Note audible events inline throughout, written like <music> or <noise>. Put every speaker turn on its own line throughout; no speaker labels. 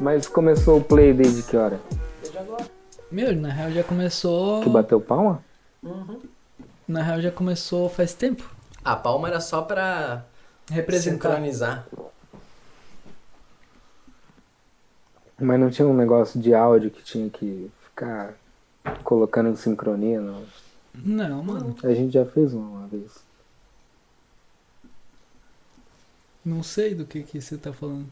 Mas começou o play desde que hora?
Desde agora.
Meu, na real já começou.
Que bateu palma?
Uhum.
Na real já começou faz tempo.
A palma era só pra
Representar.
sincronizar.
Mas não tinha um negócio de áudio que tinha que ficar colocando em sincronia? Não.
Não, mano.
A gente já fez um uma, uma vez.
Não sei do que, que você tá falando.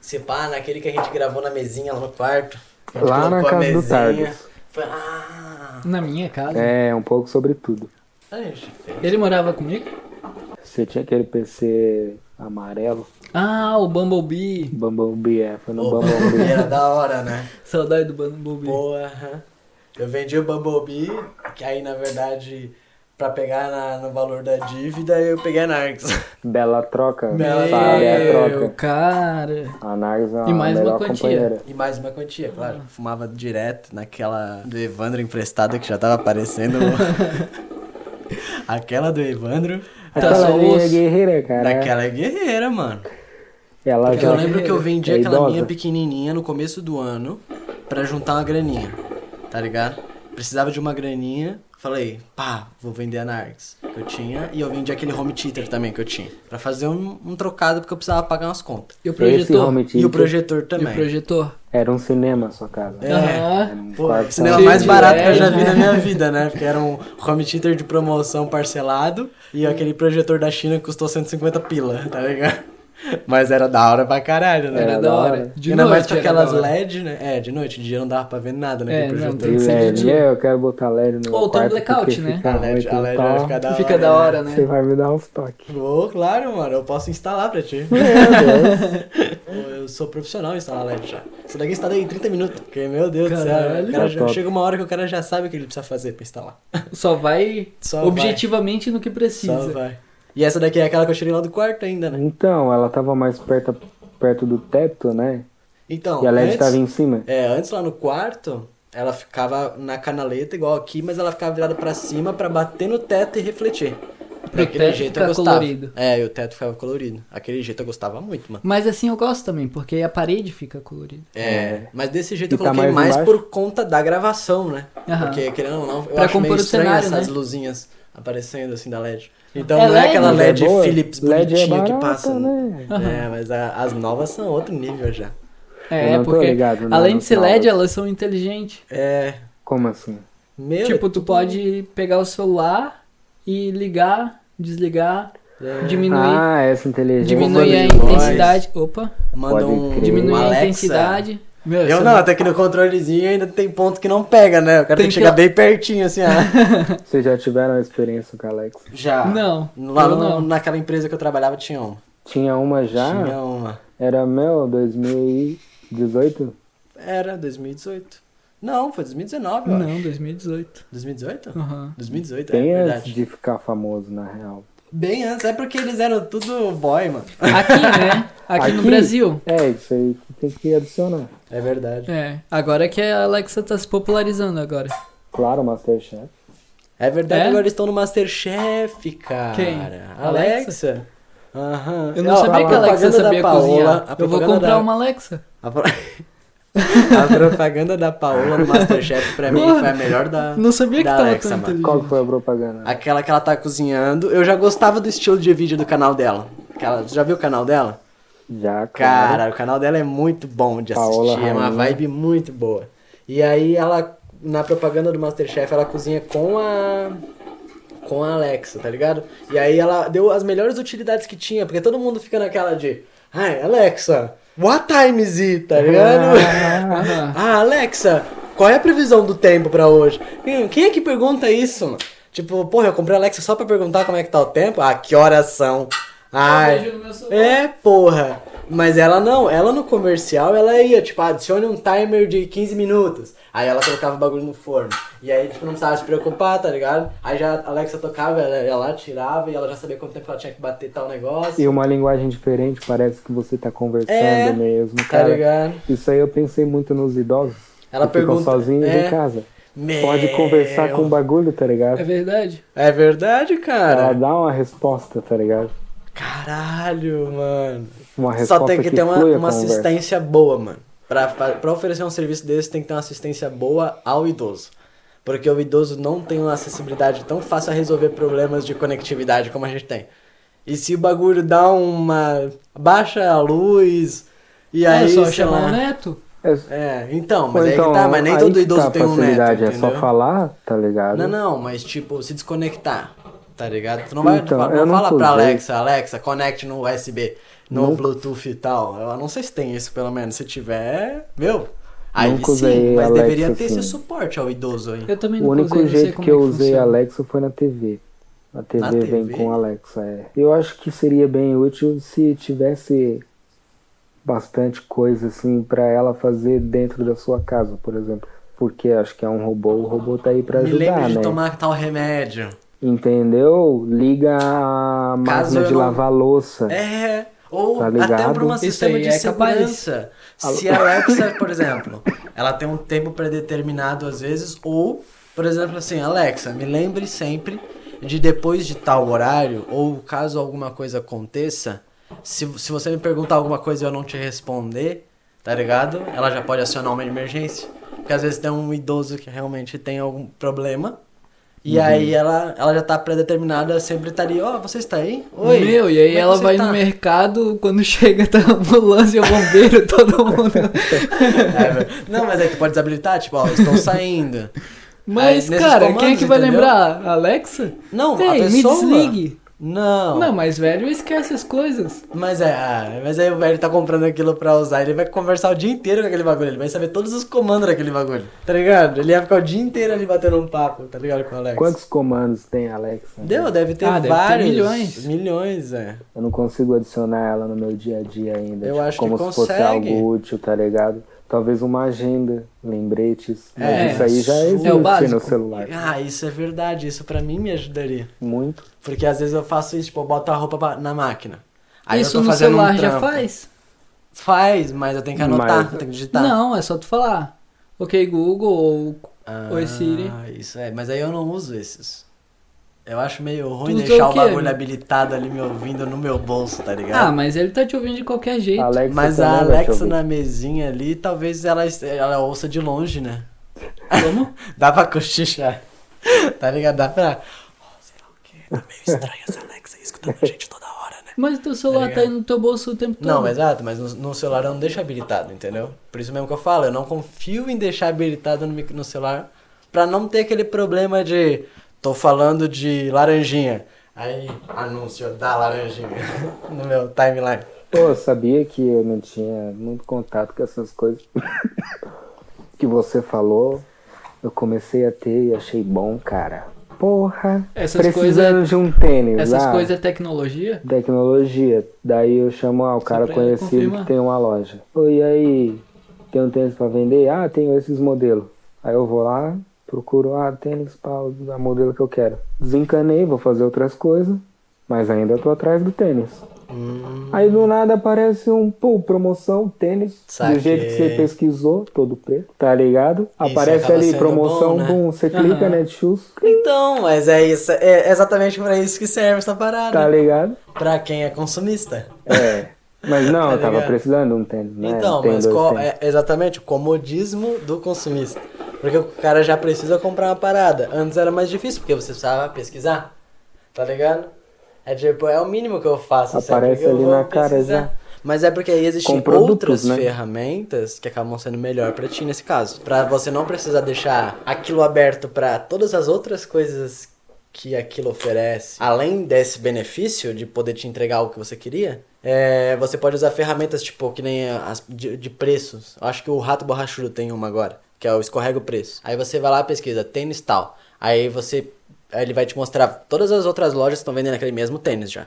Se pá, naquele que a gente gravou na mesinha lá no quarto. A gente
Lá na
colocou a
casa do
mesinha,
Tardos.
Foi... Ah,
Na minha casa.
É, um pouco sobre tudo.
a gente
É.
fez.
Ele morava comigo?
Você tinha aquele PC amarelo,
Ah, o Bumblebee.
Bumblebee, é, foi no
Ô,
Bumblebee.
Era da hora, né?
Saudade do Bumblebee.
Porra. Eu vendi o Bumblebee, que aí na verdade, pra pegar na- no valor da dívida, eu peguei a Narcs.
Bela troca,
Bela
sabe? É a
Meu,
troca.
cara.
A Nargs é a
E mais uma
melhor
quantia.
companheira.
E mais uma quantia, claro. Fumava direto naquela do Evandro emprestada que já
<laughs>
tava aparecendo. Aquela do Evandro.
Tá
Aquela
só
ali é
osso.
guerreira, cara.
Daquela é guerreira, mano.
Ela
Porque
já
eu lembro que eu vendi
é
aquela
idosa.
minha pequenininha no começo do ano pra juntar uma graninha, tá ligado? Precisava de uma graninha, falei, pá, vou vender a Narcs que eu tinha e eu vendi aquele home theater também que eu tinha, Pra fazer um, um trocado porque eu precisava pagar umas contas.
E o
Esse
projetor.
home
E
theater
o projetor
E o
também.
projetor.
era um cinema a sua casa.
É.
Aham.
Era um
Pô,
quarto
o cinema
Cheio
mais
de
barato que eu
LED,
já vi
né?
na minha vida, né? Porque era um home theater de promoção parcelado e aquele projetor da China custou 150 pila, tá ligado? Mas era da hora pra caralho, né?
Era
Era
É, da
da
hora.
hora. De
Ainda mais
noite
com
era
aquelas
da hora.
LED, né? É, de noite, de dia não dava pra ver nada né?
É,
naquele
não,
projetor.
tem que
E
ser de
LED,
dia.
é, eu quero botar LED no
Ou
meu
tem um
quarto. porque
blackout, né?
fica
A
ruim
LED, a
com
LED
tal.
vai ficar da hora.
Fica da hora, né?
Você vai me dar uns toques.
Vou, claro, mano, eu posso instalar
<laughs>
pra ti. Pô, eu sou profissional em instalar LED já. Isso daqui instala em 30 minutos. Porque, meu Deus do céu,
Caralho.
o cara
Tá
já,
top.
chega uma hora que o cara já sabe o que ele precisa fazer pra
<laughs>
instalar.
né? Só vai
Só
objetivamente no que
Só
precisa.
vai. E essa daqui é aquela que eu tirei lá do quarto ainda, né?
Então, ela tava mais perto, perto do teto, né?
Então,
E a LED
antes,
tava em cima.
é, antes lá no quarto, ela ficava na canaleta igual aqui, mas ela ficava virada pra cima pra bater no teto e refletir.
Pro teto ficar colorido.
É, e o teto ficava colorido. Aquele jeito eu gostava muito, mano.
Mas assim eu gosto também, porque a parede fica colorida.
É, mas desse jeito
E
eu
tá
coloquei mais,
mais embaixo?
por conta da gravação, né?
Aham.
Porque, querendo ou não, eu
Pra
acho meio
compor o
estranho
cenário,
essas
né?
luzinhas aparecendo assim da LED.
É
Então não é
LED,
aquela
Mas
LED
boa.
Philips
LED é
bonitinha que
barata,
passa.
Né?
É, mas a- as novas são outro nível já.
É,
Eu não tô
porque
ligado, não,
além
no
de ser
final
LED,
das-
elas são inteligentes.
É.
Como assim?
Meu.
Tipo, tu pode pegar o celular e ligar, desligar,
É.
diminuir,
Ah, essa inteligência.
diminuir a
de voz.
intensidade. Opa,
Manda
Pode
um.
crer.
diminuir
um Alexa.
a intensidade. Meu,
Eu
essa-
não, até que no controlezinho ainda tem ponto que não pega, né? O cara tem,
Tem
que
que-
chegar bem pertinho, assim, ó.
Vocês já tiveram a experiência com a Alexa?
Já.
Não,
Lá
eu
no-
não.
naquela empresa que eu trabalhava tinha uma.
Tinha uma já?
Tinha uma.
Era meu, 2018?
Era 2018. Não, foi 2019, eu acho.
Não, 2018.
2018?
Aham.
2018, é
Bem antes
verdade.
de ficar famoso, na real.
Bem antes, é porque eles eram tudo boy, mano.
Aqui, né? Aqui, no Brasil.
É, isso aí que tem que adicionar.
É verdade.
É. Agora que a Alexa tá se popularizando agora.
Claro, Masterchef.
É verdade,
É?
agora eles estão no Masterchef, cara.
Quem?
Alexa? Aham.
Eu não
Ó,
sabia
a
que a Alexa
propaganda da
sabia
Paola- a
cozinhar. Eu vou
propaganda
comprar
da-
uma Alexa.
A, pro- <laughs> a propaganda da Paola no Masterchef pra mim
Mano,
foi a melhor da.
Não sabia que
da
tava
Alexa,
tão
mano.
inteligente.
Qual que foi a propaganda?
Aquela que ela tá cozinhando. Eu já gostava do estilo de vídeo do canal dela. Aquela- Você já viu o canal dela?
Já,
Cara, o canal dela é muito bom de assistir.
Paola
é uma
Rainha.
vibe muito boa. E aí ela, na propaganda do Masterchef, ela cozinha com a. Com a Alexa, tá ligado? E aí ela deu as melhores utilidades que tinha, porque todo mundo fica naquela de. Ai, Alexa, what time is it? Tá
<laughs>
ligado?
Aham.
Ah, Alexa, qual é a previsão do tempo pra hoje? Hum, Quem é que pergunta isso? mano? Tipo, porra, eu comprei a Alexa só pra perguntar como é que tá o tempo? Ah, que horas são? Ai. É, porra. Mas ela não, ela no comercial, ela ia, tipo, adicione um timer de 15 minutos. Aí ela colocava o bagulho no forno. E aí, tipo, não precisava se preocupar, tá ligado? Aí já a Alexa tocava, ela ia lá, tirava, e ela já sabia quanto tempo ela tinha que bater tal negócio.
E uma linguagem diferente, parece que você tá conversando
É,
mesmo,
Tá
cara.
ligado?
isso aí eu pensei muito nos idosos.
Ela
que ficam
pergunta-
sozinhos
é.
em casa.
Meu.
Pode conversar com o bagulho, tá ligado?
É verdade.
É verdade,
Ela
cara.
dá uma resposta, tá ligado?
Caralho, mano.
Uma
Só
resposta
tem que, ter uma,
flui a
uma
conversa.
assistência boa, mano. Pra, pra, pra oferecer um serviço desse, tem que ter uma assistência boa ao idoso. Porque o idoso não tem uma acessibilidade tão fácil a resolver problemas de conectividade como a gente tem. E se o bagulho dá uma. baixa a luz. E
é
aí.
só
sei
chamar um
lá.
o neto.
É,
É, então,
ou
mas aí que tá, mas nem
aí
todo
que
idoso
tá a
tem um neto.
facilidade, é
entendeu?
só falar, tá ligado?
Não, não, mas tipo, se desconectar, tá ligado? Tu não vai
Então,
fala-
eu
não
não
fala pra
usei.
Alexa, Alexa, conecte no USB, no Bluetooth e tal. Eu não sei se tem isso, pelo menos. Se tiver, meu, aí
Nunca
sim,
usei
mas
Alexa,
deveria ter
assim.
esse suporte ao idoso aí.
Eu também
O
não
único
usei, não sei
jeito
como
que
é
eu usei
funciona.
Alexa foi na TV. A TV
Na
vem
TV?
com Alexa, é. Eu acho que seria bem útil se tivesse bastante coisa assim pra ela fazer dentro da sua casa, por exemplo. Porque acho que é um robô, o robô tá aí pra
Me
ajudar,
lembre de
né?
tomar tal remédio.
Entendeu? Liga a máquina
eu
de
não-
lavar louça.
É, ou
Tá
até
ligado?
para um
Isso
sistema
aí
de
é capaz.
segurança. Se a Alexa, por exemplo, ela tem um tempo predeterminado às vezes, ou, por exemplo, assim, Alexa, me lembre sempre de depois de tal horário, ou caso alguma coisa aconteça, se, se você me perguntar alguma coisa e eu não te responder, tá ligado? Ela já pode acionar uma emergência. Porque às vezes tem um idoso que realmente tem algum problema. E aí
Uhum.
ela, ela já tá predeterminada, sempre tá ali, ó, você está aí? Oi.
Meu, e aí
como é que
ela
você
vai
tá?"
no mercado, quando <laughs> chega tá a ambulância, o bombeiro, <laughs> todo mundo.
<laughs> É, velho. não, mas aí tu pode desabilitar, tipo, ó,
<laughs>
estou saindo.
Mas,
Aí, nesses
cara, quem é
comandos,
que vai
entendeu?
lembrar? Alexa?
Não, a
Tem, me
pessoa-
desligue.
Não.
Não, mas velho, esquece as coisas.
Mas é, ah, mas aí o velho tá comprando aquilo pra usar, ele vai conversar o dia inteiro com aquele bagulho, ele vai saber todos os comandos daquele bagulho, tá ligado? Ele ia ficar o dia inteiro ali batendo um papo, tá ligado, com o Alex.
Quantos comandos tem a Alexa?
Deu, deve ter
Ah, deve ter
vários.
milhões.
Milhões, é.
Eu não consigo adicionar ela no meu dia a dia ainda.
Eu
tipo,
acho que
como se fosse
consegue.
algo útil, tá ligado? Talvez uma agenda, lembretes. Mas
É,
isso aí já
é o
existe
básico.
no celular.
Ah, isso é verdade, isso pra mim me ajudaria.
Muito.
Porque às vezes eu faço isso, tipo, eu boto a roupa pra- na máquina. Aí eu
Isso
tô
no
fazendo um
celular já
trampo.
faz?
Faz, mas eu tenho que anotar,
Mas-
eu tenho que digitar.
Não, é só tu falar. Ok, Google ou Oi, Siri.
Ah, Isso é, mas aí eu não uso esses. Eu acho meio ruim
Tu usa o
deixar é o
quê?
bagulho habilitado ali me ouvindo no meu bolso, tá
Ah,
ligado?
mas ele tá te ouvindo de qualquer jeito.
Alexa
mas
É também
a
vai te
Alexa é-
ouvir.
na mesinha ali, talvez ela, est- ela ouça de longe, né?
Como?
<laughs> Dá pra cochichar. tá ligado? Dá pra. Oh, sei lá o quê. Tá meio estranha essa Alexa escutando a gente toda hora, né?
Mas teu celular tá aí no teu bolso o tempo todo.
Não, mas exato, mas no, no celular eu não deixo habilitado, entendeu? Por isso mesmo que eu falo, eu não confio em deixar habilitado no, mic- no celular pra não ter aquele problema de tô falando de laranjinha. Aí, anúncio da laranjinha <laughs> no meu timeline.
Pô, eu sabia que eu não tinha muito contato com essas coisas <laughs> que você falou. Eu comecei a ter e achei bom, cara. Porra,
Essas
precisando
coisas-
de um tênis.
Essas
ah,
coisas é tecnologia?
Tecnologia. Daí eu chamo ah, o cara
pra
conhecido
confirmar.
que tem uma loja. Oi, e aí? Tem um tênis pra vender? Ah, tenho esses modelos. Aí eu vou lá, procuro, ah, tênis para a modelo que eu quero. Desencanei, vou fazer outras coisas, mas ainda tô atrás do tênis.
Hum.
Aí do nada aparece um, pô, promoção, tênis,
Saquei.
do jeito que você pesquisou, todo preto, tá ligado? aparece
acaba
ali,
sendo
promoção,
bom, né?
com, você clica,
Aham.
Netshoes,
Então, mas é isso, é exatamente pra isso que serve essa
tá
parada.
ligado?
Pra quem é consumista.
É. Mas
<laughs>
não,
Tá
eu tava
ligado?
precisando de um tênis, né?
Então,
Tem
mas
dois
qual
tênis.
é exatamente o comodismo do consumista? Porque o cara já precisa comprar uma parada. Antes era mais difícil, porque você precisava pesquisar. Tá ligado? É tipo, é o mínimo que eu faço. sempre
Aparece
que eu
ali
vou
na cara
pesquisar.
já.
Mas é porque aí existem
Com produtos,
outras
né?
ferramentas que acabam sendo melhor pra ti nesse caso. Pra você não precisar deixar aquilo aberto pra todas as outras coisas que aquilo oferece. Além desse benefício de poder te entregar o que você queria, é, você pode usar ferramentas tipo que nem as de, de preços. Eu acho que o Rato Borrachudo tem uma agora, que é o escorrega o preço. Aí você vai lá pesquisa tênis tal. Aí você aí ele vai te mostrar todas as outras lojas que estão vendendo aquele mesmo tênis já.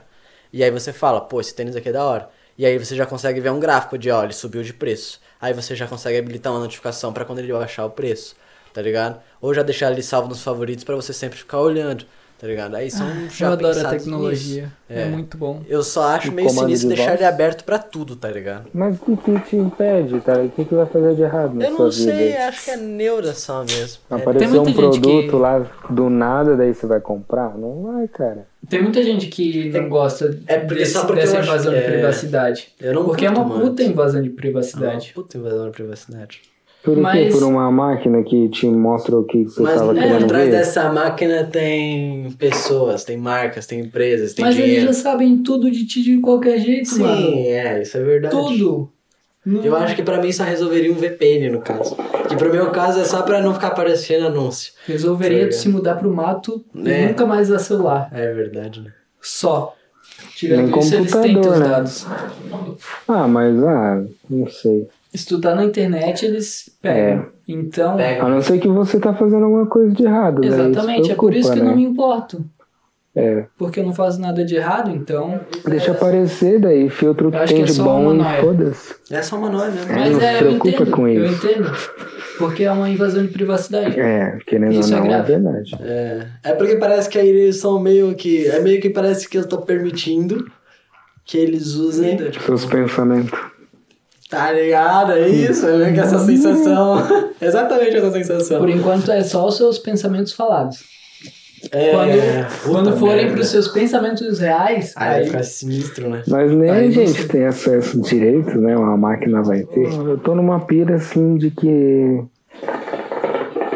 E aí você fala, pô, esse tênis aqui é da hora. E aí você já consegue ver um gráfico de, ó, ele subiu de preço. Aí você já consegue habilitar uma notificação pra quando ele baixar o preço, tá ligado? Ou já deixar ele salvo nos favoritos pra você sempre ficar olhando, Tá ligado? Aí são já
Ah, Eu adoro a
pensados nisso.
tecnologia. É.
É.
muito bom.
Eu só acho
O
meio
comando
sinistro
de
deixar
voz.
ele aberto pra tudo, tá ligado?
Mas o que te impede, cara? O que, é que vai fazer de errado na
Eu
sua
não
vida?
sei, acho que é neura só mesmo. É,
Tem
Apareceu
muita
um
gente
produto
que-
lá do nada, daí você vai comprar? Não vai, cara.
Tem muita gente que não gosta
É porque-
desse-
só porque eu
dessa
acho-
invasão
é.
de privacidade.
Eu não
porque é uma
curto muito.
puta invasão de
é uma
privacidade.
Puta invasão de privacidade.
Por quê?
Mas- é,
Por uma máquina que te mostra o que você
Mas
estava
né,
querendo
atrás
ver?
dessa máquina tem pessoas, tem marcas, tem empresas, tem
Mas eles
dinheiro.
já sabem tudo de ti de qualquer jeito,
Sim,
mano.
é, isso é verdade.
Tudo. Não-
Eu acho que pra mim só resolveria um VPN no caso. Que pro meu caso é só pra não ficar aparecendo anúncio.
Resolveria tu
Tá
se mudar pro mato
Né?
e nunca mais usar celular.
É verdade, né?
Só. Tirando
Nem
isso, eles têm teus
computador, né?
dados.
Ah, mas ah, não sei.
Se tu tá na internet, eles pegam.
É.
Então,
A
Pega.
não ser que você tá fazendo alguma coisa de errado. daí
exatamente.
isso
É por isso que eu
preocupa,
não me
né?
importo.
É.
Porque eu não faço nada de errado, então.
Deixa aparecer, daí filtro
Eu acho
tem
que é
de
só
bom
uma
e
noia.
foda-se.
É só uma noia mesmo.
É.
Mas
não se
é, eu
preocupa
entendo.
com
Eu
isso.
entendo. Porque é uma invasão de privacidade.
É, querendo
Isso é
ou não, é,
grave.
verdade.
É. É porque parece que aí eles são meio que. É meio que parece que eu tô permitindo que eles usem.
Tipo,
Seus pensamentos.
Tá ligado? É isso, é meio que essa sensação. <laughs> Exatamente essa sensação.
Por enquanto é só os seus pensamentos falados.
É,
Quando,
puta
quando forem
merda.
pros seus pensamentos reais,
Aí vai
aí
ficar sinistro, né?
Mas nem
Aí
a
você-
gente tem acesso direito, né? Uma máquina vai ter. Eu tô numa pira assim de que.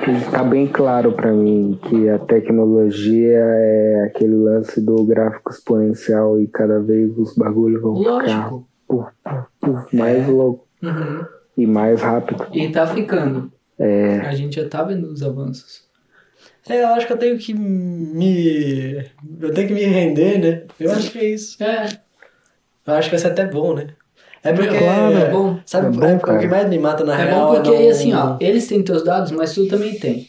que Tá bem claro pra mim que a tecnologia é aquele lance do gráfico exponencial e cada vez os bagulhos vão ficar
lógico.
puf, puf, puf, mais louco
Uhum.
e mais rápido.
E tá ficando.
É.
A gente já tá vendo os avanços.
É, eu acho que eu tenho que me. Eu tenho que me render, né? Eu acho que é isso.
É,
Eu acho que vai ser até bom, né? É porque.
Claro, é bom.
Sabe,
É bom,
é o que
cara.
mais me mata na
é
real
bom porque
não-
aí assim, ó, eles têm teus dados, mas tu também tem.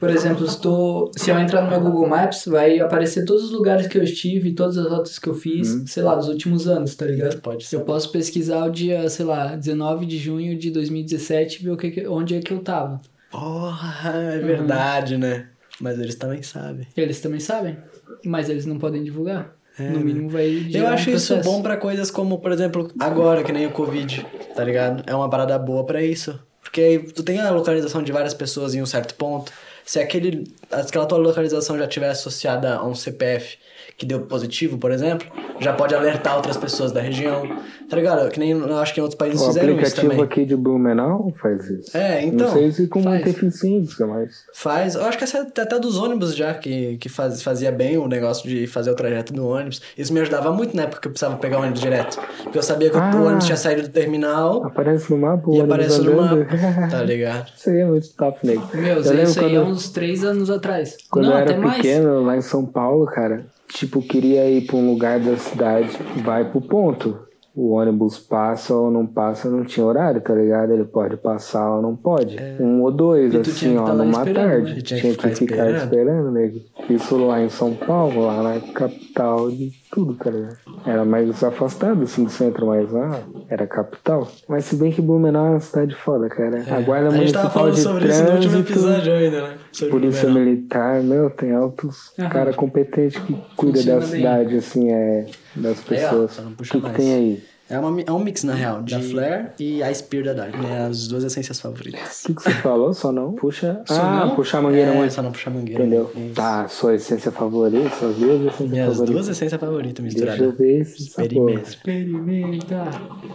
Por exemplo, se, tu- se eu entrar no meu Google Maps, vai aparecer todos os lugares que eu estive, todas as rotas que eu fiz,
Uhum.
sei lá, dos últimos anos, tá ligado?
Pode ser. um-
Eu posso pesquisar o dia, sei lá, 19 de junho de 2017 e ver o que que- onde é que eu tava.
Porra, é verdade, né? Mas eles também sabem.
Eles também sabem, mas eles não podem divulgar.
É,
no
né?
mínimo vai
Eu
gerar um
acho isso
processo.
bom pra coisas como, por exemplo, agora, que nem o Covid, tá ligado? É uma parada boa pra isso. Porque aí tu tem a localização de várias pessoas em um certo ponto. Se aquele, aquela tua localização já estiver associada a um CPF que deu positivo, por exemplo, já pode alertar outras pessoas da região. Tá ligado? Que nem eu acho que em outros países
O
fizeram isso
aplicativo
também.
aqui de Blumenau faz isso.
É,
não
então.
sei se com muita
faz.
eficiência, mas.
Faz, eu acho que essa é até dos ônibus já, que, que faz- fazia bem o negócio de fazer o trajeto do ônibus. Isso me ajudava muito na época que eu precisava pegar o ônibus direto. Porque eu sabia que o-
Ah.
o ônibus tinha saído do terminal
Aparece né, no mapa, o
e
ônibus
aparece no
andando.
mapa.
<laughs>
Tá ligado?
Seria é muito top, nego.
Meu,
Eu lembro
isso aí é
quando-
uns 3 anos atrás.
Quando
não,
eu era
até mais.
pequeno, lá em São Paulo, cara, tipo, queria ir pra um lugar da cidade, vai pro ponto. O ônibus passa ou não passa, não tinha horário, tá ligado? Ele pode passar ou não pode. Um ou dois,
E tu tinha
assim,
que
ó,
tá lá
numa
esperando,
tarde.
né?
E
Tinha que ficar esperando, nego. Isso lá em São Paulo, lá na capital de tudo, tá ligado? Era mais afastado, assim, do centro, mas lá era capital. Mas se bem que Blumenau é uma cidade foda, cara. A guarda
A gente tava
municipal
falando
de
sobre isso no último
trânsito... é
episódio ainda, né? Sobre
Polícia
Blumenau.
Militar, meu, tem altos
Aham.
cara competente que cuida
Funciona
da
bem.
cidade, assim, é, das
Aí, ó,
pessoas.
só não
O
puxa
que, que
mais.
tem aí?
É, uma mi- é um mix, na real, de... da Flare e a Spear da Dark. Né? As duas essências favoritas.
O que, que você falou? Só não? Puxa.
Só
ah,
não?
puxar a mangueira
é,
muito.
só não puxar mangueira. É
Entendeu?
Isso.
Tá, sua essência favorita, suas duas essências
Minhas
favoritas.
duas essências favoritas
Deixa eu
misturadas.
ver esse
Experimento.
sabor.
Experimenta,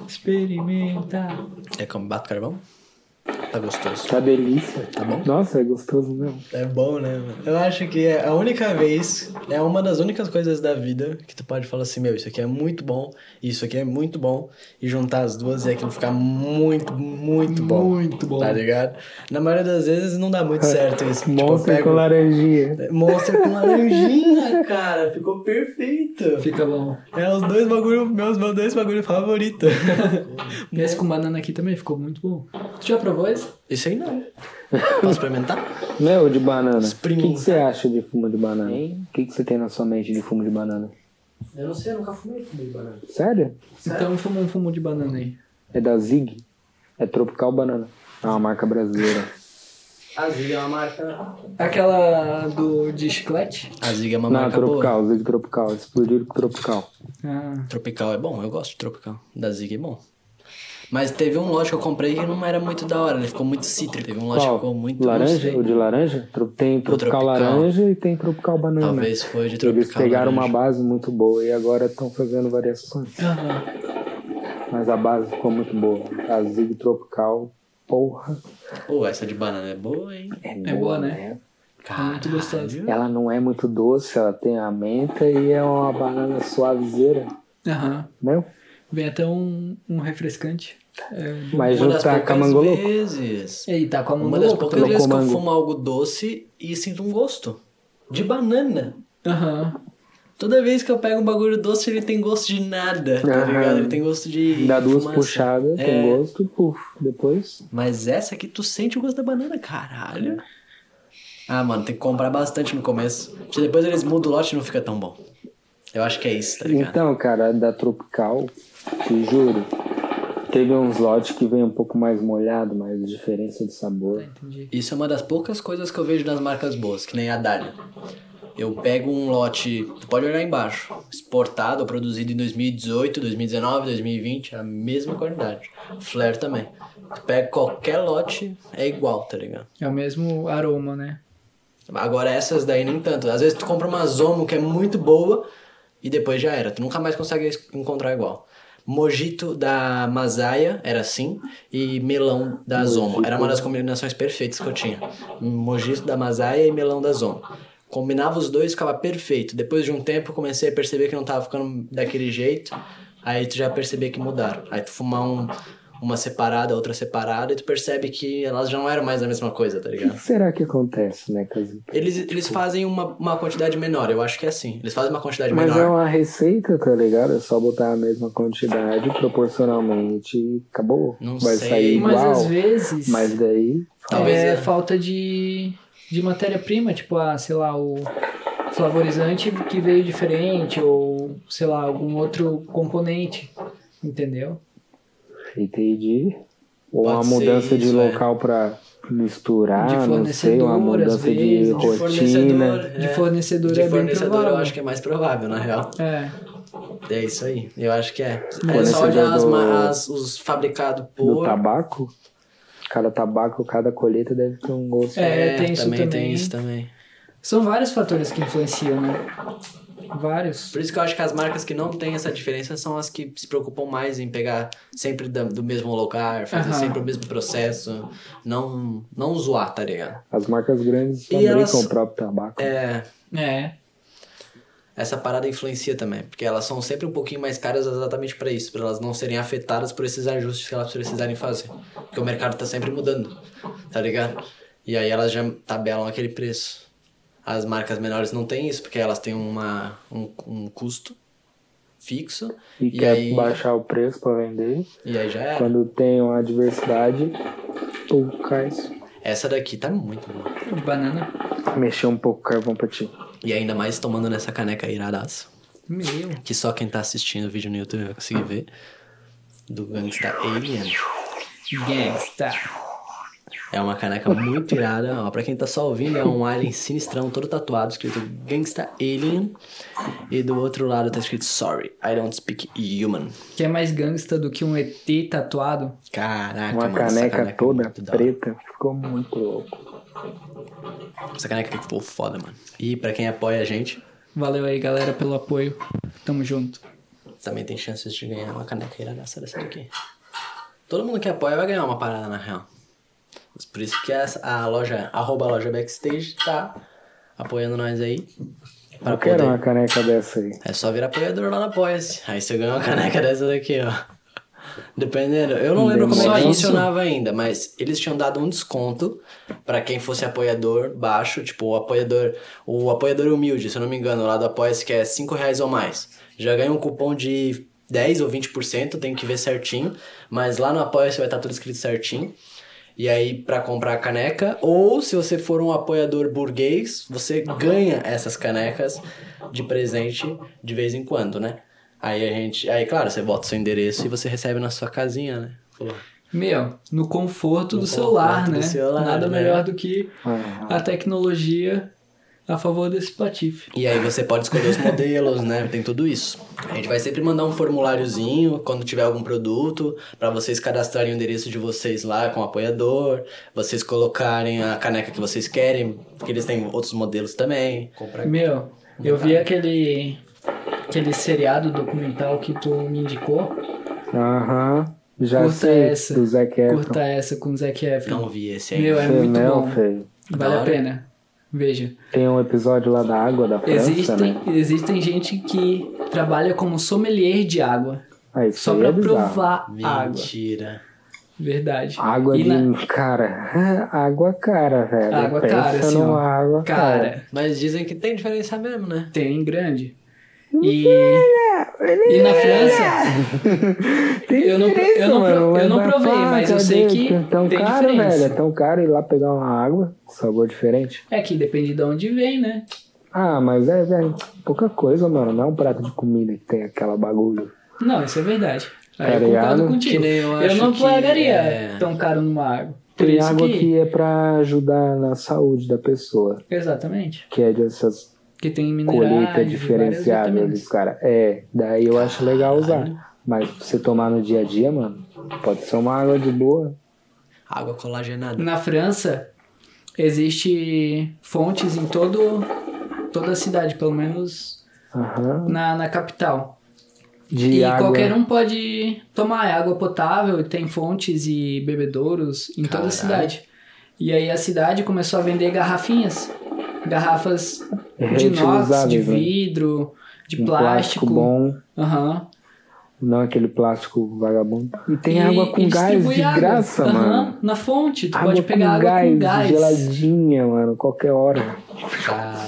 experimenta.
É como bato carvão? Tá gostoso.
Tá delícia.
Tá bom?
Nossa, é gostoso mesmo.
É bom, né, mano? Eu acho que é a única vez, é uma das únicas coisas da vida que tu pode falar assim, meu, isso aqui é muito bom, isso aqui é muito bom, e juntar as duas e aquilo ficar muito, muito bom.
Muito bom.
Tá ligado? Na maioria das vezes não dá muito certo isso. Tipo, eu
Monstro
pego-
É, com laranjinha.
Monster com laranjinha, cara. Ficou perfeito.
Fica bom.
É os dois bagulho, meus, meus dois
<laughs>
bagulho favorito.
Esse com banana aqui também ficou muito bom. Tu já provou esse?
Isso aí não. Posso experimentar?
Meu, de banana. O que,
Experimenta.
que você acha de fumo de banana? O que, que você tem na sua mente de fumo de banana?
Eu não sei, eu nunca fumei comigo, banana.
Sério?
Então fuma um fumo de banana aí.
É da Zig. É Tropical Banana. É uma marca brasileira.
A Ziga é uma marca.
Aquela do, de chiclete?
A Ziga é uma
Não,
marca boa.
tropical, Zig tropical, explodir com tropical.
Ah,
Tropical é bom, eu gosto de tropical. Da Zig é bom. Mas teve um lote que eu comprei que não era muito da hora, ele ficou muito cítrico. Teve um lote que
Qual?
ficou muito. não
laranja?
sei.
O de laranja? Tro- Tem tropical,
tropical.
laranja e tem tropical banana.
Talvez foi de tropical.
Eles pegaram
laranja.
uma base muito boa e agora estão fazendo variações.
aham.
Mas a base ficou muito boa. A Zig tropical, porra.
Pô, essa de banana é boa, hein?
É boa, né?
É
Cara,
muito gostosa.
Ela não é muito doce, ela tem a menta e é uma banana suavezeira,
Aham.
né?
Vem até um, um refrescante. É,
Mas
Uma das
juntar com a
poucas
mangoloco.
vezes.
e tá com a mão
Uma das
louca
poucas
É também.
vezes que eu
Locomango.
fumo algo doce e sinto um gosto. De banana.
Aham.
Toda vez que eu pego um bagulho doce, ele tem gosto de nada, tá
Aham.
ligado? Ele tem gosto de.
Dá duas
fumaça.
puxadas,
É,
tem gosto, puf, depois.
Mas essa aqui, tu sente o gosto da banana, caralho. Ah, mano, tem que comprar bastante no começo. Porque depois eles mudam o lote e não fica tão bom. Eu acho que é isso, tá ligado?
Então, cara, da Tropical, te juro, teve uns lotes que vem um pouco mais molhado, mas diferença de sabor.
Entendi.
Isso é uma das poucas coisas que eu vejo nas marcas boas, que nem a Dália. Eu pego um lote, tu pode olhar embaixo, exportado ou produzido em 2018, 2019, 2020, a mesma qualidade. Flair também. Tu pega qualquer lote, é igual, tá ligado?
É o mesmo aroma, né?
Agora essas daí nem tanto. Às vezes tu compra uma Zomo que é muito boa e depois já era. Tu nunca mais consegue es- encontrar igual. Mojito da Masaya era assim e melão da Zomo. Era uma das combinações perfeitas que eu tinha. Um Mojito da Masaya e melão da Zomo. Combinava os dois, ficava perfeito. Depois de um tempo eu comecei a perceber que não tava ficando daquele jeito. Aí tu já percebia que mudaram. Aí tu fumar um- uma separada, outra separada, e tu percebe que elas já não eram mais a mesma coisa, tá
O
ligado?
que será que acontece, né, Casito?
Eles,
Tipo,
eles fazem uma, uma quantidade menor, eu acho que é assim. Eles fazem uma quantidade
Mas é
um
menor.
uma receita, tá ligado? É só botar a mesma quantidade proporcionalmente e acabou.
Não
Vai
sei.
sair É igual.
Mas
Mas,
às vezes
daí.
Talvez
é,
é.
falta de, de matéria-prima, tipo, ah, sei lá, o flavorizante que veio diferente ou, sei lá, algum outro componente, entendeu?
Entendi. Ou
Pode
uma
ser
mudança de
isso, é.
local pra misturar,
De
não sei, uma
fornecedor, às
mudança
vezes,
de
de
rotina.
é.
né? De fornecedor
De
é bem
fornecedor eu
provável.
acho que é mais provável, na real.
É,
É isso aí, eu acho que é. É só
Fornecedor
olhar as,
do-
ma- as- os fabricados
Do
por.
tabaco? Cada tabaco, cada colheita deve ter um gosto.
É, tem isso
tem
também.
isso também.
são vários fatores que influenciam, né? Vários.
Por isso que eu acho que as marcas que não têm essa diferença são as que se preocupam mais em pegar sempre da- do mesmo lugar, fazer
Aham.
sempre o mesmo processo, não, não zoar, tá ligado?
As marcas grandes
E
fabricam
elas-
o próprio tabaco.
É,
É,
Essa parada influencia também, porque elas são sempre um pouquinho mais caras exatamente pra isso, pra elas não serem afetadas por esses ajustes que elas precisarem fazer. Porque o mercado tá sempre mudando, tá ligado? E aí elas já tabelam aquele preço. As marcas menores não têm isso, porque elas têm uma, um, um custo fixo
E,
e,
quer
aí, É.
baixar o preço pra vender.
e aí já era.
Quando tem uma adversidade, tu cai.
Essa daqui tá muito boa.
banana.
Mexer um pouco o carvão pra ti.
E ainda mais tomando nessa caneca iradaça.
Meu.
que só quem tá assistindo o vídeo no YouTube vai conseguir ver. Do Gangsta Alien.
Gangsta.
É uma caneca
<laughs>
muito irada, ó. Pra quem tá só ouvindo, é um alien sinistrão, todo tatuado, escrito Gangsta Alien. E do outro lado tá escrito Sorry, I don't speak human.
Que é mais gangsta do que um ET tatuado.
Caraca,
Uma
mano, essa
caneca,
caneca é
toda
muito da hora.
preta. Ficou muito louco.
Essa caneca ficou foda, mano. E pra quem apoia a gente,
Valeu aí, galera, pelo apoio. Tamo junto.
também tem chances de ganhar uma caneca iradaça dessa daqui. Todo mundo que apoia vai ganhar uma parada, na real. Mas Por isso que essa- a loja, arroba loja backstage, tá apoiando nós aí. Pra
Eu quero uma
poder.
caneca dessa aí.
É só virar apoiador lá na Apoia-se. Aí você ganha uma caneca dessa daqui, ó. Dependendo. Eu não lembro como é
Só
que
isso?
funcionava ainda, mas eles tinham dado um desconto pra quem fosse apoiador baixo, tipo o apoiador, o apoiador humilde, se eu não me engano, lá do Apoia-se que é 5 reais ou mais. Já ganha um cupom de 10 ou 20%, tem que ver certinho, mas lá no Apoia-se vai estar tudo escrito certinho. E aí, pra comprar a caneca, ou se você for um apoiador burguês, você ganha essas canecas de presente de vez em quando, né? Aí a gente. Aí, claro, você bota o seu endereço e você recebe na sua casinha, né? Pô,
meu, no conforto
No
do celular,
conforto do
né?
celular,
Nada
né?
melhor do que
Ah,
a tecnologia a favor desse patife.
E aí você pode escolher os modelos, né? Tem tudo isso. A gente vai sempre mandar um formuláriozinho quando tiver algum produto, pra vocês cadastrarem o endereço de vocês lá com o apoiador, vocês colocarem a caneca que vocês querem, porque eles têm outros modelos também. Comprar.
Meu, eu vi aquele aquele seriado documental que tu me indicou.
Aham. Já
Curta
sei
essa.
do Zac Efron.
Curta essa com o Zac Efron.
Não vi esse ainda.
Meu, é muito
Femel,
bom.
feio.
Então,
Vale
Da
a
hora.
pena. Veja.
Tem um episódio lá da água da França,
Existem,
né?
existem gente que trabalha como sommelier de água.
Ah, isso
Só
aí
pra
é bizarro.
provar água.
Mentira.
Verdade.
Água
E
de
na-
cara. <laughs> Água cara, velho.
Água
Pensa
cara, assim,
numa
ó.
água cara.
Cara,
Mas dizem que tem diferença mesmo, né?
tem grande.
Uhum.
E, e na França,
É, Tem
Eu não-
diferença,
eu não-
mano,
eu não
mas
provei,
pá,
mas eu
cadê?
sei que
Tão
tem
caro,
diferença.
velho. É tão caro ir lá pegar uma água. Sabor diferente.
é que depende de onde vem, né?
Ah, mas é, velho. Pouca coisa, mano. Não é um prato de comida que tem aquela bagulho.
Não, isso é verdade. Aí
Tá
eu concordo
ligado?
Que
contigo.
nem eu
Eu,
acho
não
que
pagaria
é-
tão caro numa água. Por
Tem
isso
água
que...
que... é pra ajudar na saúde da pessoa.
Exatamente.
Que é dessas
Que tem minerais.
colheita
várias
diferenciada né?
vitaminas.
dos caras. É, daí eu acho legal usar. Mas pra você tomar no dia a dia, mano, pode ser uma água de boa.
Água colagenada.
Na França, existe fontes em todo, toda a cidade, pelo menos
Aham.
na, na capital.
De
e
água.
qualquer um pode tomar é água potável, e tem fontes e bebedouros em toda a
Caralho.
cidade. E aí a cidade começou a vender garrafinhas. Garrafas de inox, de
Reutilizáveis, Uhum. né?
vidro, de
Um
plástico.
bom,
Aham.
não aquele plástico vagabundo. E tem
E-
água
e
com gás
distribui
de
água.
graça,
Aham,
mano.
Na fonte, tu
água
pode pegar
com
água
gás,
com gás.
geladinha, mano, qualquer hora.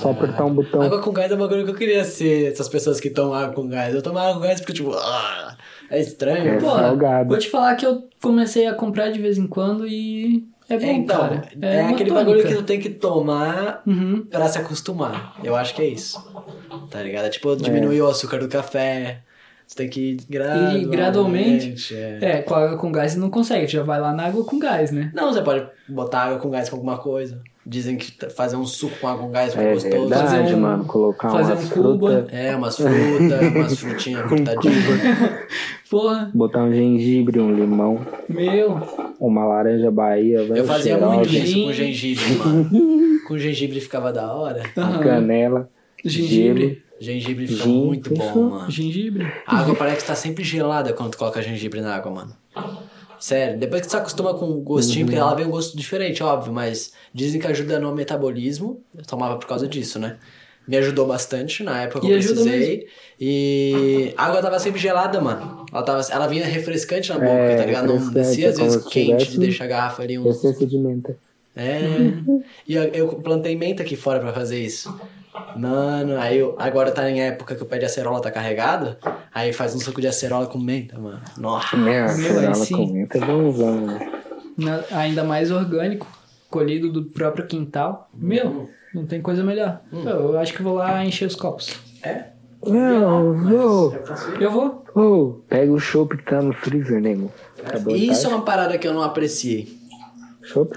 Só apertar um botão.
Água com gás é um bagulho que eu queria ser, essas pessoas que tomam água com gás. Eu tomo água com gás porque, tipo, ah, é estranho.
É
Pô,
salgado.
vou te falar que eu comecei a comprar de vez em quando e é bom,
É, então,
cara.
é,
uma
aquele
tônica.
bagulho que tu tem que tomar
Uhum.
pra se acostumar. Eu acho que é isso. Tá ligado? É tipo, diminuir o açúcar do café. Tu tem que ir gradualmente.
E gradualmente,
é.
É, com água com gás não consegue, tu já vai lá na água com gás, né?
Não, você pode botar água com gás com alguma coisa. Dizem que t- fazer um suco com água com gás fica
É
gostoso.
verdade,
Fazer um-
mano. Colocar
fazer
umas
um cuba.
frutas,
É, umas frutas, umas frutinhas cortadinhas.
Porra,
botar um gengibre, um limão,
meu.
uma laranja Bahia. velho,
Eu fazia
cheirosa,
muito isso com
Gin.
gengibre, mano. Com gengibre ficava da hora.
Aham.
Canela,
Gengibre.
Gengibre fica
Gin,
muito bom,
fechou.
mano.
Gengibre.
A água parece que tá sempre gelada quando tu coloca gengibre na água, mano. Sério, depois que tu se acostuma com o gostinho, porque ela vem um gosto diferente, óbvio, mas dizem que ajuda no metabolismo. Eu tomava por causa disso, né? Me ajudou bastante na época que
E
eu
ajuda
precisei. E a água tava sempre gelada, mano. Ela, tava, ela vinha refrescante na boca,
É,
tá ligado? Não
refrescante,
descia às
é como
vezes
se
quente de
tivesse-
deixar a garrafa ali uns
excesso de menta.
é. E eu, eu plantei menta aqui fora pra fazer isso. Mano, aí eu, agora tá em época que o pé de acerola tá carregado. Aí faz um suco de acerola com menta, mano. Nossa.
Nossa,
Meu, aí
ela
sim.
comenta é bonzão, né?
Na- ainda mais orgânico, colhido do próprio quintal. Meu, não tem coisa melhor. Eu, eu acho que vou lá encher os copos.
É?
Não, ô,
Eu vou.
ô, pega o chopp que tá no freezer, nego. Tá bom,
Isso é
tá?
uma parada que eu não apreciei.
Chopp?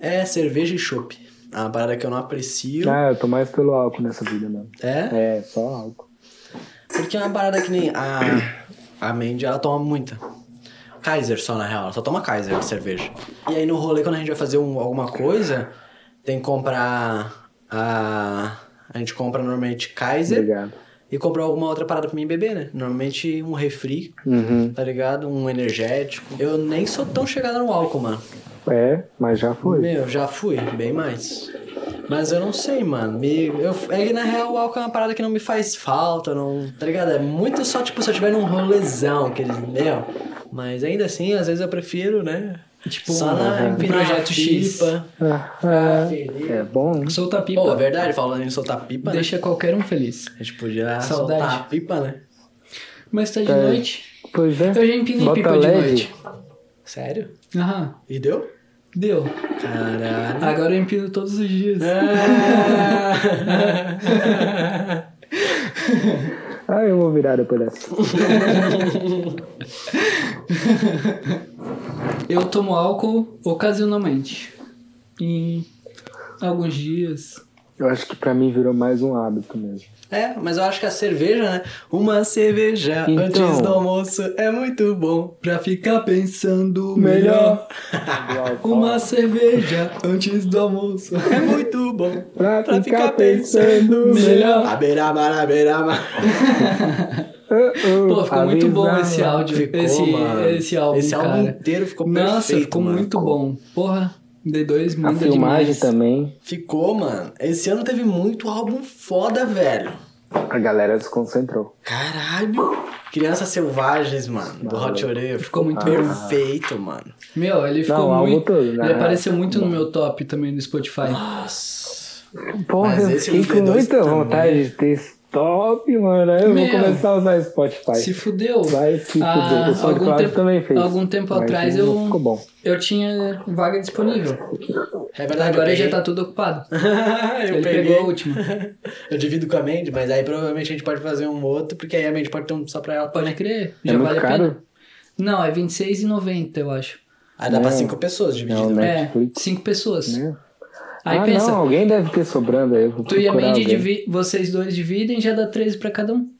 É cerveja e chopp. É uma parada que eu não aprecio.
Ah, eu tô mais pelo álcool nessa vida, mano.
É?
É, só álcool.
Porque é uma parada que nem a, a Mandy, ela toma muita. Kaiser só, na real. Ela só toma Kaiser de cerveja. E aí no rolê, quando a gente vai fazer um- alguma coisa, tem que comprar a... A gente compra normalmente Kaiser
Obrigado.
e compra alguma outra parada pra mim beber, né? Normalmente um refri,
Uhum.
tá ligado? Um energético. Eu nem sou tão chegado no álcool, mano.
É, mas já foi.
Meu, já fui, bem mais. Mas eu não sei, mano. Me, eu, é que na real o álcool é uma parada que não me faz falta, não. Tá ligado? É muito só, tipo, se eu tiver num rolezão, que eles meu. Mas ainda assim, às vezes eu prefiro, né?
Tipo,
só na,
um
empinar a
projeto X.
pipa.
Ah, ah, é bom, né?
Solta a pipa.
Pô, é verdade, falando em soltar pipa, né?
Deixa qualquer um feliz.
A gente podia
Saudade.
soltar a pipa, né?
Mas tá de
Tá.
noite.
Pois é.
Eu já empinei
Bota
pipa de
LED.
noite.
Sério?
Aham.
E deu?
Deu. <laughs>
Caralho.
Agora eu empino todos os dias. É.
Ah, eu vou virar depois dessa.
<laughs> Eu tomo álcool ocasionalmente. Em alguns dias.
Eu acho que pra mim virou mais um hábito mesmo.
É, mas eu acho que a cerveja, né? Uma cerveja
Então.
antes do almoço é muito bom.
Pra ficar pensando melhor. <laughs> Uma cerveja antes do almoço. <laughs>
É muito bom.
Pra
Pra
ficar
ficar pensando
pensando
melhor.
A beira, mara, beira, mara.
Pô, ficou muito bom esse áudio.
Ficou,
esse,
mano.
esse álbum,
Esse
cara.
álbum inteiro ficou perfeito.
Nossa, ficou
mano.
muito bom. Porra, D2
A
manda
filmagem
demais.
também,
Ficou, mano. Esse ano teve muito álbum foda, velho.
a galera desconcentrou.
Caralho. Crianças Selvagens, mano. Do Hot Oreia.
Ficou muito bom.
perfeito, mano.
Meu, ele ficou
o álbum
muito...
todo, né?
Ele apareceu muito no meu top também no Spotify.
Nossa.
Porra,
Mas
eu
esse
fiquei com
MP2
muita
também.
vontade de ter esse top, mano. Eu
Meu.
vou começar a usar Spotify.
Se fudeu.
Vai se fuder.
Ah,
o
algum
SoundCloud
tempo,
também fez.
algum tempo
Mas
atrás
não
eu,
Ficou bom.
eu tinha vaga disponível.
É verdade,
Agora
eu
já
peguei.
tá tudo ocupado.
<laughs> eu
Ele
peguei.
pegou a última.
<laughs> Eu divido com a Mandy, mas aí provavelmente a gente pode fazer um outro, porque aí a Mandy pode ter um só pra ela.
Pode crer,
É
já
muito
vale a
caro?
pena. Não, é R$26,90, eu acho.
Aí dá pra
Não.
cinco pessoas dividido.
Não, né?
É,
Netflix.
cinco pessoas.
Né?
Aí
ah,
pensa,
não, alguém deve ter sobrando aí. eu vou
tu e a
procurar
Mandy,
alguém.
divi- vocês dois dividem, já dá 13 pra cada um.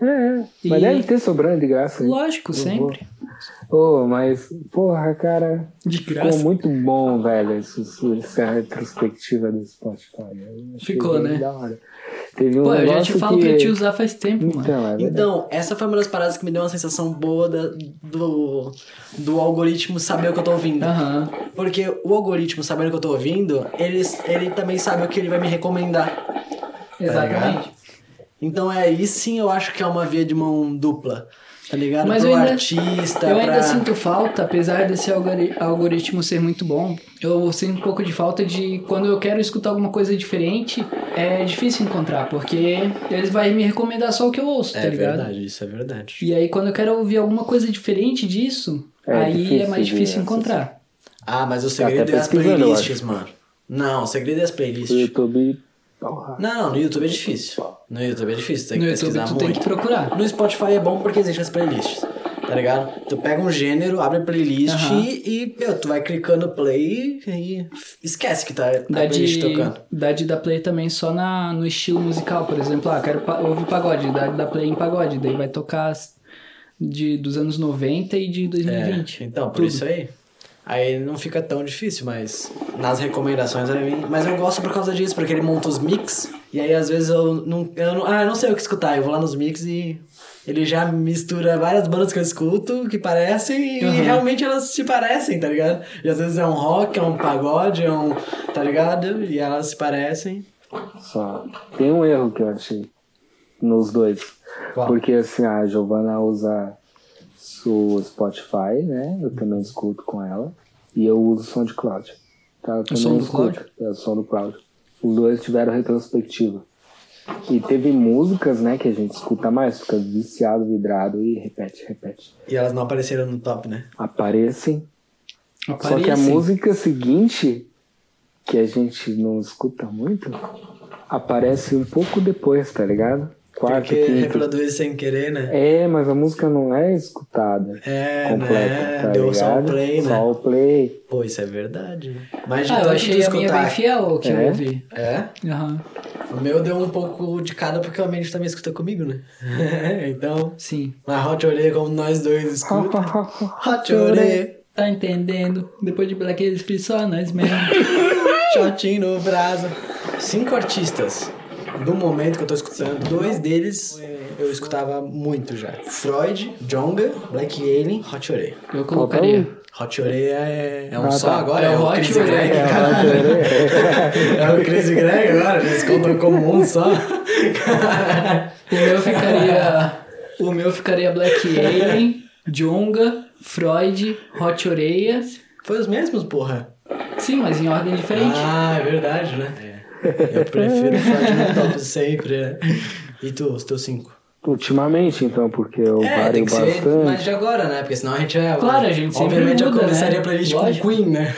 É, é. mas
E-
deve ter sobrando de graça. aí.
Lógico, sempre.
Ô, mas, porra, cara,
De graça.
ficou muito bom, velho, esse- esse- essa retrospectiva do Spotify. Eu achei
Ficou,
bem
né?
da hora. Teve um
Pô, eu já
negócio
te falo
que...
pra eu te usar faz tempo, mano.
Então, é verdade.
Então, essa foi uma das paradas que me deu uma sensação boa da- do, do algoritmo saber o que eu tô ouvindo.
Aham.
Porque o algoritmo sabendo o que eu tô ouvindo, ele, ele também sabe o que ele vai me recomendar.
Exatamente.
Então é aí sim eu acho que é uma via de mão dupla. Tá ligado?
Mas
Pro
eu ainda-
artista,
Eu
Tá pra...
ainda sinto falta, apesar desse algori- algoritmo ser muito bom, eu sinto um pouco de falta de quando eu quero escutar alguma coisa diferente, é difícil encontrar, porque eles vão me recomendar só o que eu ouço, tá
É
ligado?
verdade, isso é verdade.
E aí quando eu quero ouvir alguma coisa diferente disso,
É
aí é
difícil
mais
de
difícil
acessar.
encontrar.
Ah, mas
tá
o
até
segredo é as
pesquisando, eu
playlists, mano. Não, o segredo é as
O
playlists.
YouTube, porra,
Não, não, no YouTube é difícil. No YouTube é difícil, tem que
No YouTube
pesquisar
tu
muito.
tem que procurar.
No Spotify é bom porque existem as playlists, tá ligado? Tu pega um gênero, abre a playlist
Aham.
e, e, meu, tu vai clicando play e, e esquece que tá a
Dá
playlist
de,
tocando.
dá de dar play também só na, no estilo musical, por exemplo. Ah, quero pa- ouvir pagode, dá de dar play em pagode. Daí vai tocar as- de, dos anos 90 e de 2020.
É, então, por
Tudo.
isso aí. Aí não fica tão difícil, mas nas recomendações aí vem. Mas eu gosto por causa disso, porque ele monta os mix, e aí às vezes eu não, eu não. Ah, eu não sei o que escutar. Eu vou lá nos mix e ele já mistura várias bandas que eu escuto, que parecem, e
Aham.
realmente elas se parecem, tá ligado? E às vezes é um rock, é um pagode, é um. tá ligado? E elas se parecem.
só. Tem um erro que eu achei nos dois.
Qual?
Porque, assim, a Giovana usa o Spotify, né? Eu também escuto com ela. E eu uso o SoundCloud. Tá? Eu também
som do
escuto.
Cláudio?
É o som do Cláudio. Os dois tiveram retrospectiva. E teve músicas, né, que a gente escuta mais, fica viciado, vidrado e repete, repete.
E elas não apareceram no top, né?
Aparecem Só que a
Aparecem.
música seguinte, que a gente não escuta muito, aparece um pouco depois, tá ligado? Quarto,
porque é
quinto.
reproduz sem querer, né?
É, mas a música não é escutada.
É,
completa,
né?
tá
Deu
ligado?
só o play, né?
Só o play.
Pô, isso é verdade. né? Mas de
Ah, eu
tanto tu
achei a minha
escutar.
bem fiel ao que eu
É?
ouvi.
É?
Aham,
O meu deu um pouco de cada porque o Mendes também escuta comigo, né? <laughs> então,
sim.
a Hot Orelha, como nós
<laughs>
dois escuta.
um
Hot Orelha,
Tá entendendo? Depois de Black Espírito, só nós mesmo.
shotinho no braço. Cinco artistas do momento que eu tô escutando. Dois deles eu escutava muito já. Freud, Jonga, Black Alien, Hot Orelha.
Eu colocaria.
um.
Hot Orelha é, é um
Ah,
só
tá.
agora?
É o
o
Hot
Chris Greg,
Orelha.
cara. <laughs> É o Chris Greg agora, eles contam como um
<laughs>
só.
O meu ficaria. o meu ficaria Black Alien, Junga, Freud, Hot Oreia.
Foi os mesmos, porra?
Sim, mas em ordem diferente.
Ah, é verdade, né? Eu prefiro o Fred no top sempre, né? E tu, os teus cinco?
Ultimamente, então, porque eu
é,
vario
tem que ser mais
bastante.
de agora, né? Porque senão a gente é.
Claro, a gente sempre
Obviamente eu
muda,
começaria
né?
pra playlist com
Lógico.
Queen, <laughs> né?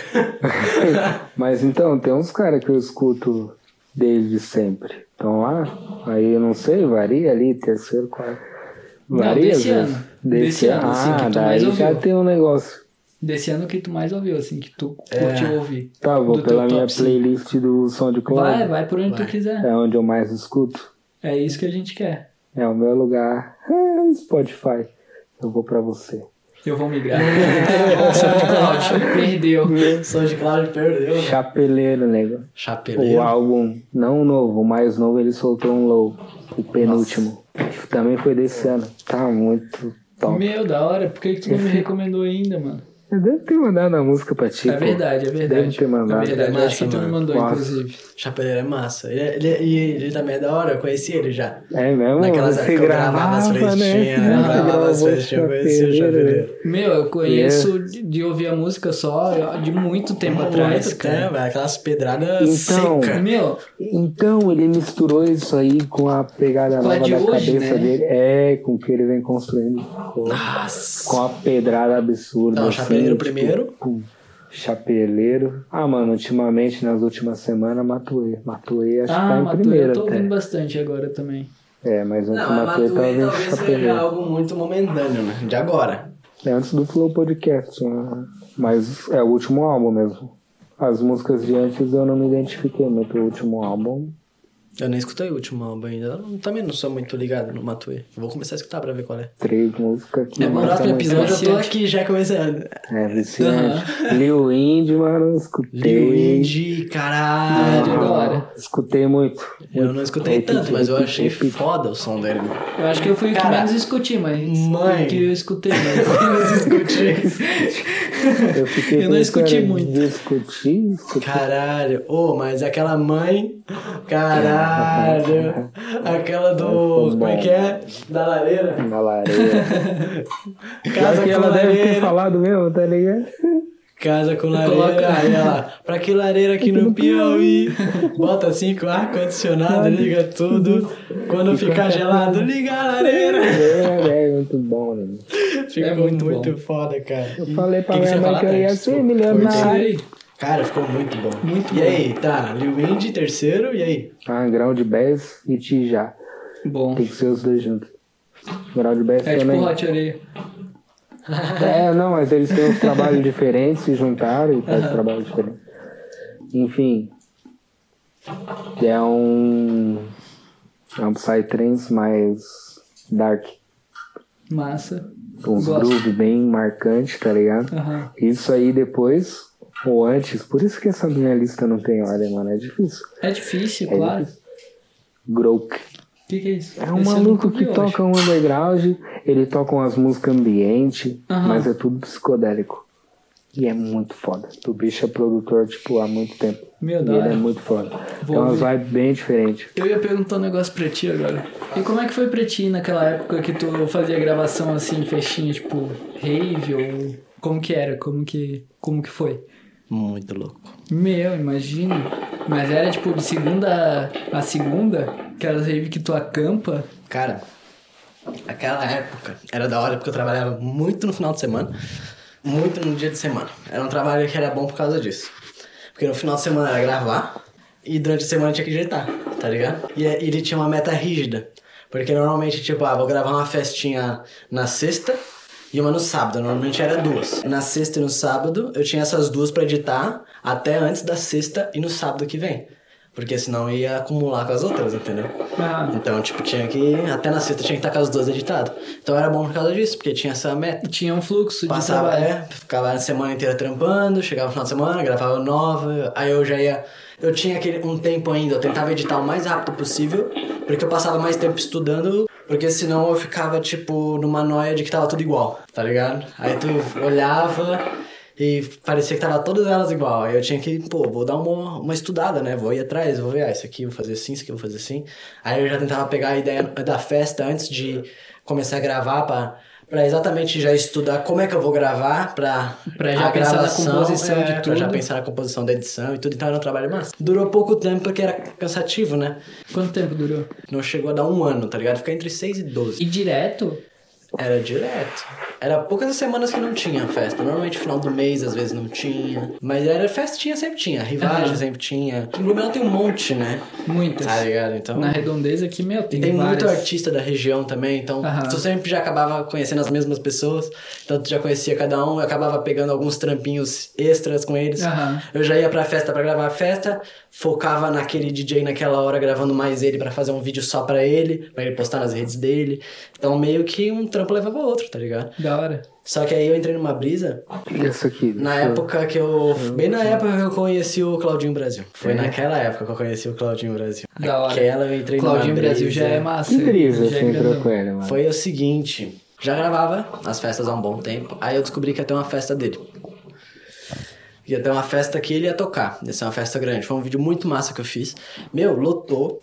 Mas então, tem uns caras que eu escuto desde sempre. Então lá, aí eu não sei, varia ali, terceiro, quarto.
Não,
Varia,
desse
às vezes.
ano.
Desse,
Desse ano,
ano,
assim,
ah,
que tu mais
daí já
ouviu.
tem um negócio.
Desse ano que tu mais ouviu, assim, que tu curtiu ouvir.
É. Tá, vou
Do teu
pela minha
top cinco.
playlist do
Vai,
SoundCloud.
vai por onde tu quiser.
É onde eu mais escuto.
É isso que a gente quer.
É o meu lugar. <laughs> É, Spotify. Eu vou pra você.
Eu vou migrar.
É.
<laughs>
<laughs>
SoundCloud, perdeu.
Sou de Cláudio perdeu, né?
Chapeleiro, nego. O
Chapeleiro.
álbum, não o novo, o mais novo, ele soltou um low. O penúltimo. Também foi desse ano. Tá muito top.
Meu, da hora. Por que, que tu não me recomendou ainda, mano?
Eu devo ter mandado a música pra ti.
É
pô.
verdade, é verdade.
Deve ter mandado.
É verdade,
Massa,
acho que tu me
mano.
mandou,
Massa.
inclusive.
Chapeleiro é massa. Ele, ele, ele, ele também é da hora, eu conheci ele já.
É mesmo?
Naquelas
Você
épocas eu gravava as festinhas, né?
Você
Eu gravava as
gravou
festinhas, eu conheci o
né?
chapeleiro.
Meu, eu conheço de- de ouvir a música só de muito tempo atrás,
Muito
cara.
tempo, aquelas pedradas
Então,
secas.
Meu,
Então, ele misturou isso aí com a pegada
Com a
é
nova
de
da
hoje,
cabeça
né?
dele. É, com o que ele vem construindo. Com,
Ah, Nossa.
com a pedrada absurda.
Não,
assim,
Chapeleiro
tipo,
Tá, primeiro.
com Chapeleiro. Ah, mano, ultimamente, nas últimas semanas, Matuê. Matuê acho que tá
ah,
em
Matu,
primeiro
eu tô ouvindo
até.
bastante agora também.
É, mas antes do
Não, a
Matuê tava
Matuê
vendo
talvez seja
Chapeleiro.
algo muito momentâneo, né? De agora.
É antes do Flow Podcast, né? mas é o último álbum mesmo. As músicas de antes eu não me identifiquei muito. O último álbum
Eu nem escutei o último álbum ainda. Eu também não sou muito ligado no Matuê. Eu vou começar a escutar pra ver qual é.
três músicas que
É no
marcam
próximo
muito.
episódio eu tô
viciante.
aqui já começando.
É viciante. Lil Indy, mano, eu um escutei. Ah,
Lil Indy, caralho.
Não. da hora.
Escutei muito.
Eu não escutei
Repito,
tanto, mas eu
repito,
achei
repito.
foda o som dele. né? <laughs> mano.
Eu acho que eu fui o que
Cara,
menos escutei, mas.
mãe.
Que eu escutei,
<laughs>
mas.
Eu, fiquei
Eu não
pensando,
escutei muito.
Discuti, escutei.
Caralho. Ô, mas aquela mãe.
<laughs>
Caralho. Aquela do. Como é que é? Da lareira.
Na <laughs> lareira.
Casa
Pior que
com
ela deve ter
lareira.
falado mesmo, tá ligado?
Casa com
Coloca.
lareira. Aí ela. Pra que lareira aqui no
<laughs>
Piauí? Bota cinco ar-condicionado, liga tudo. Quando
<laughs>
ficar gelado, liga a lareira.
É, é muito bom, né?
Ficou
muito
muito,
bom.
foda, cara.
Eu falei pra
Que que
minha
você ia
mãe
falar,
que eu ia
Thaís?
ser
Isso
milionário.
aí.
Cara, ficou muito bom.
Muito
e
bom.
aí, tá, Lil Indy, terceiro, e aí?
Ah, grau de Bess e Tijá.
Bom.
Tem que ser os dois juntos. Grau de Bess
É tipo
também.
Hot Areia.
É, não, mas eles têm uns trabalhos diferentes, se juntaram e fazem trabalhos diferentes. Enfim. É um. É um Psytrance mais dark.
Massa.
Uns
Gosto.
groove bem marcante, tá ligado?
Aham.
Isso aí depois, ou antes, por isso que essa minha lista não tem ordem, mano, é difícil.
É difícil,
É
claro.
difícil. Growk.
O que, que é isso?
É um
Esse eu
maluco
nunca
que
vi, eu
toca um underground, ele toca umas músicas ambiente,
Aham.
mas é tudo psicodélico. E é muito foda. O bicho é produtor, tipo, há muito tempo.
acho. Meu
E ele é
Deus.
muito foda.
Vou
é umas
ouvir.
vibes bem diferentes.
Eu ia perguntar um negócio pra ti agora. E como é que foi pra ti naquela época que tu fazia gravação assim, festinha, tipo, rave ou... Como que era? Como que, como que foi?
Muito louco.
Meu, imagina. Mas era tipo de segunda a segunda, aquelas rave que tu acampa.
Cara, aquela época era da hora porque eu trabalhava muito no final de semana, muito no dia de semana. Era um trabalho que era bom por causa disso. Porque no final de semana era gravar e durante a semana tinha que ajeitar, tá ligado? E é- ele tinha uma meta rígida. Porque normalmente, tipo, ah, vou gravar uma festinha na sexta e uma no sábado. Normalmente era duas. Na sexta e no sábado eu tinha essas duas pra editar até antes da sexta e no sábado que vem. Porque senão ia acumular com as outras, entendeu?
Ah,
Então, tipo, tinha que. Até na sexta tinha que estar com as duas editado. Então era bom por causa disso, porque tinha essa meta.
tinha um fluxo de
Passava,
trabalho.
é, ficava a semana inteira trampando, chegava no final de semana, gravava nova, aí eu já ia. Eu tinha aquele, um tempo ainda, eu tentava editar o mais rápido possível, porque eu passava mais tempo estudando, porque senão eu ficava, tipo, numa noia de que tava tudo igual, tá ligado? Aí tu olhava e parecia que tava todas elas igual. Aí eu tinha que, pô, vou dar uma, uma estudada, né? Vou ir atrás, vou ver, ah, isso aqui eu vou fazer assim, isso aqui eu vou fazer assim. Aí eu já tentava pegar a ideia da festa antes
É.
de começar a gravar pra, pra exatamente já estudar como é que eu vou gravar pra,
Pra já
a é,
pensar na composição de
Pra já
tudo.
pensar na composição da edição e tudo, então era um trabalho massa. Durou pouco tempo porque era cansativo, né?
Quanto tempo durou?
Não chegou a dar um ano, tá ligado? Fica entre 6 e 12.
E direto?
Era direto. Era poucas as semanas que não tinha festa. Normalmente final do mês, às vezes não tinha. Mas era festinha, sempre tinha. Rivagem
Aham.
sempre tinha. Em Blumenau tem um monte, né?
Muitas.
Tá ligado? Então.
Na redondeza aqui, meu, tem,
Tem muito
várias.
artista da região também, então
Aham.
tu sempre já acabava conhecendo as mesmas pessoas, então tu já conhecia cada um, eu acabava pegando alguns trampinhos extras com eles.
Aham.
Eu já ia pra festa pra gravar a festa, focava naquele DJ naquela hora, gravando mais ele pra fazer um vídeo só pra ele, pra ele postar nas redes dele. Então meio que um trampo levava o outro, tá ligado?
Da hora.
Só que aí eu entrei numa brisa,
E essa aqui?
na
Deixa eu-
época que eu. Bem na época que eu conheci o Claudinho Brasil. Foi naquela época que eu conheci o Claudinho Brasil.
Da hora.
Aquela eu entrei
Claudinho
numa
Brasil
brisa.
já é massa.
Que brisa,
já é
assim,
grandão.
tranquila, mano.
Foi o seguinte, já gravava as festas há um bom tempo, aí eu descobri que ia ter uma festa dele. Ia ter uma festa que ele ia tocar, ia ser uma festa grande. Foi um vídeo muito massa que eu fiz. Meu, lotou.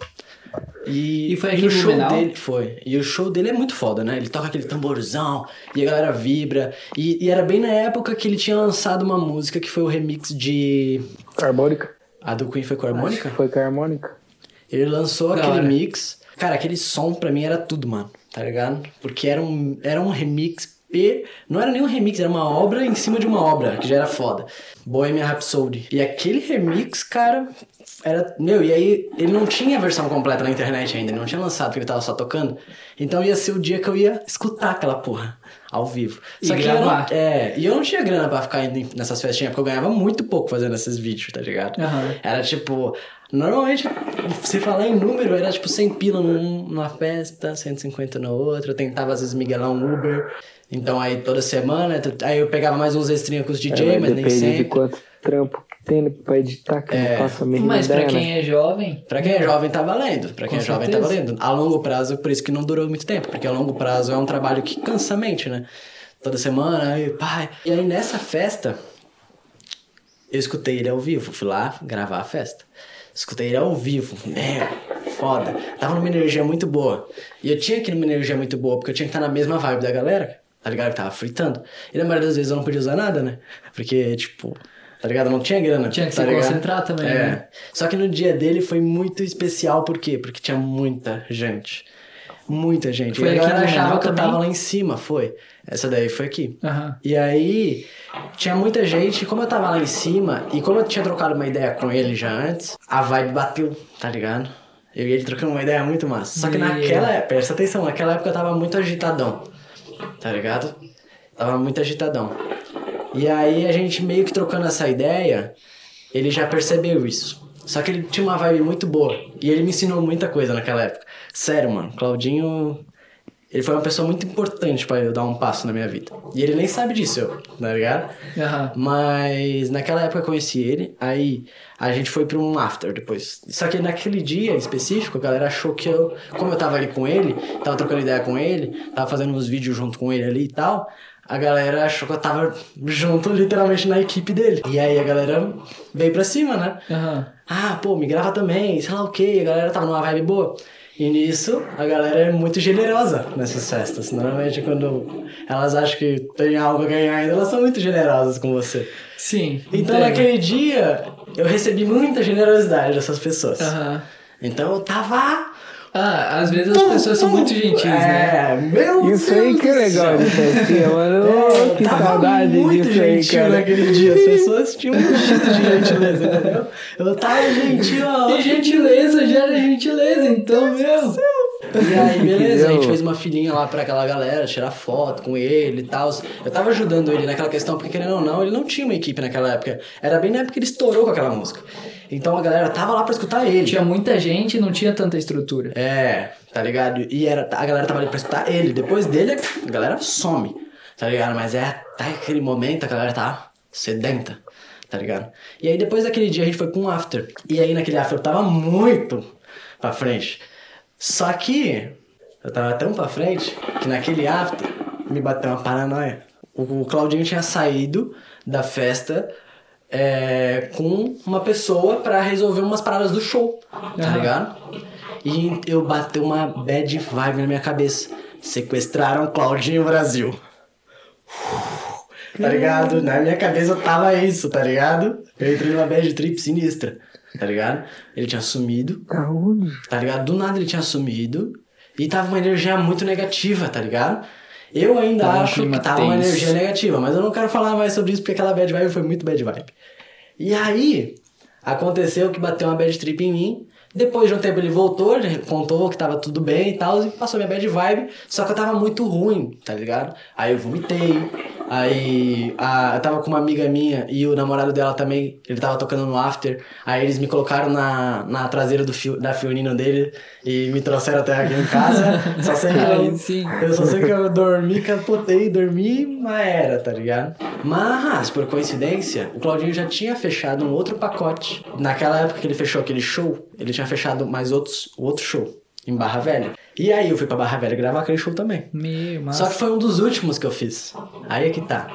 E,
E foi aqui
o
em
show
Blumenau?
dele foi. E o show dele é muito foda, né? Ele toca aquele tamborzão e a galera vibra. E, e era bem na época que ele tinha lançado uma música que foi o remix de.
Harmônica?
A do Queen foi com a harmônica?
Foi com a harmônica.
Ele lançou
Da
aquele
hora.
mix. Cara, aquele som pra mim era tudo, mano. Tá ligado? Porque era um, era um remix. per- Não era nem um remix, era uma obra em cima de uma obra, que já era foda. Bohemian Rhapsody. E aquele remix, cara, era. Meu, e aí ele não tinha a versão completa na internet ainda, ele não tinha lançado, porque ele tava só tocando. Então ia ser o dia que eu ia escutar aquela porra ao vivo.
E
Só que eu não,
gravar.
é, e eu não tinha grana pra ficar indo em- nessas festinhas, porque eu ganhava muito pouco fazendo esses vídeos, tá ligado?
Aham.
Era tipo. Normalmente, se falar em número, era tipo 100 pila num- numa festa, 150 na outra. Eu tentava às vezes miguelar um Uber. Então aí toda semana, tu- aí eu pegava mais uns estrinhos com os DJ,
É,
mas nem
depende de
sempre. É.
quanto trampo que tem né, pra editar, que eu não faço a mínima
Mas pra
ideia, né?
quem é jovem,
Pra quem é jovem tá valendo, pra quem
Com
é jovem tá
certeza.
valendo. A longo prazo, por isso que não durou muito tempo, porque a longo prazo é um trabalho que cansa a mente, né? Toda semana, aí, pai. E aí nessa festa, eu escutei ele ao vivo, fui lá gravar a festa. Escutei ele ao vivo, né? Foda. Tava numa energia muito boa. E eu tinha que ir numa energia muito boa, porque eu tinha que estar na mesma vibe da galera, tá ligado? Que tava fritando. E na maioria das vezes eu não podia usar nada, né? Porque, tipo, tá ligado? Não tinha grana.
Tinha que
tá
se
ligado?
concentrar também,
É.
né?
Só que no dia dele foi muito especial, por quê? Porque tinha muita gente. Muita gente.
Foi
e a
aqui
galera
no
achava
Manaus
que eu
também?
tava lá em cima, foi. Essa daí foi aqui.
Aham.
E aí, tinha muita gente, como eu tava lá em cima, e como eu tinha trocado uma ideia com ele já antes, a vibe bateu, tá ligado? Eu e ele trocando uma ideia muito massa. Só que
E-
naquela época, presta atenção, naquela época eu tava muito agitadão, tá ligado? Tava muito agitadão. E aí a gente meio que trocando essa ideia, ele já percebeu isso. Só que ele tinha uma vibe muito boa. E ele me ensinou muita coisa naquela época. Sério, mano. Claudinho. Ele foi uma pessoa muito importante pra eu dar um passo na minha vida. E ele nem sabe disso, eu, tá ligado?
Aham.
Mas naquela época eu conheci ele, aí a gente foi pra um after depois. Só que naquele dia em específico, a galera achou que eu, como eu tava ali com ele, tava trocando ideia com ele, tava fazendo uns vídeos junto com ele ali e tal, a galera achou que eu tava junto literalmente na equipe dele. E aí a galera veio pra cima, né?
Aham.
Ah, pô, me grava também, sei lá o que, a galera tava numa vibe boa. E nisso, a galera é muito generosa nessas festas. Normalmente, quando elas acham que tem algo a ganhar ainda, elas são muito generosas com você.
Sim.
Então,
entendo.
naquele dia, eu recebi muita generosidade dessas pessoas.
Aham.
Então, eu tava.
Ah, às vezes as pessoas são muito gentis, né?
É, meu
né? Isso
Deus
aí que é
do
legal
céu.
de festinha, mano.
É,
Ô, que
tava
saudade
muito
disso aí,
gentil
cara.
naquele dia.
<laughs>
As pessoas tinham um jeito de gentileza, entendeu? Eu tava gentil, ó.
E gentileza gera gentileza, então, meu.
E aí, beleza, a gente
Eu-
fez uma filhinha lá pra aquela galera, tirar foto com ele e tal. Eu tava ajudando ele naquela questão, porque querendo ou não, ele não tinha uma equipe naquela época. Era bem na época que ele estourou com aquela música. Então a galera tava lá pra escutar ele.
Tinha muita gente e não tinha tanta estrutura.
É, tá ligado? E era, a galera tava ali pra escutar ele. Depois dele, a galera some, tá ligado? Mas é até aquele momento a galera tá sedenta, tá ligado? E aí depois daquele dia a gente foi pra um after. E aí naquele after eu tava muito pra frente. Só que eu tava tão pra frente que naquele after me bateu uma paranoia. O, o Claudinho tinha saído da festa é, com uma pessoa pra resolver umas paradas do show, tá
Aham.
ligado? Tá? E eu bateu uma bad vibe na minha cabeça. Sequestraram Claudinho Brasil. Tá ligado? Na minha cabeça tava isso, tá ligado? Eu entrei numa bad trip sinistra, tá ligado? Ele tinha sumido,
Tá onde?
tá ligado? Do nada ele tinha sumido e tava uma energia muito negativa, tá ligado? Eu ainda
Tá um
acho que
clima
tá uma
tenso.
energia negativa, mas eu não quero falar mais sobre isso porque aquela bad vibe foi muito bad vibe. E aí, aconteceu que bateu uma bad trip em mim. Depois de um tempo ele voltou, ele contou que tava tudo bem e tal, e passou minha bad vibe, só que eu tava muito ruim, tá ligado? Aí eu vomitei, aí a- eu tava com uma amiga minha e o namorado dela também, ele tava tocando no after, aí eles me colocaram na, na traseira do fio, da Fiorino dele e me trouxeram até aqui em casa, só sei que
<laughs>
eu,
Aí sim.
eu só sei que eu dormi, capotei, dormi, mas era, tá ligado? Mas, por coincidência, o Claudinho já tinha fechado um outro pacote. Naquela época que ele fechou aquele show, ele tinha fechado mais outros, outro show, em Barra Velha. E aí eu fui pra Barra Velha gravar aquele show também.
Meu, mas...
Só que foi um dos últimos que eu fiz. Aí é que tá.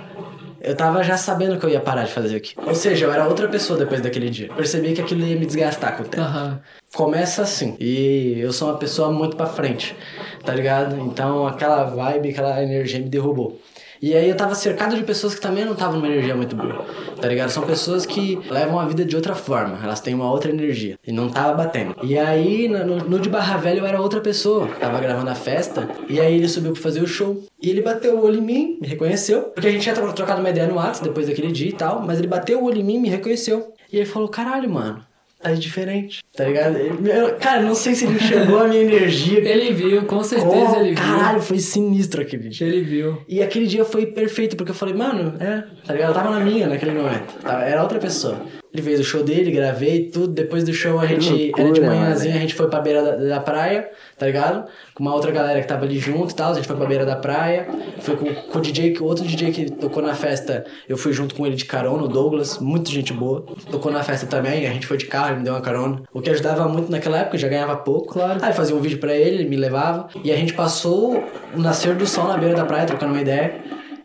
Eu tava já sabendo que eu ia parar de fazer aquilo. Ou seja, eu era outra pessoa depois daquele dia. Percebi que aquilo ia me desgastar com o tempo
Aham.
começa assim. E eu sou uma pessoa muito pra frente, tá ligado? Então aquela vibe, aquela energia me derrubou. E aí eu tava cercado de pessoas que também não estavam numa energia muito boa, tá ligado? São pessoas que levam a vida de outra forma, elas têm uma outra energia e não tava batendo. E aí na- no, no de Barra Velha eu era outra pessoa, tava gravando a festa e aí ele subiu pra fazer o show. E ele bateu o olho em mim, me reconheceu, porque a gente já tava trocado uma ideia no WhatsApp depois daquele dia e tal, mas ele bateu o olho em mim, me reconheceu. E ele falou: caralho, mano, tá diferente, tá ligado? Ele- eu- cara, não sei se ele enxergou a minha energia.
Ele viu, <laughs> com certeza
Oh,
ele viu.
Caralho, foi sinistro aquele dia.
Ele viu.
E aquele dia foi perfeito, porque eu falei, mano, é, tá ligado? Eu tava na minha naquele momento. Tava- era outra pessoa. Ele fez o show dele, gravei tudo. Depois do show a gente. era de
loucura,
manhãzinha,
mano.
a gente foi pra beira da, da praia, tá ligado? Com uma outra galera que tava ali junto e tal. A gente foi pra beira da praia. Foi com, com o DJ, que o outro DJ que tocou na festa. Eu fui junto com ele de carona, o Douglas, muito gente boa. Tocou na festa também, a gente foi de carro, ele me deu uma carona. O que ajudava muito naquela época, eu já ganhava pouco.
Claro.
Aí fazia um vídeo pra ele, ele me levava. E a gente passou o nascer do sol na beira da praia, trocando uma ideia.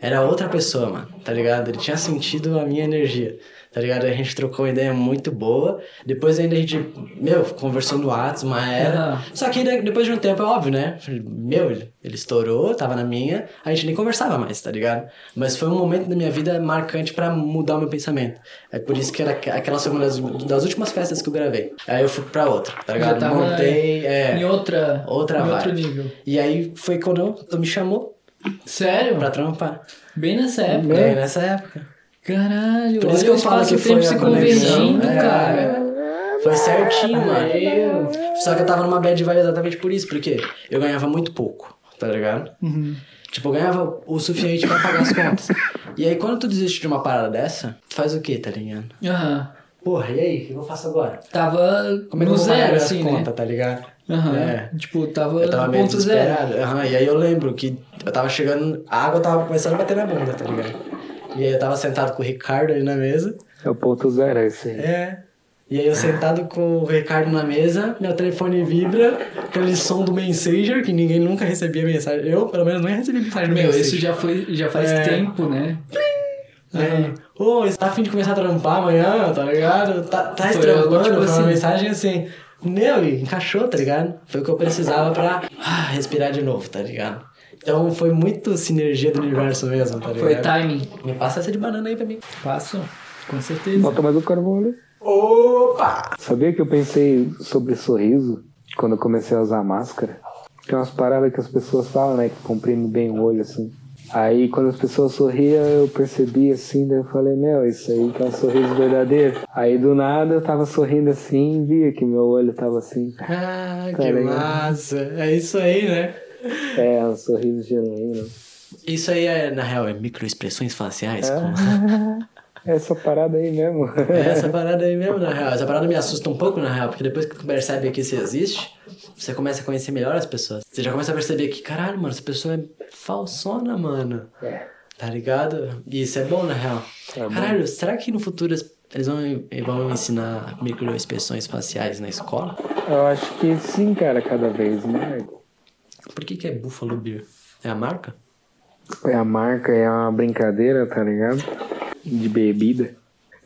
Era outra pessoa, mano, tá ligado? Ele tinha sentido a minha energia, tá ligado? A gente trocou uma ideia muito boa. Depois ainda a gente, meu, conversou no WhatsApp, mas era.
Aham.
Só que de- depois de um tempo é óbvio, né? Meu, ele, ele estourou, tava na minha, a gente nem conversava mais, tá ligado? Mas foi um momento da minha vida marcante pra mudar o meu pensamento. É por isso que era aqu- aquela foi uma das, das últimas festas que eu gravei. Aí eu fui pra outra, tá ligado?
tava
Montei, é.
Em outra...
Outra
em
vibe.
outro nível.
E aí foi quando eu- tu me chamou
Sério?
pra trampar.
Bem nessa época. né?
Bem nessa época.
Caralho,
Por
olha
isso que eu
o
falo
espaço
que
e o tempo
foi a
se
conexão,
convergindo,
é.
cara.
Foi certinho, mano.
Meu.
Só que eu tava numa bad vibe exatamente por isso, porque eu ganhava muito pouco, tá ligado?
Uhum.
Tipo, eu ganhava o suficiente pra pagar as contas. E aí, quando tu desiste de uma parada dessa, tu faz o quê, tá ligado?
Aham.
Porra, e aí? O que eu faço agora?
Tava
Como é que
no
eu vou pagar
zero,
minhas
assim,
contas,
né?
tá ligado?
Aham.
É.
Tipo, tava,
Eu tava
no
meio
ponto zero.
desesperado. Aham, E aí eu lembro que eu tava chegando, a água tava começando a bater na bunda, tá ligado? E aí eu tava sentado com o Ricardo ali na mesa.
É o ponto zero esse aí.
É. E aí eu sentado com o Ricardo na mesa, meu telefone vibra, aquele som do Messenger, que ninguém nunca recebia mensagem. Eu, pelo menos, não recebi mensagem do
Meu,
Messenger.
isso já, foi, já faz
É.
tempo, né?
Aí, ô, você tá afim de começar a trampar amanhã, tá ligado? Tá, tá
Foi
estrambando,
algo tipo
foi
assim.
uma mensagem assim. Meu, e encaixou, tá ligado? Foi o que eu precisava pra ah, respirar de novo, tá ligado? Então foi muito sinergia do universo mesmo, tá ligado?
Foi timing.
Me passa essa de banana aí pra mim.
Passo, com certeza.
Bota mais um carvão ali.
Opa!
Sabia que eu pensei sobre sorriso quando eu comecei a usar máscara? Tem umas paradas que as pessoas falam, né? Que comprime bem o olho, assim. Aí quando as pessoas sorriam, eu percebi assim, daí eu falei, meu, isso aí que é um sorriso verdadeiro. Aí do nada eu tava sorrindo assim e via que meu olho tava assim.
Ah, que
Caralho.
massa! É isso aí, né?
É, um sorriso genuíno.
Isso aí é, na real, é microexpressões faciais? como- <laughs>
Essa parada aí mesmo. <laughs>
É essa parada aí mesmo, na real. Essa parada me assusta um pouco, na real, porque depois que tu percebe que isso existe, você começa a conhecer melhor as pessoas. Você já começa a perceber que, caralho, mano, essa pessoa é falsona, mano.
É.
Tá ligado? E isso é bom, na real. caralho, será que no futuro as- eles vão, vão ensinar microexpressões faciais na escola?
Eu acho que sim, cara, cada vez, né?
Por que, que é Buffalo Beer? É a marca?
É a marca, é uma brincadeira, tá ligado? De bebida.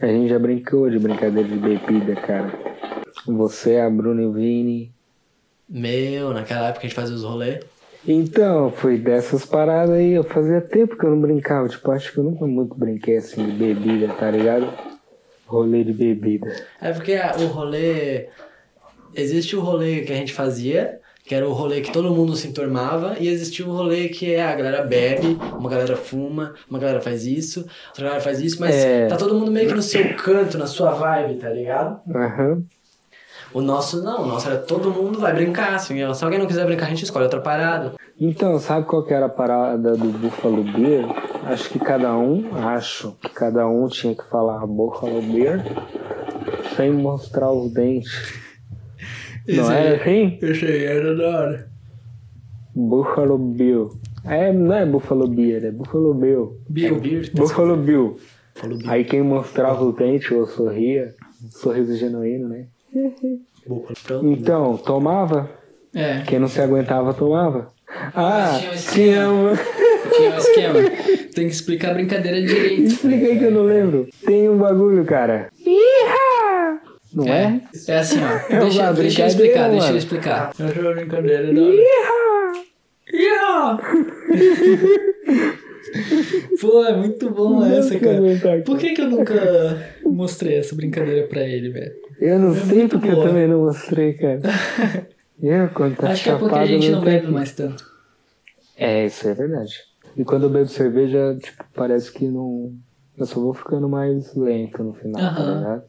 A gente já brincou de brincadeira de bebida, cara. Você, a Bruna e o Vini.
Meu, naquela época a gente fazia os rolês.
Então, foi dessas paradas aí. Eu fazia tempo que eu não brincava. Tipo, acho que eu nunca muito brinquei assim de bebida, tá ligado? Rolê de bebida.
É porque a- o rolê. Existe o rolê que a gente fazia, que que era o rolê que todo mundo se enturmava, e existia o rolê que é a galera bebe, uma galera fuma, uma galera faz isso, outra galera faz isso, mas
É.
tá todo mundo meio que no seu canto, na sua vibe, tá ligado?
Aham.
O nosso não, o nosso era todo mundo vai brincar, assim, ó, se alguém não quiser brincar, a gente escolhe outra parada.
Então, sabe qual que era a parada do Buffalo Beer? Acho que cada um, acho que cada um tinha que falar Buffalo Beer sem mostrar os dentes. Não era assim?
Eu cheguei, era da hora.
Buffalo Bill. É, não é Buffalo Beer, é Buffalo Bill.
É
Bill,
beer, tá?
Buffalo Bill.
Buffalo Bill.
Aí quem mostrava o dente ou sorria, sorriso genuíno, né?
Pronto.
Então, tomava.
é,
Quem não se aguentava, tomava. Ah,
tinha um esquema.
tinha um...
tinha um esquema. Tem que explicar a brincadeira direito.
Explica aí que eu não lembro. Tem um bagulho, cara. Iha! Não é?
É assim, ó.
É uma
Deixa, deixa eu
brincadeira,
explicar, deixa eu
mano.
explicar.
Achou a brincadeira
Pô, é muito bom essa,
que
cara.
aguentar aqui.
Por que, que eu nunca mostrei essa brincadeira pra ele, velho?
Eu não sei porque eu
É boa.
também não mostrei,
<laughs>
cara. Eu, quando tá
Acho que é porque a
chapado,
gente não
tem-
bebe mais tanto.
É, isso é verdade. E quando eu bebo cerveja, tipo, parece que não. Eu só vou ficando mais lento no final, tá
Aham.
ligado?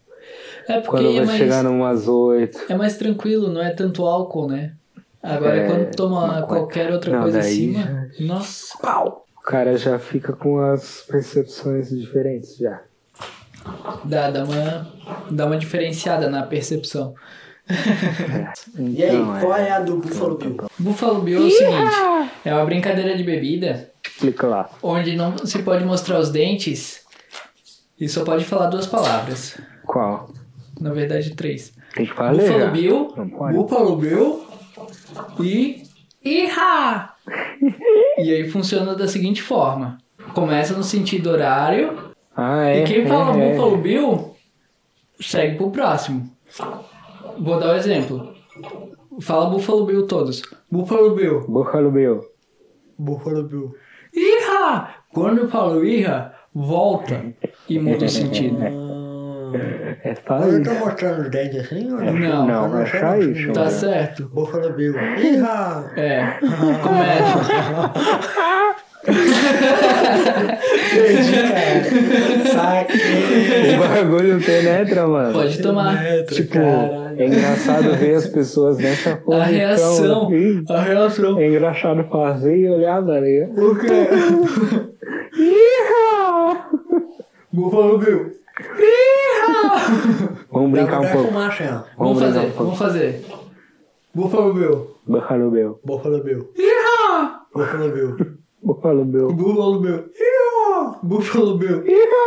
É porque
Quando
é
vai
mais,
chegar numas oito.
é mais tranquilo, não é tanto álcool, né? Agora,
É,
quando toma
maconha.
qualquer outra
Não,
coisa em
daí
cima, nossa.
O cara já fica com as percepções diferentes já.
Dá, dá uma, dá uma diferenciada na percepção.
E aí,
Então,
qual é a do Buffalo Bill?
Buffalo Bill é o seguinte: é uma brincadeira de bebida
Explica lá.
onde não se pode mostrar os dentes e só pode falar duas palavras.
Qual?
Na verdade, três:
Tem que falar
Buffalo
já.
Bill,
Não pode.
Buffalo Bill e. Iha! e aí funciona da seguinte forma: começa no sentido horário.
Ah, é.
E quem fala
é,
Buffalo Bill, segue pro próximo. Vou dar um exemplo. Fala Buffalo Bill todos. Buffalo Bill.
Buffalo Bill.
Buffalo Bill.
Irra! Quando eu falo irra, volta e muda o sentido.
Ah.
É fácil.
tô mostrando os dentes assim, olha.
Não,
Não, não é só isso.
tá
mano.
certo.
Buffalo Bill. Iha!
É, começa.
<laughs> Saque!
<laughs> O bagulho penetra, mano.
Pode tomar.
Tipo, é engraçado ver as pessoas nessa
A
posição.
reação,
assim.
a reação.
É engraçado fazer e olhar, tá ligado?
O quê? Buffalo Bill.
Vamos brincar um pouco.
fumaça, hein?
Vamos
Vamos
brincar
fazer,
um pouco.
vamos fazer. Buffalo Bill.
Buffalo Bill.
Buffalo Bill.
Irra!
Buffalo Bill.
Buffalo Bill.
Buffalo Bill. Irra! Buffalo Bill. Irra!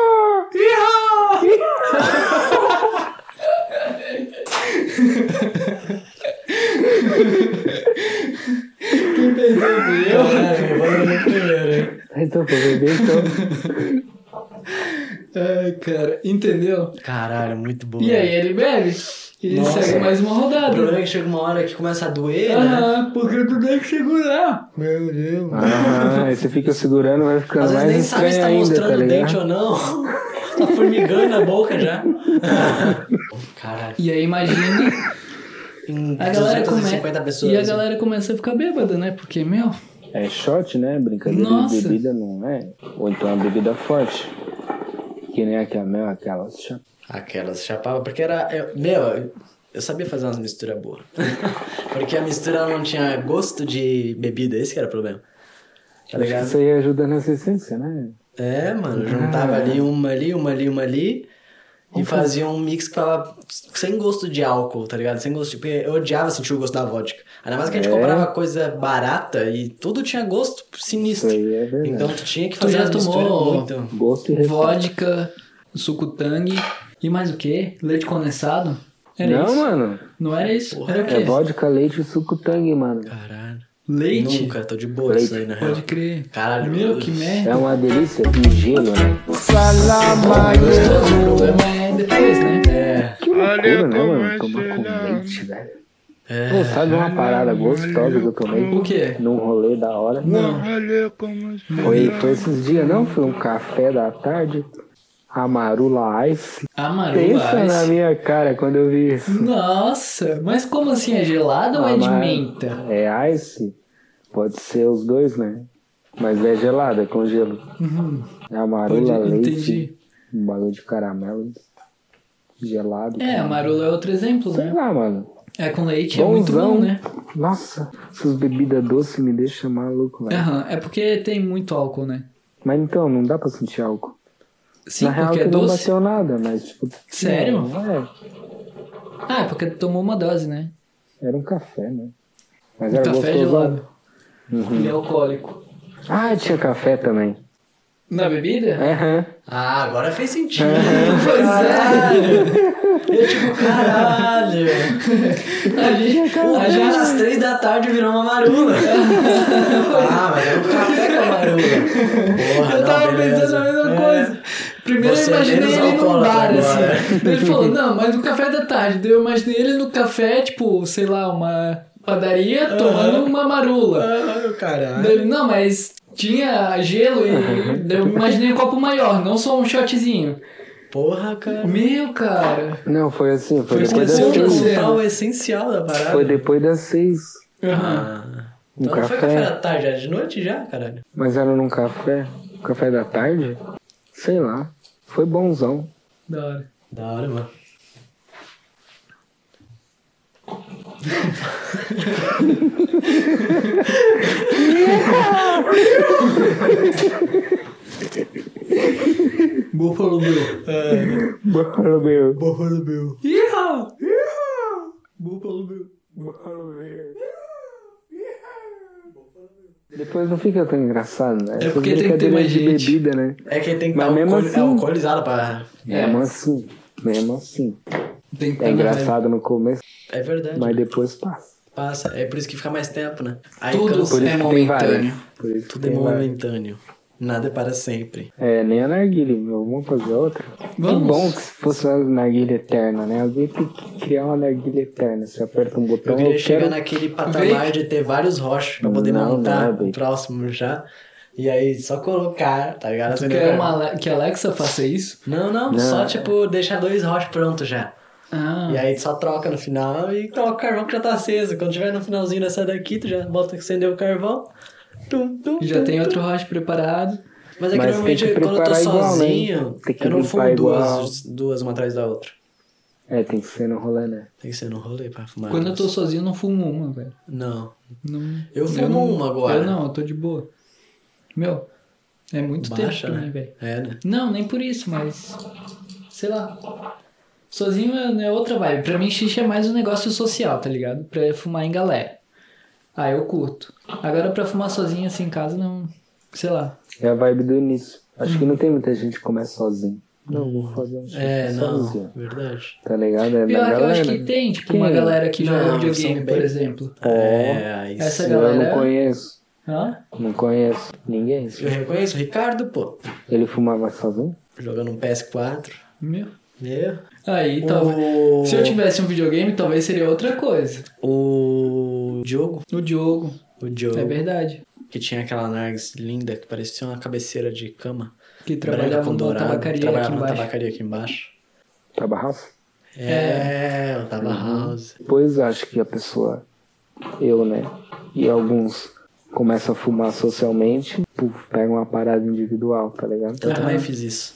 Quem perdeu fui eu?
Eu vou no primeiro, hein?
Então, pra beber, então. <laughs>
Ai, cara, entendeu?
Caralho, muito bom. né?
E aí ele bebe e
Nossa.
segue mais uma
O
rodada.
problema é que chega uma hora que começa a doer, né?
Ah, porque tu tem que segurar.
Meu Deus.
Ah, aí você fica segurando, vai ficando
Às vezes
mais
nem sabe se
estranho
tá
ainda,
mostrando
tá
o dente
ligado?
ou não. <laughs> tá formigando a boca já. <laughs> Caralho.
E aí imagina
Em
a galera
250
começa
pessoas.
e a
assim.
galera começa a ficar bêbada, né? Porque meu,
É shot, né? Brincadeira
Nossa.
de bebida, não é? Ou então é uma bebida forte. Que nem aquela, meu, aquela.
Tá
Aquelas chapava, porque era. eu- meu, eu sabia fazer umas misturas boas. <laughs> porque a mistura não tinha gosto de bebida, esse que era o problema. Tá
Acho que
ligado?
isso aí ajuda na essência, né?
É, mano, juntava ali uma ali, uma ali, uma ali. E fazia um mix que tava sem gosto de álcool, tá ligado? Sem gosto de. Porque eu odiava sentir o gosto da vodka. Ainda mais que a gente
É.
comprava coisa barata e tudo tinha gosto sinistro.
Isso aí é verdade.
então tu tinha que
Tu
fazer
já
as misturas
tomou-
muito.
Gosto e
vodka, suco tangue e mais o quê? Leite condensado? Era
Não,
isso?
mano.
Não era isso? Era o quê?
É vodka, leite e suco tangue, mano.
Caralho.
Leite?
Nunca, tô de boa isso aí, na real.
Pode crer.
Caralho.
Meu, que merda.
É uma delícia de gelo, né? É
Gostoso, o problema é depois, né?
É.
Que loucura, né, mano? Tomar com leite, velho.
É.
Pô, sabe uma parada gostosa que eu tomei
O quê?
num rolê da hora?
Não.
Foi, foi esses dias, não? Foi um café da tarde. Amaru Life.
Ah, Amaru
Pensa na
Lice.
minha cara quando eu vi isso.
Nossa, mas como assim? É gelado ou é de
Amaro-
menta?
É ice. Pode ser os dois, né? Mas é gelada, é com gelo. É amarula,
Uhum. Pode-
leite.
entendi.
Um bagulho de caramelo. Gelado.
É,
cara.
amarula é outro exemplo,
Sei
né?
lá, mano.
É com leite, é muito
Bonzão.
bom, né?
Nossa, essas bebidas doces me deixam maluco, velho.
Aham, é porque tem muito álcool, né?
Mas então, não dá pra sentir álcool.
Sim,
Na real,
porque
que
é
não
doce.
bateu nada, mas tipo.
Sério?
não, é.
Ah, é porque tomou uma dose, né?
Era um café, né? Mas
Um
era
café
gostoso. né?
gelado.
Uhum.
Ele é alcoólico.
Ah, tinha café também.
Na bebida?
Aham.
Ah, agora
<laughs>
fez sentido.
é.
Eu tipo, caralho.
A gente, a
Já
gente-
às três da tarde virou uma marula. ah, mas é um café com a marula. Porra,
eu
Ah, não,
tava
beleza. É.
pensando a mesma coisa. Primeiro
Você
eu imaginei
menos
ele num
alcoólatra
bar,
agora.
assim. Ele falou, não, mas no café da tarde. Daí eu imaginei ele no café, tipo, sei lá, uma padaria tomando uma marula.
Ah, o caralho.
Daí ele, não, mas tinha gelo e daí eu imaginei um copo maior, não só um shotzinho.
Porra, cara.
Meu, cara.
Não, foi assim, foi,
Foi
depois das
esqueceu
seis.
das seis.
Tal é essencial da parada.
Foi depois das seis.
Ah.
Um
Então não
café.
foi café da tarde, era de noite já, caralho.
Mas era num café. Café da tarde? Sei lá. Foi bonzão.
Da hora.
Da hora, mano.
Buffalo Bill.
É.
Bora, meu.
Buffalo Bill.
Yeehaw!
Buffalo Bill.
Depois não fica tão engraçado, né?
É
Essas
porque tem que ter
brincadeiras
mais
de
gente.
bebida, né?
É que tem que
Mas
estar
mesmo
alcool...
assim-
é alcoolizado pra...
É.
Mesmo assim. Mesmo assim.
Tem que
É
pegar,
engraçado no começo,
É verdade.
mas depois passa.
Passa. É por isso que fica mais tempo, né? Aí
Tudo.
cansa.
Por isso
É
que tem
momentâneo.
várias. Por isso que
Tudo é
tem várias.
momentâneo. Nada é para sempre.
É, nem a narguilha, meu. Vamos fazer outra? Que
Vamos.
bom que se fosse uma narguilha eterna, né? Alguém tem que criar uma narguilha eterna. Você aperta um botão,
Eu
eu,
queria chegar
quero...
naquele patamar de ter vários rochas pra poder
Não,
montar
não,
o próximo já. E aí só colocar, tá ligado? Assim,
né? Quer
cara.
uma Ale- que a Alexa faça isso?
Não, não, só tipo deixar dois rochas prontos já.
Ah,
E aí só troca no final e troca o carvão que já tá aceso. Quando tiver no finalzinho dessa daqui, tu já bota acender o carvão. Tum, tum,
já
tum,
tem
tum.
outro rote preparado.
Mas
Mas
é que
tem
normalmente
que
quando eu tô
preparar igual, né?
sozinho,
Tem que
eu não fumo
limpar igual.
duas, duas uma atrás da outra.
É, tem que ser no rolê, né?
Tem que ser no rolê pra fumar.
Quando eu tô sozinho, eu não fumo uma, velho.
Não.
Não-
Eu fumo
não-
uma agora.
Eu não, eu tô de boa. Meu, é muito
Baixa,
tempo pra
né?
mim, velho.
É, né?
Não, nem por isso, mas. Sei lá. Sozinho é, é outra vibe. Pra mim, xixi é mais um negócio social, tá ligado? Pra fumar em galera. Ah, eu curto. Agora, pra fumar sozinho assim em casa, não. Sei lá.
É a vibe do início. Acho que não tem muita gente que começa sozinho. Não, vou fazer um churrasco
É, não.
sozinho.
Verdade.
Tá ligado? É
Pior
da
que eu acho
galera.
que tem, tipo,
Quem? é?
uma galera que joga
é? Não,
videogame,
são
por
bem-
exemplo.
É, aí
Essa
sim.
Eu
galera-
não conheço.
Hã?
Não conheço ninguém.
Eu reconheço o Ricardo, pô.
Ele fumava sozinho?
Jogando um PS4.
Meu.
Meu.
Aí, talvez.
O...
Se eu tivesse um videogame, talvez seria outra coisa.
O Diogo.
O Diogo,
O Diogo.
é verdade.
Que tinha aquela Nargs linda que parecia uma cabeceira de cama.
Que
Branca
trabalhava
com
na
dourado.
tabacaria
Trabalhava
aqui
na
embaixo.
tabacaria aqui embaixo.
Pra barraço?
É, o Tava House.
Depois acho que a pessoa, eu, né? E alguns começam a fumar socialmente, puf, pega uma parada individual, tá ligado?
Eu também fiz isso.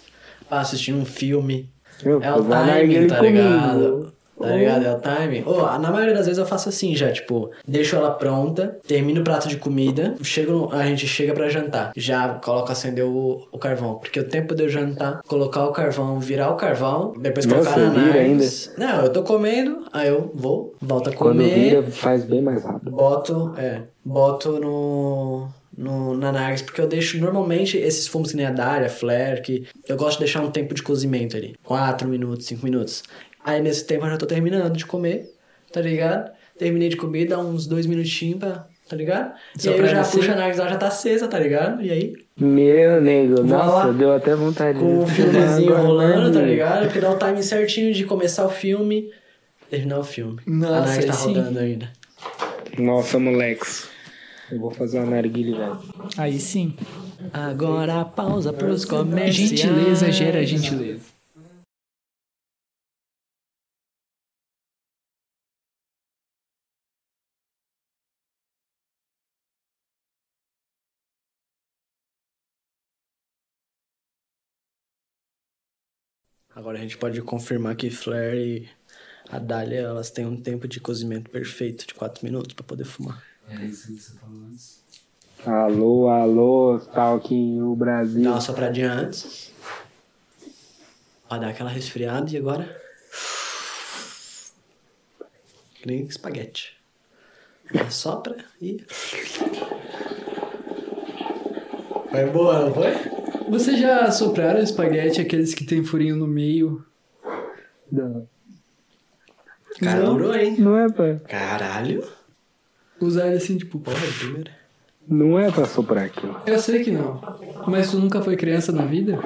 Ah, assistindo um filme.
Eu,
É o
vai na
timing,
ele
tá ligado? Tá ligado?
Oh.
É o timing. Ô, na maioria das vezes eu faço assim já, tipo, deixo ela pronta, termino o prato de comida, chego, no- a gente chega pra jantar. Já coloco acender o, o carvão. Porque o tempo de eu jantar, colocar o carvão, virar o carvão, depois
Nossa,
colocar na
vira
Nargs. Não, eu tô comendo, aí eu vou, volto a
Quando
comer.
vira, faz bem mais rápido.
Boto, é. Boto no. No, na Nargs, porque eu deixo normalmente esses fumos que nem a Dária, Flare, que eu gosto de deixar um tempo de cozimento ali. 4 minutos, 5 minutos. Aí nesse tempo eu já tô terminando de comer, tá ligado? Terminei de comer, dá uns 2 minutinhos pra. tá ligado?
Só
e aí eu
pra
já
descer.
puxo a Nargs, ela já tá acesa, tá ligado? E aí,
Meu nego, nossa,
lá.
deu até vontade
com
<laughs>
o
de
filmezinho
fumar agora,
rolando, tá
né?
ligado? Porque dá o timing certinho de começar o filme, terminar o filme.
Nossa,
a Nargs tá
aí sim.
rodando ainda.
Nossa, moleques. Eu vou fazer uma narguilha, velho.
Aí sim.
Agora pausa pros
Né,
comerciais.
Gentileza gera gentileza.
Agora a gente pode confirmar que Flair e a Dália, elas têm um tempo de cozimento perfeito de 4 minutos pra poder fumar.
É isso que você falou antes.
Alô, alô, Talking o
Dá
Brasil.
uma sopradinha antes. Pra dar aquela resfriada e agora... Que Nem espaguete. Sopra e... Foi boa, não foi?
Vocês já sopraram espaguete, aqueles que tem furinho no meio?
Não,
Cara,
Não.
durou, hein?
não é pra,
Caralho.
Usar ele assim, tipo...
Porra, primeiro.
não é pra soprar aquilo.
Eu sei que não. Mas tu nunca foi criança na vida?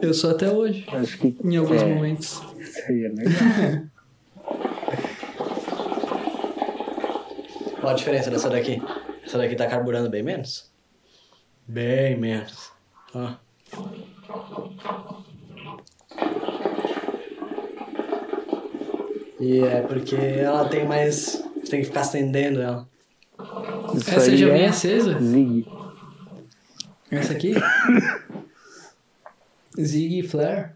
Eu sou até hoje.
Acho que
Em alguns
é,
momentos.
Isso aí é legal.
Qual a diferença dessa daqui? Essa daqui tá carburando bem menos? Bem menos. Ó. E é porque ela tem mais. Tem que ficar acendendo ela.
Isso
Essa
aí
já vem
é
acesa?
Zig.
Essa aqui? Zig e Flare?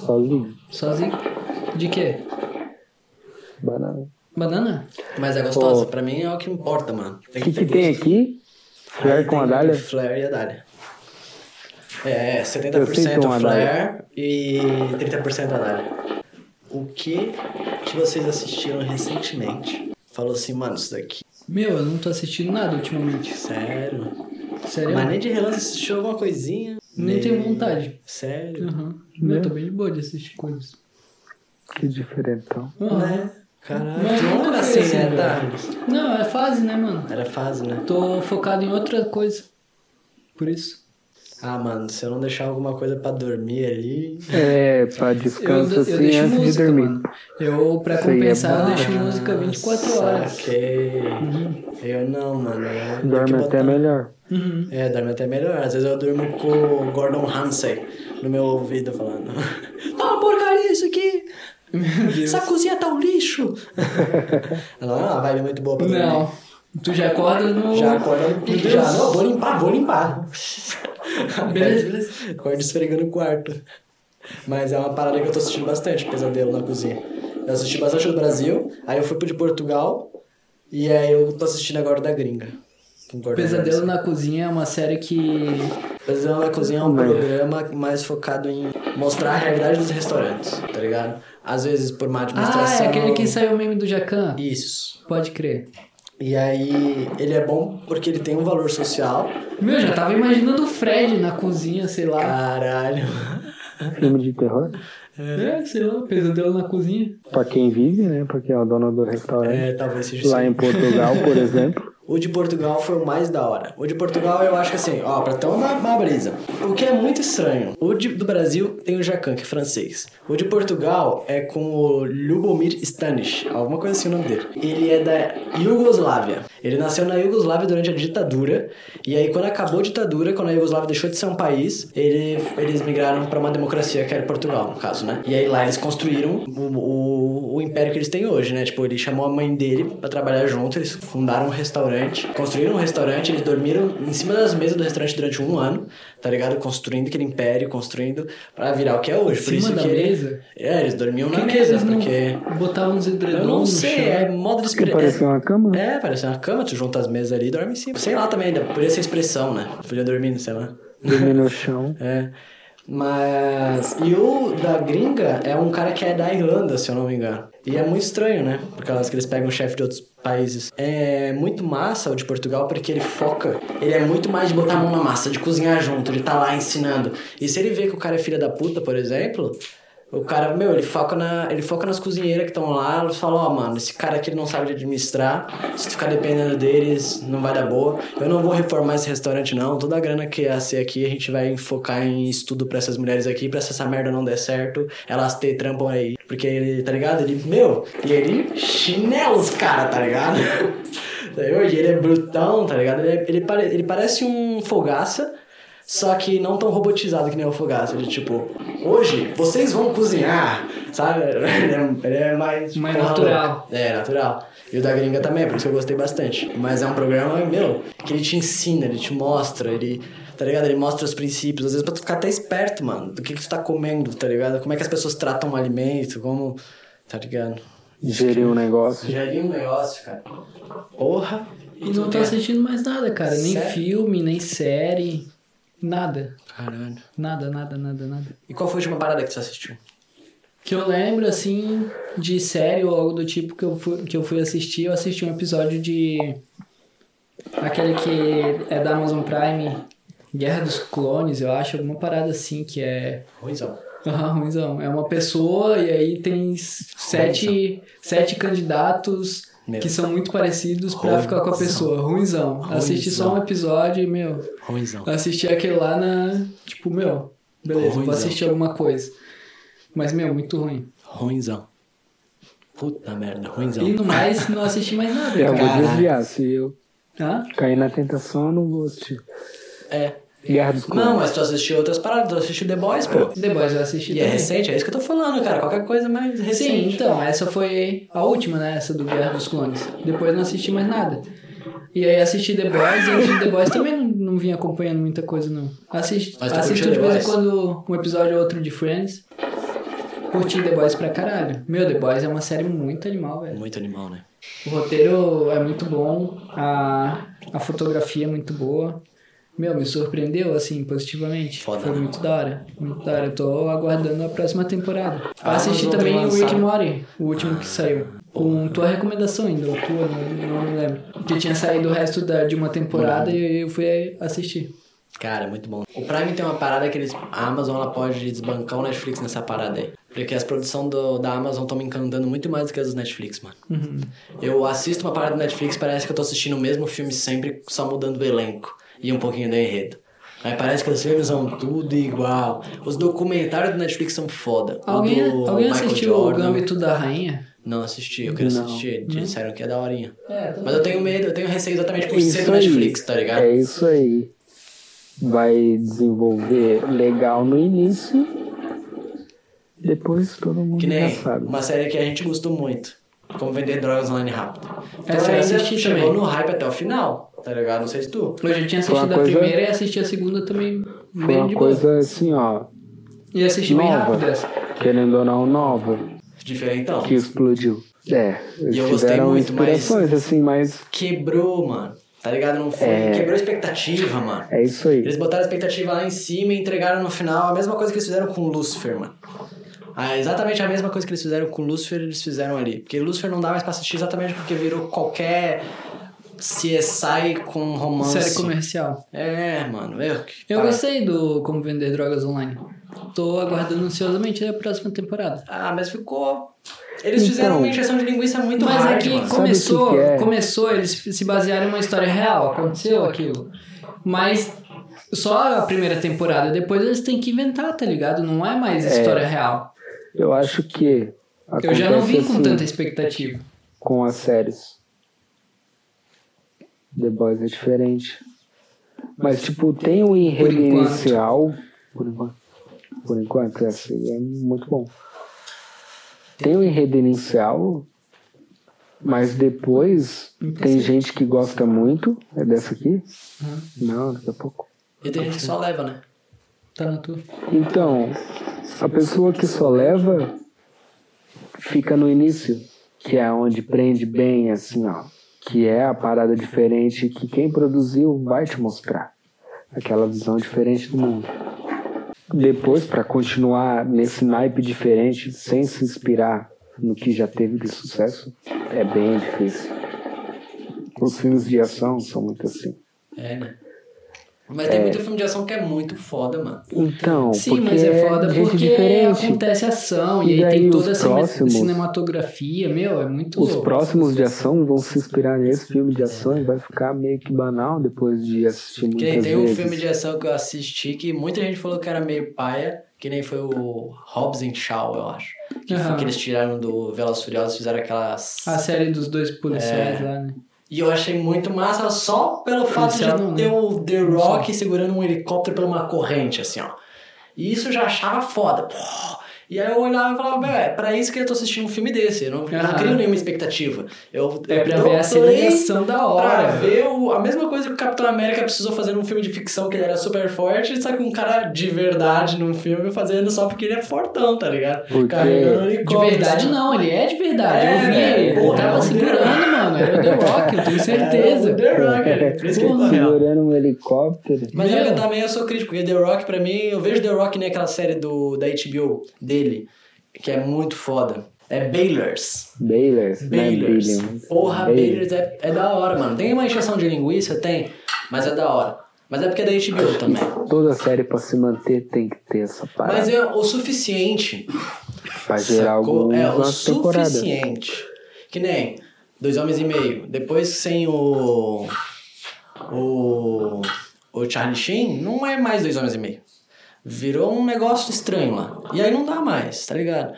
Só Zig.
Só Zig? De quê?
Banana.
Banana?
Mas é gostosa,
Pô.
pra mim é o que importa, mano.
O
Tem
que, que
ter
tem
gosto.
aqui?
Aí
Flare com
tem
a Dália?
Flare e a Dália. É,
Eu sei que é
70%
uma
Flare e 30% a Dália. O que que vocês assistiram recentemente? Falou assim, mano, isso daqui,
Meu, eu não tô assistindo nada ultimamente.
sério?
Sério?
Mas nem de relance assistiu alguma coisinha?
Não tenho vontade.
Sério?
Aham.
Né?
Meu, Eu tô bem de boa de assistir coisas.
Que diferentão.
Aham.
Né? Caralho,
Mas
tu não
nunca
era
foi
assim,
assim,
né,
velho.
Dália?
Não, é fase, né, mano?
Era fase, né?
Tô focado em outra coisa. Por isso.
Ah, mano, se eu não deixar alguma coisa pra dormir ali...
É, pra
Eu,
descanso
eu
assim
deixo
antes de
música,
dormir.
mano. Eu, pra
Isso aí é
compensar, eu
bom. é
deixo música 24 horas.
Ah, Saquei. Eu não, mano. eu tenho que
Dorme até
botar-
melhor.
Uhum.
É, dorme até melhor. Às vezes eu durmo com o Gordon Ramsay no meu ouvido falando. <laughs> Tá uma porcaria isso aqui! Essa cozinha tá
<laughs>
um lixo! Ela não é uma vibe muito boa pra dormir.
Não. Tu já acorda no.
Já acorda no pique, já. Não, vou limpar, vou limpar.
Beleza.
Acorda esfregando o quarto. Mas é uma parada que eu tô assistindo bastante, pesadelo na cozinha. Eu assisti bastante o do Brasil, aí eu fui pro de Portugal, e aí eu tô assistindo agora o da gringa. com o Gordon
Pesadelo
Ramsay.
na Cozinha é uma série que.
Pesadelo na Cozinha é um
Mano.
programa mais focado em mostrar a realidade dos restaurantes, tá ligado? Às vezes por
Ah,
má administração.
é aquele que saiu o meme do Jacan?
Isso.
Pode crer.
E aí, ele é bom porque ele tem um valor social.
Meu, já tava imaginando o Fred na cozinha, sei lá.
Caralho. <laughs>
Filme de terror?
É, sei lá, pesadelo na cozinha.
Pra quem vive, né? Pra quem é o dono do restaurante.
É, talvez seja
Lá
assim.
em Portugal,
<laughs>
por exemplo.
O de Portugal foi o mais da hora. O de Portugal, eu acho que assim, ó, pra ter uma, uma brisa. O que é muito estranho. O de- do Brasil tem o Jacan, que é francês. O de Portugal é com o Lubomir Stanis, alguma coisa assim o nome dele. Ele é da Iugoslávia. Ele nasceu na Iugoslávia durante a ditadura. E aí, quando acabou a ditadura, quando a Iugoslávia deixou de ser um país, ele- eles migraram pra uma democracia, que era Portugal, no caso, né? E aí lá eles construíram o, o- o império que eles têm hoje, né? Tipo, ele chamou a mãe dele pra trabalhar junto, eles fundaram um restaurante, construíram um restaurante, eles dormiram em cima das mesas do restaurante durante um ano, tá ligado? Construindo aquele império, construindo pra virar o que é hoje. Por
Em
isso
cima da
que ele-
mesa?
É, eles dormiam
Por
na
que que
mesa,
eles não
porque.
Botavam nos edredons
Eu não
no
sei,
chão?
é modo de
Que
expressão.
parecia uma cama.
É, parece uma cama, tu junta as mesas ali e dorme em cima. Sei lá também, ainda podia ser expressão, né? Podia dormindo, sei lá.
Dormir no chão.
É. Mas. E o da gringa é um cara que é da Irlanda, se eu não me engano. E é muito estranho, né? Por causa que eles pegam o chefe de outros países. É muito massa o de Portugal porque ele foca. Ele é muito mais de botar a mão na massa, de cozinhar junto, de tá lá ensinando. E se ele vê que o cara é filha da puta, por exemplo. O cara, meu, ele foca, na, ele foca nas cozinheiras que estão lá, elas falam, ó, mano, esse cara aqui ele não sabe administrar, se tu ficar dependendo deles, não vai dar boa. Eu não vou reformar esse restaurante, não. Toda a grana que ia ser aqui, a gente vai focar em estudo pra essas mulheres aqui, pra se essa merda não der certo, elas te trampam aí. Porque ele, tá ligado? Ele, meu, e ele chinela <laughs> os caras, tá ligado? Hoje ele é brutão, tá ligado? Ele, é- ele pare- ele parece um Fogaça, só que não tão robotizado que nem o Fogaça. De tipo, hoje vocês vão cozinhar, sabe? <laughs> Ele é, ele é mais.
Mais
porra
natural.
louca. É, natural. E o da gringa também, por isso que eu gostei bastante. Mas é um programa, meu, que ele te ensina, ele te mostra, ele. Tá ligado? Ele mostra os princípios, às vezes pra tu ficar até esperto, mano, do que, que tu tá comendo, tá ligado? Como é que as pessoas tratam o alimento, como. Tá ligado?
Gerir um negócio.
Sugerir um negócio, cara. Porra!
E não tô assistindo mais nada, cara. Nem
Sério?
filme, nem série. Nada.
Caralho.
Nada, nada, nada, nada.
E qual foi a última parada que tu assistiu?
Que eu lembro, assim, de série ou algo do tipo que eu fui, que eu fui assistir, eu assisti um episódio de. Aquele que é da Amazon Prime, Guerra dos Clones, eu acho, alguma parada assim que é.
Ruizão.
Ah, ruimzão. É uma pessoa e aí tem s- sete, sete candidatos
Meu.
que são muito parecidos pra ficar com a pessoa. Ruimzão. Assisti só um episódio e, meu,
Ruizão.
assisti aquele lá na. Tipo, meu, beleza, vou
Ruimzão.
assistir alguma coisa. Mas, meu, muito ruim.
Ruizão. Puta merda, ruizão.
E no mais, não assisti mais nada.
Eu vou
Cara.
desviar. Se eu
Hã?
cair na tentação, eu não vou assistir.
É.
Guerra dos Clones.
Não, mas tu assistiu outras paradas, tu assistiu The Boys, pô.
The Boys eu assisti
E é
também.
recente, é isso que eu tô falando, cara. Qualquer coisa mais
Sim,
recente.
então, essa foi a última, né? Essa do Guerra dos Clones. Depois não assisti mais nada. E aí assisti The Boys, e antes de The Boys também não, não vim acompanhando muita coisa, não. Assisti,
Mas tu
assisto
curtiu
de
The
vez em
Boys?
quando um episódio ou outro de Friends. Curti The Boys pra caralho. Meu, The Boys é uma série muito animal, velho.
Muito animal, né?
O roteiro é muito bom, a, a fotografia é muito boa. Meu, me surpreendeu, assim, positivamente.
Foda,
Foi
né?
muito da hora. Muito da hora. Eu tô aguardando a próxima temporada.
Ah,
Assisti
mas não
também
tem
o Rick
lançado.
Mori, o último que saiu. Com tua recomendação ainda, ou tua, não, não me lembro. Que tinha saído o resto da, de uma temporada e eu fui assistir.
Cara, é muito bom. O Prime tem uma parada que eles. A Amazon ela pode desbancar o Netflix nessa parada aí. Porque as produções do- da Amazon estão me encantando muito mais do que as do Netflix, mano.
Uhum.
Eu assisto uma parada do Netflix, parece que eu tô assistindo o mesmo filme sempre, só mudando o elenco e um pouquinho do enredo. Aí parece que os filmes são tudo igual. Os documentários do Netflix são foda. O
Alguém,
do
alguém
Michael
assistiu
Jordan.
o Gambito da Rainha?
Não assisti, eu queria assistir. Disseram que é daorinha.
É,
Mas eu tenho medo, eu tenho receio exatamente por É tipo ser
Isso
do
aí.
Netflix, tá ligado?
É isso aí. Vai desenvolver legal no início. Depois todo mundo
Que
já
nem é,
sabe.
uma série que a gente gostou muito. Como vender drogas online rápido. Então,
Essa eu
você
assisti
chegou
também.
no hype até o final, tá ligado? Não sei se tu.
Eu já tinha
Foi uma
assistido a
coisa-
primeira e assisti a segunda também.
Foi
Bem
uma
de boa.
coisa assim, ó.
E assisti bem
nova.
rápido essa.
Querendo ou não, nova.
Diferentão.
Que explodiu. É,
E eu
eles
gostei
tiveram
muito, mas-
inspirações, assim, mas
Quebrou, mano. Tá ligado? Não foi.
É.
Quebrou a expectativa, mano.
é isso aí.
Eles botaram a expectativa lá em cima e entregaram no final a mesma coisa que eles fizeram com Lucifer, mano. Ah, exatamente a mesma coisa que eles fizeram com Lucifer, eles fizeram ali. Porque Lucifer não dá mais pra assistir exatamente porque virou qualquer CSI com romance.
Série comercial.
É, mano. Eu, que
Eu
parada.
gostei do Como Vender Drogas Online. Tô aguardando ansiosamente a próxima temporada.
Ah, mas ficou. Eles
Então.
fizeram uma injeção de linguiça muito
Mas
hard,
é que
mano.
Sabe o
começou,
que que é?
começou, eles se basearam em uma história real, aconteceu aquilo. Mas só a primeira temporada, depois eles têm que inventar, tá ligado? Não é mais história real.
Eu acho que.
Eu já não vim
acontece
com
assim
tanta expectativa.
com as séries. The Boys é diferente. Mas, tipo, tem um enredo
enquanto.
inicial. Por enquanto. Por enquanto, é assim, é muito bom. Tem um enredo inicial, mas depois tem gente que gosta muito. É dessa aqui? Não, daqui a pouco.
E tem gente que só leva, né?
Tá na tua.
Então, a pessoa que só leva fica no início, que é onde prende bem, assim, ó. Que é a parada diferente que quem produziu vai te mostrar. Aquela visão diferente do mundo. Depois, pra continuar nesse naipe diferente, sem se inspirar no que já teve de sucesso, é bem difícil. Os filmes de ação são muito assim.
É, né? Mas tem muito filme de ação que é muito foda, mano.
Então,
Sim,
porque
mas é foda
gente
porque
diferente.
acontece ação
E
e, aí
daí
tem
os
toda essa
próximos-
cinematografia, meu, é muito
Os
louco.
próximos de ação vão se inspirar nesse filme de ação e vai ficar meio que banal depois de assistir
Que nem
muitas
né? tem um
vezes.
filme de ação que eu assisti que muita gente falou que era meio paia, que nem foi o Hobbs and Shaw, eu acho. Que, foi
Aham.
que eles tiraram do Velas Furiosas, fizeram aquelas. É.
A série dos dois policiais lá, né?
E eu achei muito massa só pelo fato de
Inicial não, né?
ter o The Rock segurando um helicóptero por uma corrente, assim, ó. E isso eu já achava foda. Pô. E aí eu olhava e falava, "Bé, é pra isso que eu tô assistindo um filme desse. Eu não, eu não
Aham.
crio nenhuma expectativa. Eu,
É
eu
pra
dou
ver a cena de
play
ação da hora.
Então, Pra ver o- a mesma coisa que o Capitão América precisou fazer num filme de ficção que ele era super forte, só que um cara de verdade num filme fazendo só porque ele é fortão, tá ligado?
Porque-
Carregando um
De
helicóptero.
verdade, não, ele é de verdade. eu vi,
É,
ele
porra, é
tava
o
segurando, mano. Era o The Rock, eu tenho certeza.
<laughs> É, o The Rock, cara. Por isso que ele correu.
Segurando um helicóptero.
Mas é
Meu.
eu também eu sou crítico, porque The Rock, pra mim, eu vejo The Rock naquela série do, da HBO dele, que é muito foda. É Baylors.
Baylors. né?
Baylors.
Billions.
Porra, Baylors é, é da hora, mano. Tem uma encheção de linguiça? Tem, mas é da hora. Mas é porque é da HBO também.
Toda série pra se manter tem que ter essa parada.
Mas é o suficiente
pra gerar
Sacou?
algumas
É, o
temporadas.
suficiente. Que nem Dois Homens e Meio. Depois sem o. O. O Charlie Sheen, não é mais Dois Homens e Meio. Virou um negócio estranho lá. E aí não dá mais, tá ligado?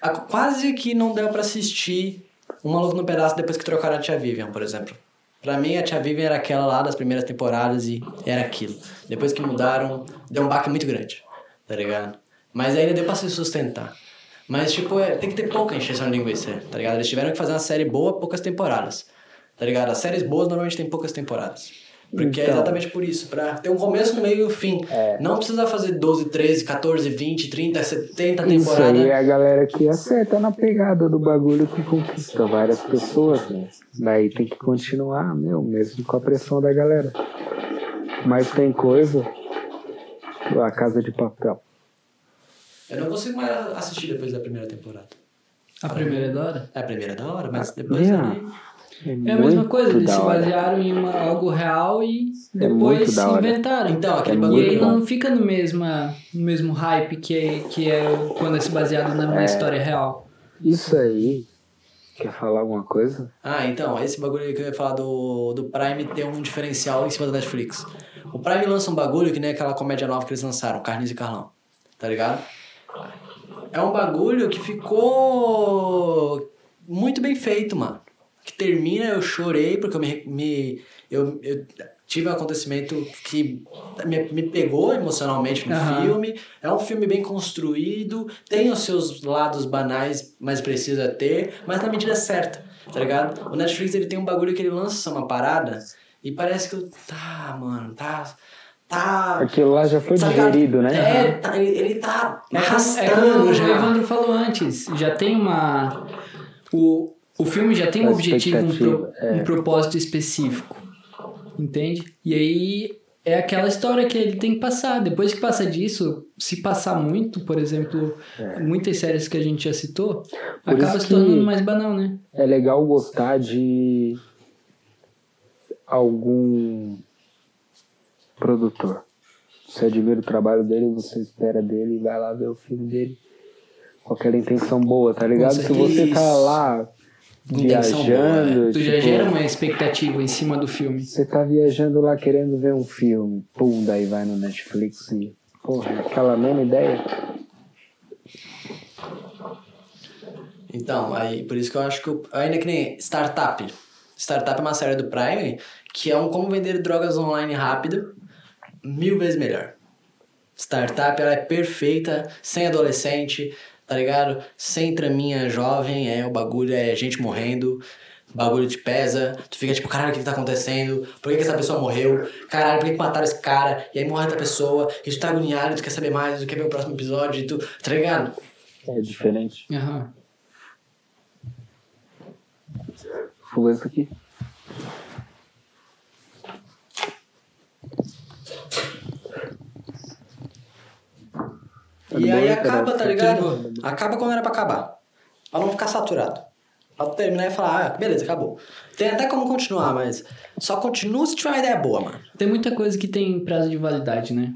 A- quase que não deu pra assistir Um Maluco no Pedaço depois que trocaram a Tia Vivian, por exemplo. Pra mim, a Tia Vivian era aquela lá das primeiras temporadas e era aquilo. Depois que mudaram, deu um baque muito grande, tá ligado? Mas ainda deu pra se sustentar. Mas, tipo, é- tem que ter pouca encheção de linguiça, tá ligado? Eles tiveram que fazer uma série boa, poucas temporadas, tá ligado? As séries boas normalmente têm poucas temporadas. Porque é
Então. É.
exatamente por isso, pra ter um começo, no meio e um fim. Não precisa fazer 12, 13, 14, 20, 30, 70
Isso
temporadas.
aí é a galera que acerta na pegada do bagulho que conquista várias pessoas, né? Daí tem que continuar, meu, mesmo com a pressão da galera. Mas tem coisa. A Casa de Papel.
Eu não consigo mais assistir depois da primeira temporada.
A primeira é da hora.
É a primeira é da hora, mas
Ah,
depois
yeah.
ali...
É a mesma
muito
coisa, eles
da
se
hora.
basearam em uma- algo real e
É muito
depois
da
se
hora.
inventaram.
Então, aquele
É
e
bagulho...
muito
aí
bom.
não fica no, mesma, no mesmo hype que é, que é o- quando é se baseado na, na história real.
Isso aí. Quer falar alguma coisa?
Ah, então, esse bagulho aí que eu ia falar do, do Prime tem um diferencial em cima da Netflix. O Prime lança um bagulho que nem aquela comédia nova que eles lançaram, Carnes e Carlão. Tá ligado? É um bagulho que ficou muito bem feito, mano. Que termina, eu chorei porque eu me. me- eu, eu tive um acontecimento que me, me pegou emocionalmente no
Aham.
filme. É um filme bem construído, tem os seus lados banais, mas precisa ter, mas na medida certa, tá ligado? O Netflix ele tem um bagulho que ele lança uma parada e parece que eu. Tá, mano, tá. Tá.
Aquilo lá já foi
Tá ligado?
digerido, né?
É, tá- ele, ele tá
É como, é como
arrastando
o
já.
Evandro falou antes, já tem uma. O, o filme já tem um
A
objetivo, um, pro-
expectativa, é.
um propósito específico. Entende? E aí é aquela história que ele tem que passar. Depois que passa disso, se passar muito, por exemplo, muitas séries que a gente já citou,
É. Por
acaba
isso
se tornando
que-
mais banal, né?
É legal gostar de algum produtor. Você admira o trabalho dele, você espera dele, vai lá ver o filme dele. Com aquela intenção boa, tá ligado? Se
certeza.
você tá lá
Intenção
viajando.
é. Tu já
tipo,
gera um uma expectativa em cima do filme.
Você tá viajando lá querendo ver um filme. Pum, daí vai no Netflix e. Porra, aquela mesma ideia.
Então, aí por isso que eu acho que. eu- ainda que nem Startup. Startup é uma série do Prime que é um como vender drogas online rápido, mil vezes melhor. Startup, ela é perfeita, sem adolescente, tá ligado? Sem traminha jovem, é o bagulho, é gente morrendo, o bagulho te pesa, tu fica tipo, caralho, o que que tá acontecendo? Por que, que essa pessoa morreu? Caralho, por que, que mataram esse cara? E aí morre outra pessoa, e tu tá agoniado, tu quer saber mais, tu quer ver o próximo episódio, e tu, tá ligado?
É diferente.
Aham.
Vou ver isso aqui.
É
E aí
Agora, cara,
acaba, tá
né?
ligado? Acaba quando era pra acabar. Pra não ficar saturado. Pra tu terminar e falar, ah, beleza, acabou. Tem até como continuar, mas só continua se tiver uma ideia boa, mano.
Tem muita coisa que tem prazo de validade, né?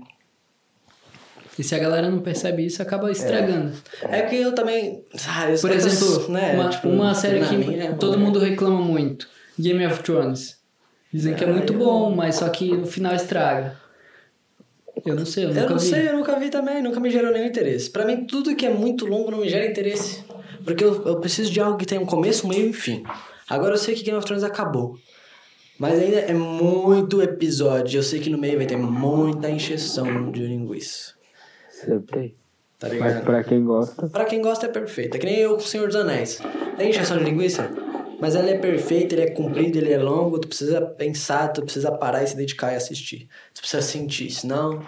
E se a galera não percebe isso, acaba estragando.
É que eu também. Ah, eu
Por
eu tô-
exemplo, uma,
tipo, né,
uma série
na
que
minha,
todo mundo reclama muito: Game of Thrones. Dizem
Ah,
que é muito bom, mas só que no final estraga. Eu não sei, eu nunca
Eu não
vi.
sei, eu nunca vi também, nunca me gerou nenhum interesse. Pra mim, tudo que é muito longo não me gera interesse. Porque eu, eu preciso de algo que tenha um começo, um meio e um fim. Agora eu sei que Game of Thrones acabou. Mas ainda é muito episódio. Eu sei que no meio vai ter muita encheção de linguiça.
Sempre.
Tá
Mas
ligado?
pra quem gosta,
Pra quem gosta é perfeito. É que nem eu com o Senhor dos Anéis. Tem injeção de linguiça? Mas ela é perfeita, ele é comprido, ele é longo, tu precisa pensar, tu precisa parar e se dedicar e assistir. Tu precisa sentir, senão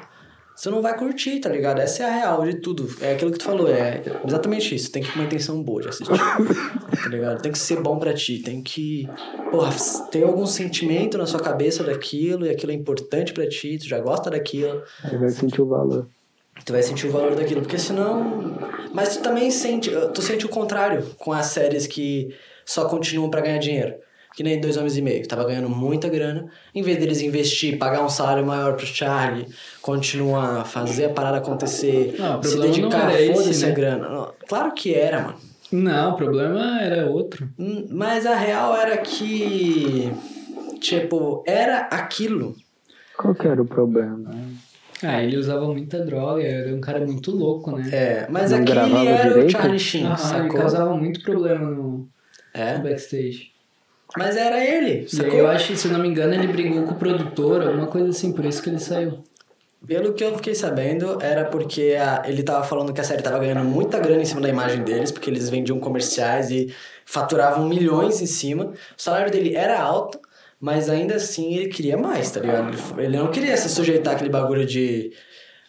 você não vai curtir, tá ligado? Essa é a real de tudo. É aquilo que tu falou, é exatamente isso. Tem que ter uma intenção boa de assistir, tá ligado? Tem que ser bom pra ti, tem que, porra, ter algum sentimento na sua cabeça daquilo e aquilo é importante pra ti, tu já gosta daquilo.
ele vai sentir o valor.
Tu vai sentir o valor daquilo, porque senão. Mas tu também sente. ah, Tu sente o contrário com as séries que só continuam pra ganhar dinheiro. Que nem dois homens e meio, que tava ganhando muita grana. Em vez deles investir, pagar um salário maior pro Charlie, continuar, fazer a parada acontecer,
Não, o
se
problema não
dedicar,
era esse,
foda-se a
né?
grana. Não, claro que era, mano.
Não, o problema era outro.
Hum, Mas a real era que. Tipo, era aquilo.
Qual que era o problema?
Ah, ele usava muita droga, era um cara muito louco, né?
É, mas
Não
aquele
gravava
era o
direito?
Charlie Sheen,
Ah, ele
sacou?
causava muito problema no
É,
no backstage.
mas era ele,
E aí
sacou?
eu acho, que, se eu não me engano, ele brigou com o produtor, alguma coisa assim, por isso que ele saiu.
Pelo que eu fiquei sabendo, era porque a- ele tava falando que a série tava ganhando muita grana em cima da imagem deles, porque eles vendiam comerciais e faturavam milhões em cima. O salário dele era alto, mas ainda assim ele queria mais, tá ligado? Ele, ele não queria se sujeitar àquele bagulho de.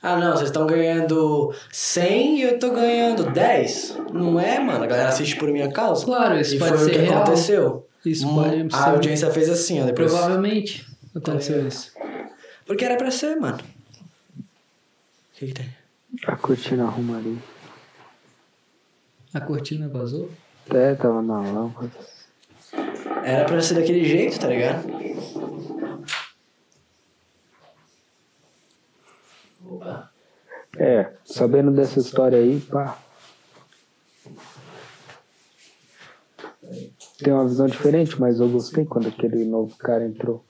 Ah, não, vocês estão ganhando 100 e eu tô ganhando 10. Não é, mano? A galera assiste por minha causa.
Claro, isso
e
pode
foi
ser
o que
real.
aconteceu.
Isso
Hum,
pode
A
ser.
audiência fez assim, ó, depois.
Provavelmente aconteceu isso.
Porque era pra ser, mano. O que que tem?
A cortina arrumaria.
A cortina vazou?
Até tava na lâmpada.
Era pra ser daquele jeito, tá ligado?
É, sabendo dessa história aí, pá. Tem uma visão diferente, mas eu gostei quando aquele novo cara entrou.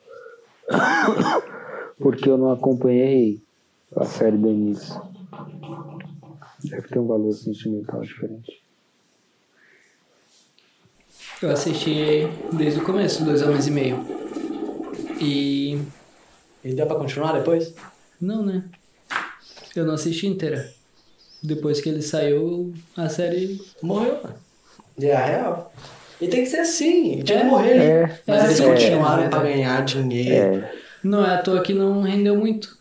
<coughs> Porque eu não acompanhei a série do início. Deve ter um valor sentimental diferente.
Eu assisti desde o começo, dois homens e meio. E.
E deu pra continuar depois?
Não, né? Eu não assisti inteira. Depois que ele saiu, a série.
Morreu, mano. E é a real. E tem que ser assim, tinha
É,
que morrer ali.
é,
Mas
é,
eles
é.
continuaram pra ganhar dinheiro.
É,
Não é à toa que não rendeu muito.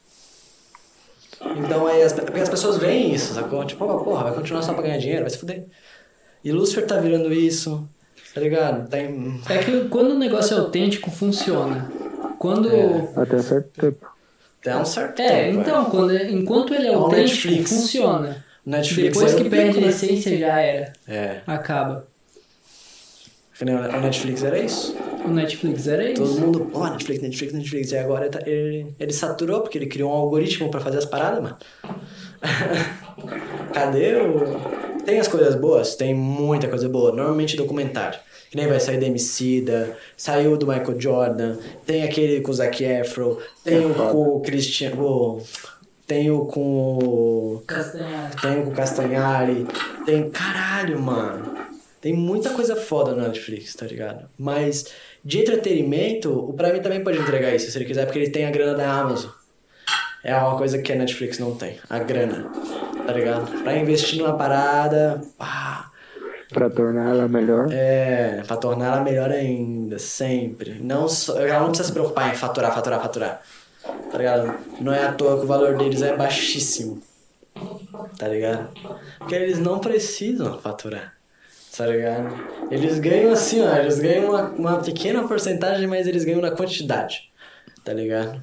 Então aí as, porque as pessoas veem isso, sacou? Tipo, ó, porra, vai continuar só pra ganhar dinheiro, vai se fuder. E Lucifer tá virando isso, tá ligado? Tem.
É que quando o negócio é autêntico, funciona. Quando. É,
até um certo tempo.
Tem um certo tempo,
então, quando é- enquanto ele é
É o
autêntico,
Netflix.
funciona.
O Netflix
Depois
é
que
o
perde
pico,
a
né?
essência, já era.
É.
Acaba.
Que nem O Netflix era isso.
O Netflix era É isso.
Todo mundo, ó, Netflix, Netflix, Netflix. E agora tá- ele, ele saturou, porque ele criou um algoritmo pra fazer as paradas, mano. <laughs> Cadê o. Tem as coisas boas? Tem muita coisa boa. Normalmente documentário. Que nem vai sair da Emicida, saiu do Michael Jordan, tem aquele com o Zac Efron, tem o com o Christian. o- tem o com o.
Castanhari.
Tem o com o Castanhari. Tem. Caralho, mano. Tem muita coisa foda no Netflix, tá ligado? Mas de entretenimento, o Prime também pode entregar isso, se ele quiser, porque ele tem a grana da Amazon. É uma coisa que a Netflix não tem, a grana, tá ligado? Pra investir numa parada, pá,
Pra tornar ela melhor.
é, pra tornar ela melhor ainda, sempre. Não só, ela não precisa se preocupar em faturar, faturar, faturar, tá ligado? Não é à toa que o valor deles é baixíssimo, tá ligado? Porque eles não precisam faturar, tá ligado? Eles ganham assim, ó, eles ganham uma, uma pequena porcentagem, mas eles ganham na quantidade, tá ligado?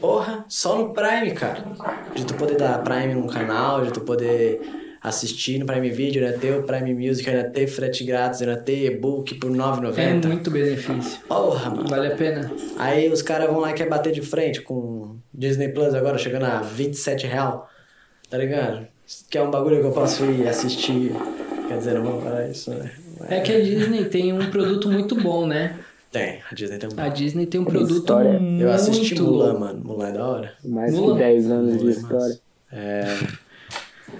Porra, só no Prime, cara. De tu poder dar Prime num canal, de tu poder assistir no Prime Video, né? Ter o Prime Music, né? Ter frete grátis, né? Ter e-book por
É
R$9,90.
muito benefício.
Porra, mano.
Vale a pena.
Aí os caras vão lá e quer bater de frente com Disney Plus agora, chegando a 27 real. Tá ligado? Que é um bagulho que eu posso ir assistir. Quer dizer, não vou falar isso, né?
É que a Disney tem um produto muito bom, né?
Tem, a Disney tem um.
A Disney tem um produto
história. é
muito
Eu assisti Mulan,
louco.
mano. Mulan é da hora.
Mais
Mulan.
de 10 anos
Mulan
de
é
história.
massa. É.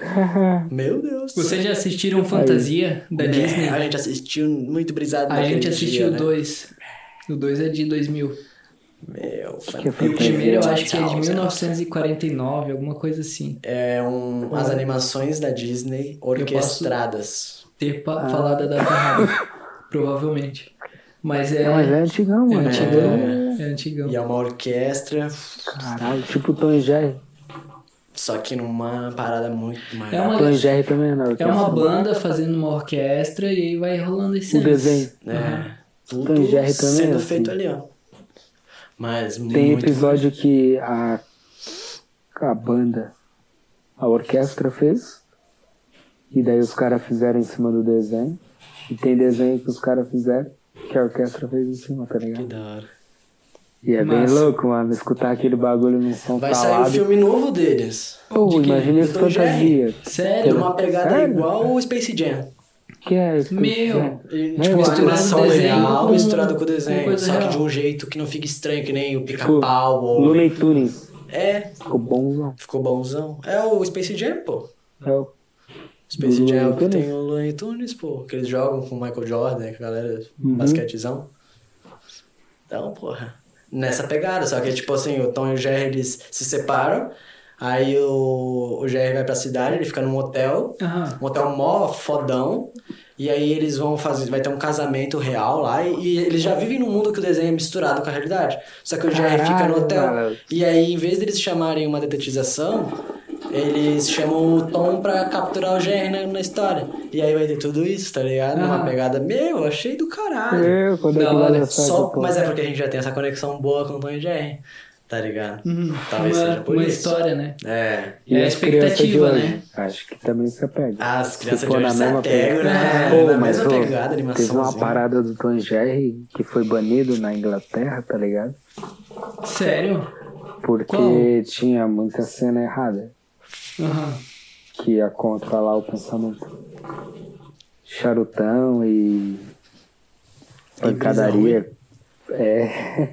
Ah.
Meu Deus.
Vocês já assistiram Fantasia da Disney?
É, a gente assistiu muito brisado
A
naquele
gente
dia,
assistiu
né?
dois. O dois é de 2000.
Meu,
E o
Fantasia.
primeiro eu acho que é de 1949, alguma coisa assim.
É um, as animações da Disney orquestradas.
Ter
Ah.
pa- falado a data
<laughs>
errada. Provavelmente. Mas é.
Não, mas é antigão, né?
é
mano.
antigão. É antigão.
E é uma orquestra,
Caralho, tipo Tom e Jerry.
só que numa parada muito maior.
É uma,
Tom e Jerry também né, não.
é uma banda fazendo uma orquestra e aí vai rolando esse
O
lance.
um desenho.
né? Tudo
Tom
Então,
e Jerry também,
é
sendo
assim.
feito ali, ó. Mas
Tem um
muito...
episódio que a, a banda, a orquestra fez, e daí os caras fizeram em cima do desenho. E tem desenho que os caras fizeram, que a orquestra fez em cima, tá
Que
ligado?
da hora.
E é bem louco, mano, escutar aquele bagulho no som
Vai sair o
falado.
filme novo deles.
Pô,
de quem?
imagina esse
Do Tom e
fantasia.
É
Sério?
uma pegada
Sério?
igual o Space Jam.
Que é isso?
Meu!
E,
Meu,
Tipo,
misturado o
misturação
Né, desenho
legal,
com-
misturado com o
com
desenho.
coisa
Só que
real.
de um jeito que não fica estranho, que nem o
Tipo,
pica-pau ou...
Looney Tunes.
É,
Ficou bonzão.
ficou bonzão. É o Space Jam, pô.
É o
Space
Do
Jam é o que
Looney Tunes?
tem o Looney Tunes, pô. Que eles jogam com o Michael Jordan, que a galera
Uhum.
basquetezão. Então, porra. Nessa pegada, só que tipo assim, o Tom e o Jerry eles se separam. Aí o, o Jerry vai pra cidade, ele fica num hotel.
Aham.
Um hotel mó fodão. E aí eles vão fazer. Vai ter um casamento real lá. E, e eles já vivem num mundo que o desenho é misturado com a realidade. Só que o Jerry fica no
Caralho,
hotel.
maluco.
E aí, em vez deles chamarem uma detetização, eles chamam o Tom pra capturar o Jerry na, na história. E aí vai ter tudo isso, tá ligado? Uma
Aham.
pegada, meu, achei do caralho.
Eu, quando
Da
é que
hora,
vai lançar
Só,
Ah. essa porra?
mas é porque a gente já tem essa conexão boa com o Tom e o Jerry, tá ligado?
Uhum.
Talvez
uma,
seja por
uma
isso.
história, né?
É.
E
É a
as crianças de
expectativa,
hoje?
né?
Acho que também se apega.
Ah, As crianças de
for
hoje
na
se
mesma
apegam, né?
Pô,
na
mas
mesma
ô,
pegada, animação. assim.
teve uma parada do Tom e Jerry que foi banido na Inglaterra, tá ligado?
Sério?
Porque
Qual?
tinha muita cena errada
Aham.
que ia contra lá o pensamento. Charutão e. pancadaria. É.
Ah,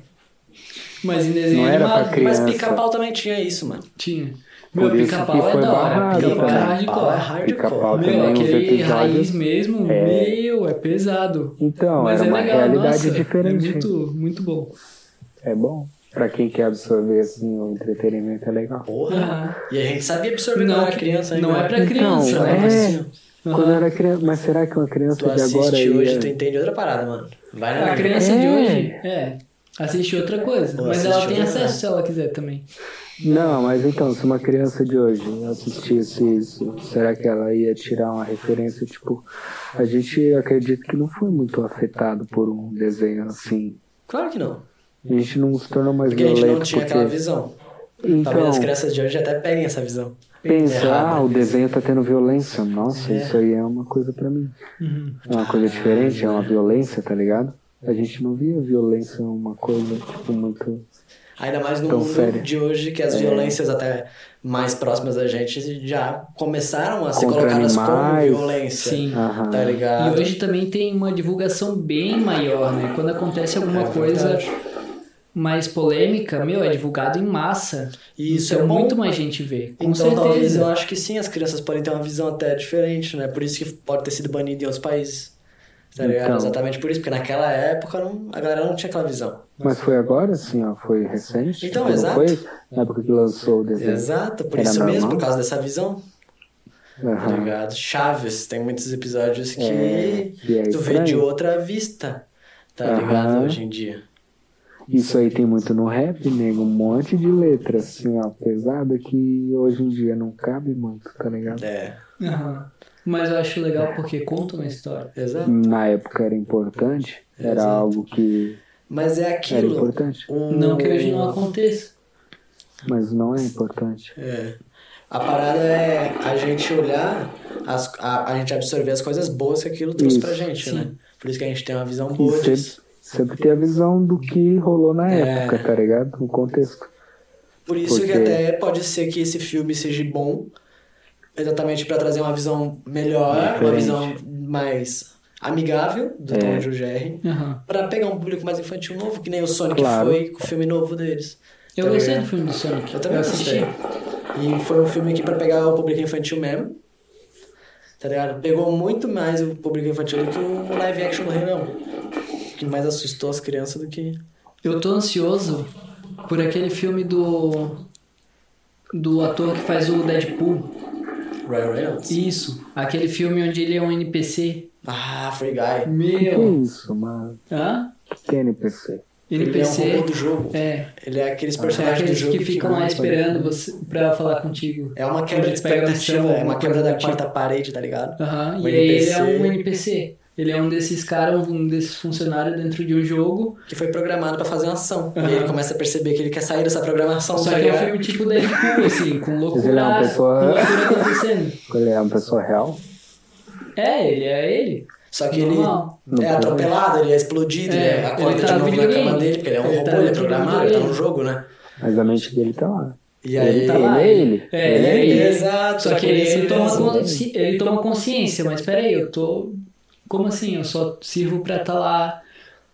Mas em desenho
Não era pra
animado,
criança.
Mas pica-pau também tinha isso, mano.
Tinha.
Por
Meu,
isso que
pica-pau é
foi
da hora.
barrado,
Pica-pau é
cara.
Pica-pau é
hardcore.
Pica-pau
hardcore.
Meu,
também, uns
aquele
episódios.
raiz mesmo,
É.
meu, é pesado.
Então,
Mas
era
é
uma
legal,
realidade
nossa,
diferente.
É muito, muito bom.
É bom. Pra quem quer absorver assim, o entretenimento é legal.
<laughs>
Porra. E a gente sabia absorver
Não,
quando era criança.
não
ainda.
é pra criança,
Então,
né?
é. Quando eu era criança. Mas será que uma criança
Tu
de
assiste
agora. é
hoje,
ia-
tu entende outra parada, mano. Vai na
A
minha.
Ah, criança
É.
de hoje, é, assiste outra coisa.
Ou
mas
assiste
ela tem
outra
acesso
coisa.
se ela quiser também.
Não, mas então, se uma criança de hoje assistisse isso, será que ela ia tirar uma referência? Tipo, a gente acredita que não foi muito afetado por um desenho assim.
Claro que não.
A gente não se tornou mais
Porque a gente não
violento.
tinha aquela
porque...
visão. Talvez as
Então,
crianças né? de hoje até peguem essa visão.
pensa,
errado,
ah, o desenho tá tendo violência. Nossa, isso aí é uma coisa pra mim.
Uhum.
É uma coisa diferente, é uma violência, tá ligado? A gente não via violência uma coisa, tipo, muito.
Ainda mais no
Tão
mundo
Então, sério. É.
de hoje que as violências até mais próximas da gente já começaram a ser
Contra
colocadas como
animais.
violência.
Sim.
Aham.
Tá
E
ligado?
hoje também tem uma divulgação bem maior, né? Quando acontece alguma
É
coisa
verdade.
mais polêmica, meu, é divulgado em massa.
E isso
então,
é bom,
muito mais gente vê. Com
Então talvez eu
certeza.
acho que sim, as crianças podem ter uma visão até diferente, né? Por isso que pode ter sido banido em outros países. Tá ligado?
Então.
Exatamente por isso, porque naquela época não- a galera não tinha aquela visão.
Mas foi agora, assim, ó, foi recente.
Então,
Não
exato.
Foi na época que lançou o desenho.
Exato, por
Era
isso mesmo,
normal?
por causa dessa visão, tá
Aham.
ligado? Chaves, tem muitos episódios Tá que
É, e é
tu vê
estranho.
de outra vista, tá
Aham.
ligado? Hoje em dia.
Isso aí tem muito no rap, nego. Um monte de letra, assim, ó, pesada que hoje em dia não cabe muito, tá ligado?
É,
Aham. Mas eu acho legal porque conta uma história.
exato.
Na época era importante, era
Exato.
algo que
Mas é
era
aquilo. um
importante,
o-
Não que hoje não aconteça.
mas não é importante.
É. A parada é a gente olhar, as, a, a gente absorver as coisas boas que aquilo trouxe
Isso,
pra gente, né? Por isso que a gente tem uma visão
E
boa disso.
sempre, sempre ter a visão do que rolou na
É.
época, tá ligado? O contexto.
Por isso
porque-
que até pode ser que esse filme seja bom, exatamente pra trazer uma visão melhor, uma
Diferente. É.
visão mais amigável do Tom e do Jerry,
Aham.
pra pegar um público mais infantil novo, que nem o Sonic
Claro.
foi com o filme novo deles.
Eu
Tá
gostei
ligado?
do filme do Sonic.
Eu também
assisti.
gostei. E foi um filme que pra pegar o público infantil mesmo. Tá ligado? Pegou muito mais o público infantil do que o live action do Rei Leão. Que mais assustou as crianças do que.
Eu tô ansioso por aquele filme do. do ator que faz o Deadpool.
Ryan Reynolds.
Isso, aquele filme onde ele é um NPC.
Ah, Free Guy.
Que
Meu!
isso, mano?
Hã?
Que NPC.
Ele é um
NPC.
robô do jogo.
É,
Ele é aqueles
é
personagens do
aqueles
jogo
que ficam lá
mais
esperando você pra falar contigo.
É uma quebra de
Eles pegam no
expectativa,
chão,
é uma quebra da
coisa do tipo.
quarta parede, tá ligado?
Aham, e
Um
aí ele é
NPC.
um NPC. Ele é um desses caras, um desses funcionários dentro de um jogo.
Que foi programado pra fazer uma ação.
Aham.
E ele começa a perceber que ele quer sair dessa programação.
Só
tá
que é um
ligado?
filme tipo Deadpool, assim, com loucura,
ele é uma pessoa-
loucura acontecendo.
Ele é uma pessoa real?
É, ele é ele.
Só que ele
Normal.
é atropelado, ele é explodido,
É,
ele acorda
ele tá
de novo na
videogame.
cama dele, porque ele é um
Ele
robô,
tá
ele é
dentro do
programado, ele tá num
videogame.
jogo, né?
Mas a mente dele tá lá.
E aí
Ele tá
lá,
é ele.
É,
Ele
ele,
é
é
ele.
ele.
Exato,
Só que ele,
ele é
toma
mesmo.
consci- ele toma consciência, mas peraí, eu tô. Como assim? Eu só sirvo pra estar tá lá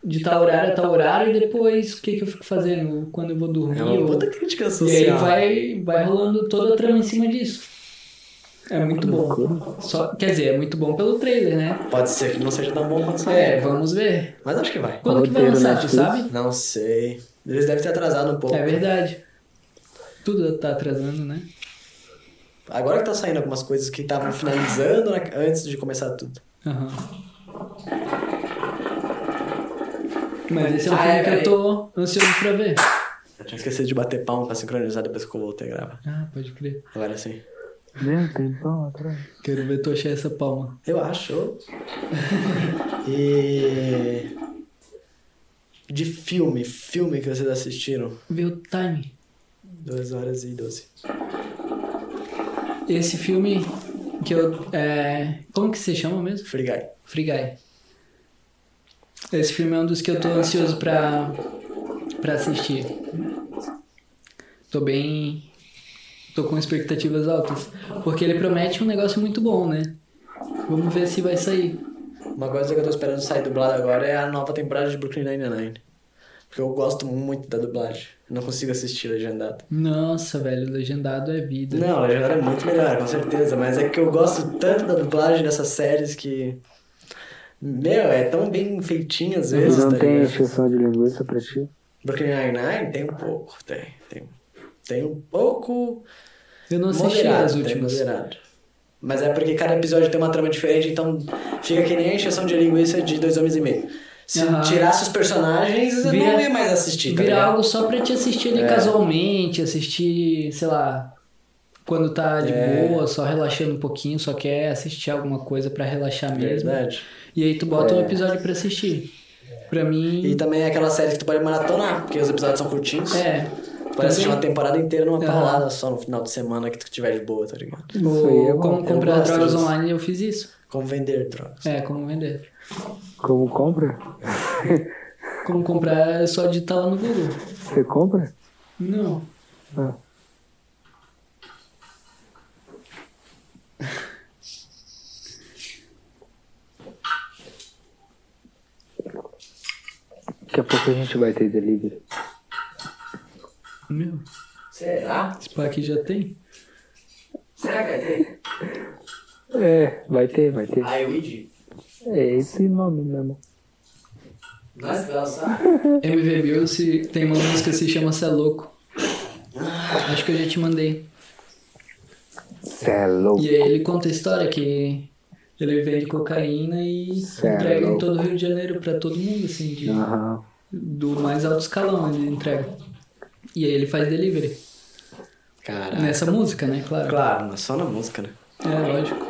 de tal horário a tal horário e depois o que, que eu fico fazendo quando eu vou dormir?
é uma
ou-
puta crítica
E aí
social.
vai, vai rolando toda a trama em cima disso. É muito bom. Só, quer dizer, é muito bom pelo trailer, né?
Pode ser que não seja tão bom quanto
É,
sair.
vamos ver.
Mas acho que vai.
Quando que vai
Roteiro
lançar, tu
Netflix.
sabe?
Não sei. Eles devem ter atrasado um pouco.
É verdade. Tudo tá atrasando, né?
Agora que tá saindo algumas coisas que estavam finalizando né, antes de começar tudo.
Aham. Mas esse é um
Ah,
filme
é,
que eu
peraí.
tô ansioso pra ver.
Eu tinha esquecido de bater palma pra sincronizar depois que eu voltei a gravar.
Ah, pode crer.
Agora sim.
Meu tempão atrás.
Quero ver tu achar essa palma.
Eu acho. <laughs> e. De filme, filme que vocês assistiram.
Ver o time.
2 horas e 12.
Esse filme que eu. É... Como que se chama mesmo?
Free Guy.
Free Guy. Esse filme é um dos que eu tô ansioso pra, pra assistir. Tô bem. Tô com expectativas altas. Porque ele promete um negócio muito bom, né? Vamos ver se vai sair.
Uma coisa que eu tô esperando sair dublado agora é a nova temporada de Brooklyn Nine-Nine. Porque eu gosto muito da dublagem. Não consigo assistir legendado.
Nossa, velho, legendado é vida.
Não, legendado é muito melhor, com certeza. Mas é que eu gosto tanto da dublagem dessas séries que. Meu, é tão bem feitinha às vezes.
Não
tá
tem
ligado?
exceção de linguiça pra ti?
Brooklyn Nine-Nine tem um pouco, tem. Tem, tem um pouco.
Eu não assisti
Moderado,
as
tem,
últimas.
moderado. Mas é porque cada episódio tem uma trama diferente, então fica que nem a encheção de linguiça de dois homens e meio. Se
Aham.
tirasse os personagens, eu
Vira-
não ia mais assistir, tá
Virar
ligado?
algo só pra te assistir
É.
ali casualmente, assistir, sei lá, quando tá de
É.
boa, só relaxando um pouquinho, só quer assistir alguma coisa pra relaxar mesmo.
É Verdade.
E aí tu bota um episódio pra assistir. Pra mim.
E também é aquela série que tu pode maratonar, porque os episódios são curtinhos.
É.
Tu pode assistir uma temporada inteira numa
Aham.
paulada só no final de semana que tu tiver de boa, tá ligado?
Isso aí é
O,
bom.
como
Eu
comprar
gosto
drogas
disso.
online, eu fiz isso.
Como vender drogas.
É, como vender.
Como compra?
Como comprar é só digitar lá no Google.
Você compra?
Não.
Ah. Daqui a pouco a gente vai ter delivery.
Meu.
Será?
Esse aqui já tem?
Será que vai ter?
É, vai ter, vai ter.
iWid?
É esse nome mesmo.
Nossa, ela sabe.
MV Music tem uma música que se chama Cê é Louco. Acho que eu já te mandei.
Cê é louco.
E aí ele conta a história que ele vende cocaína e
Sério?
entrega em todo o Rio de Janeiro pra todo mundo, assim, de-
Aham.
do mais alto escalão ele entrega. E aí ele faz delivery.
Caraca.
Nessa música, né? Claro.
É Claro, mas só na música, né?
É, lógico.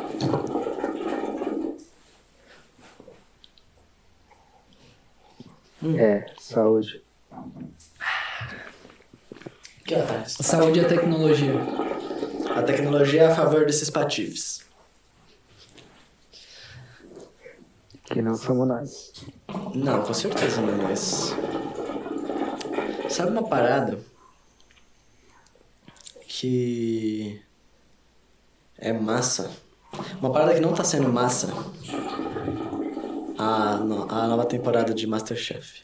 É, saúde.
Que otário.
Saúde é tecnologia.
A tecnologia é a favor desses patifes.
Que não somos nós.
Não, com certeza não, mas. Sabe uma parada? Que. É massa. Uma parada que não tá sendo massa. A, no- a nova temporada de Masterchef.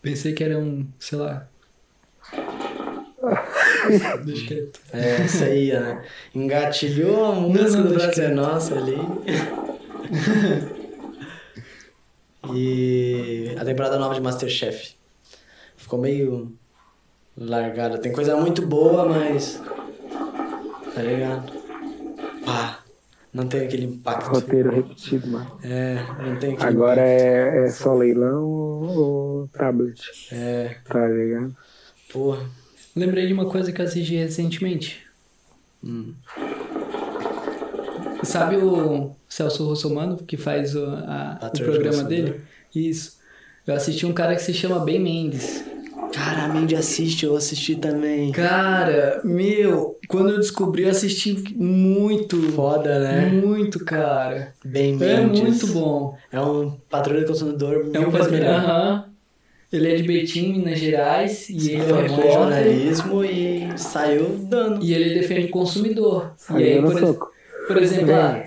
Pensei que era um, sei lá. Deixa quieto.
É, isso aí, né? Engatilhou a música
não,
do
deixa
Brasil é Nossa ali. <laughs> e a temporada nova de Masterchef. Ficou meio largada. Tem coisa muito boa, mas. Tá ligado? Pá. Não tem aquele impacto.
Roteiro repetido, mano.
É, não tem aquele
Agora é, é só leilão ou, ou tablet,
É,
tá ligado?
porra.
Lembrei de uma coisa que eu assisti recentemente. Sabe o Celso Russomano, que faz o, a- o
Patrulha de
programa
Caçador?
dele? Isso. Eu assisti um cara que se chama Ben Mendes.
Cara, a Mandy assiste, eu assisti também.
Cara, meu, quando eu descobri, eu assisti muito.
Foda, né?
Muito, cara.
Bem
É
Mendes.
muito bom.
É um patrulha do consumidor.
É um
mil vezes
fazer-
melhor.
Aham. Ele é de Betim, Minas Gerais, e ele é um
Foi pro
repórter.
jornalismo e saiu dando.
E ele defende o consumidor. E
Aí
aí,
eu não
por, ex-
soco.
por exemplo, ah,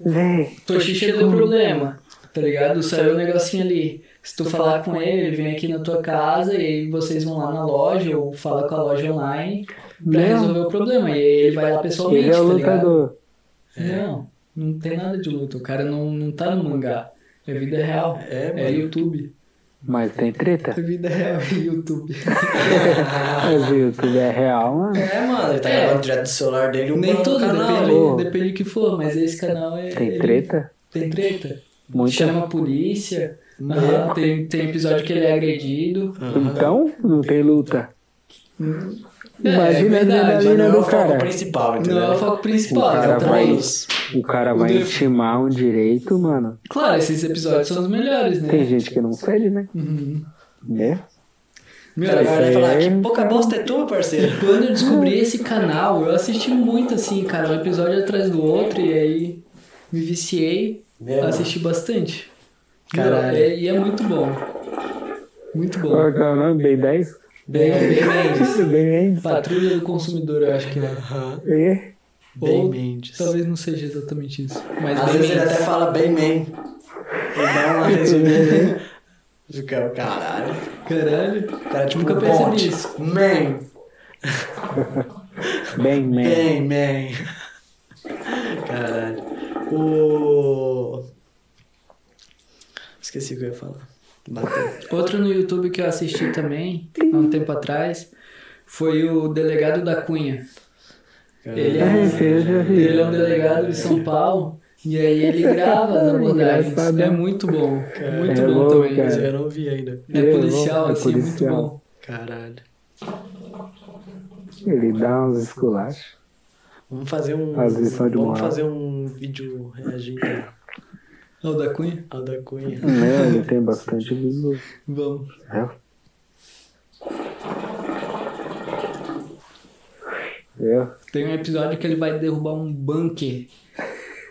Véi,
Toshi deu problema, tá ligado? Saiu um negocinho ali. Se tu falar com ele, ele vem aqui na tua casa e aí vocês vão lá na loja ou fala com a loja online pra
Não.
resolver o problema. E aí ele vai lá pessoalmente,
ele é o
tá ligado? É.
lutador.
Não, não tem nada de luta. O cara não, não tá no mangá. É vida real.
É, mano.
é YouTube.
Mas tem treta.
É vida real, é YouTube. <laughs> Uhum.
Mas o YouTube é real, mano.
É, mano, ele tá
É.
gravando direto do celular dele um
Nem
pau no
tudo,
canal.
depende,
pô.
depende do que for, mas esse canal é.
Tem
ele-
treta?
Tem treta.
Muita.
Chama a polícia. Aham, tem, tem episódio que ele é agredido.
Então, não tem luta.
É,
Imagina
é
a
verdade.
adrenalina
Mas não é
do
o foco
cara.
principal, entendeu?
Não é o foco principal.
O
é o
cara vai-
trailer.
O cara vai
def-
intimar um direito, mano.
Claro, esses episódios são os melhores, né?
Tem gente que não cede, né?
Uhum.
Né?
O
Meu,
cara vai olhar e falar,
É.
que pouca bosta é tua, parceiro.
Quando eu descobri esse canal, eu assisti muito assim, cara, um episódio atrás do outro, e aí me viciei,
Meu.
assisti bastante.
Caralho.
Não, é- E é muito bom. Muito bom.
Qual que é o nome? Bem 10?
Bem, bem Mendes.
Bem 10?
Patrulha do Consumidor, eu acho que é.
É.
Bem
<laughs> Ou
Mendes.
Talvez não seja exatamente isso. Mas
Às
Bem
vezes ele
Mendes.
até fala bem man. Ele dá uma resumida.
<laughs>
Fica, caralho.
Caralho.
O cara tipo
Nunca
um
percebi
ponte.
isso.
Man,
Bem, bem.
bem man. <laughs> Caralho. O... Esqueci o que eu ia falar. Bateu.
Outro no YouTube que eu assisti também, há um tempo atrás, foi o Delegado da Cunha. Ele é,
É, esse eu já vi.
ele é um delegado de São Paulo. E aí ele grava as abordagens.
Engraçado.
É muito bom. Muito
É
bom
louco,
também.
cara.
Mas eu não vi ainda.
É
É
policial,
louco, é
assim, é muito
policial.
bom.
Caralho.
Ele dá uns esculachos.
Vamos fazer um.
As lições de
vamos
moral.
fazer um vídeo reagindo
É o da Cunha?
ao da Cunha.
Não, ele tem bastante visu.
Vamos.
É. É.
Tem um episódio que ele vai derrubar um bunker.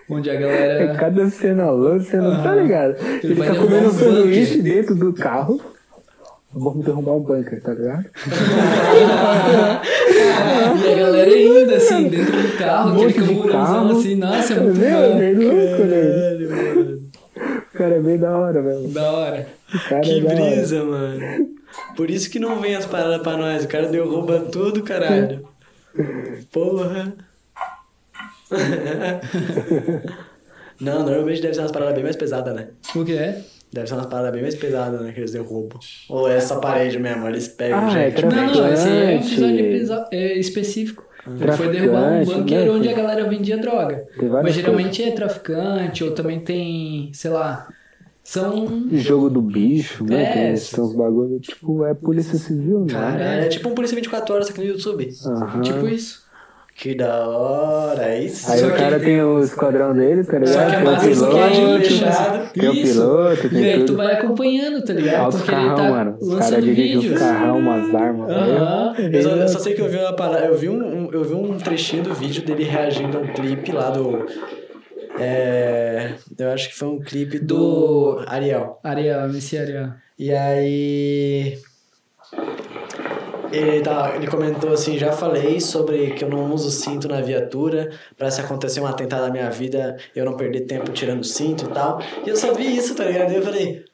Onde
<laughs>
a
É
galera.
cada cena louca, você não tá ligado? Ele
Ah, vai
tá
derrubar
comendo
um
um sanduíche dentro do carro. Vamos derrubar um bunker, tá
<laughs>
ligado?
E a galera ainda, assim, dentro do carro,
Um monte
aquele
de
camburãozão
carro.
assim, nossa, é
Meu,
muito bom.
bem louco, né? O cara é bem da hora, velho.
Da hora.
O cara
Que
é da hora.
brisa, mano. Por isso que não vem as paradas pra nós. O cara derruba tudo, caralho. Porra. <laughs> Não, normalmente deve ser umas paradas bem mais pesadas, né?
O que é?
Deve ser umas paradas bem mais pesadas, né? Que eles derrubam. Ou é essa parede mesmo, eles pegam,
Ah,
gente.
é
Não, não, esse aí é um episódio
Traficante.
episo- é, específico. Ele foi derrubar um
Traficante,
bunker
né?
onde a galera vendia droga.
Tem várias
Mas geralmente é traficante, ou também tem, sei lá, são.
Jogo do bicho, né?
É,
Tem, tem uns bagulho, tipo, é polícia civil, né?
Caralho, é tipo um Polícia 24 Horas aqui no YouTube.
Aham.
Tipo isso.
Que da hora, é isso.
Aí
só
o
que
cara
tem-
tem o esquadrão dele, tá ligado?
Só que é
Tem o
massa, isso que é
piloto, né?
fechado.
tem o
Isso.
piloto,
E
tem
aí Né, tu
tudo.
vai acompanhando, tá ligado?
Olha os
Porque ele
carrão,
tá
mano. Os caras
lançando
dirigem os
vídeos.
carrão, umas armas.
Aham.
<laughs>
né?
Eu só, eu só sei que eu vi uma parada, eu vi um, um- eu vi um trechinho do vídeo dele reagindo a um clipe lá do é, eu acho que foi um clipe do, Ariel.
Ariel, MC Ariel.
E aí ele, tá, ele comentou assim, já falei sobre que eu não uso cinto na viatura pra se acontecer um atentado na minha vida, eu não perder tempo tirando o cinto e tal. E eu só vi isso, tá ligado? E eu falei,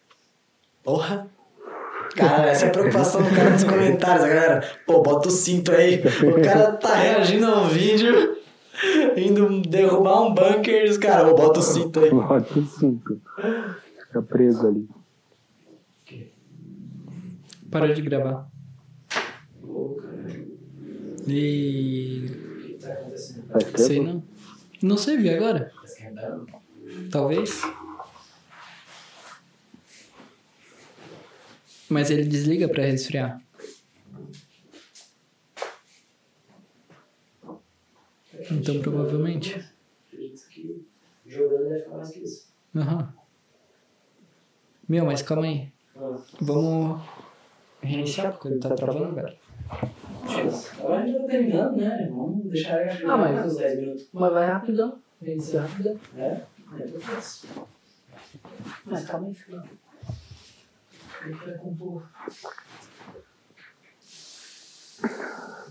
porra, Cara, essa é a preocupação do cara nos comentários, a galera. Pô, bota o cinto aí. O cara tá reagindo ao vídeo, indo derrubar um bunker. e Os caras, ô, bota o cinto aí.
Bota o cinto. Fica preso ali.
Parou de gravar. E.
Faz tempo?
Sei não. Não sei, vi agora. Talvez. Mas ele desliga pra resfriar. Então, provavelmente. Aham. Meu, mas calma aí. Vamos reiniciar, porque ele tá travando, velho.
Agora a gente tá terminando, né? Vamos deixar ele
Ah, mas-
uns 10 minutos.
Mas vai rapidão. Reinicia rapidão.
É? É, eu faço. Mas calma aí, filho. Ele tá vai compor.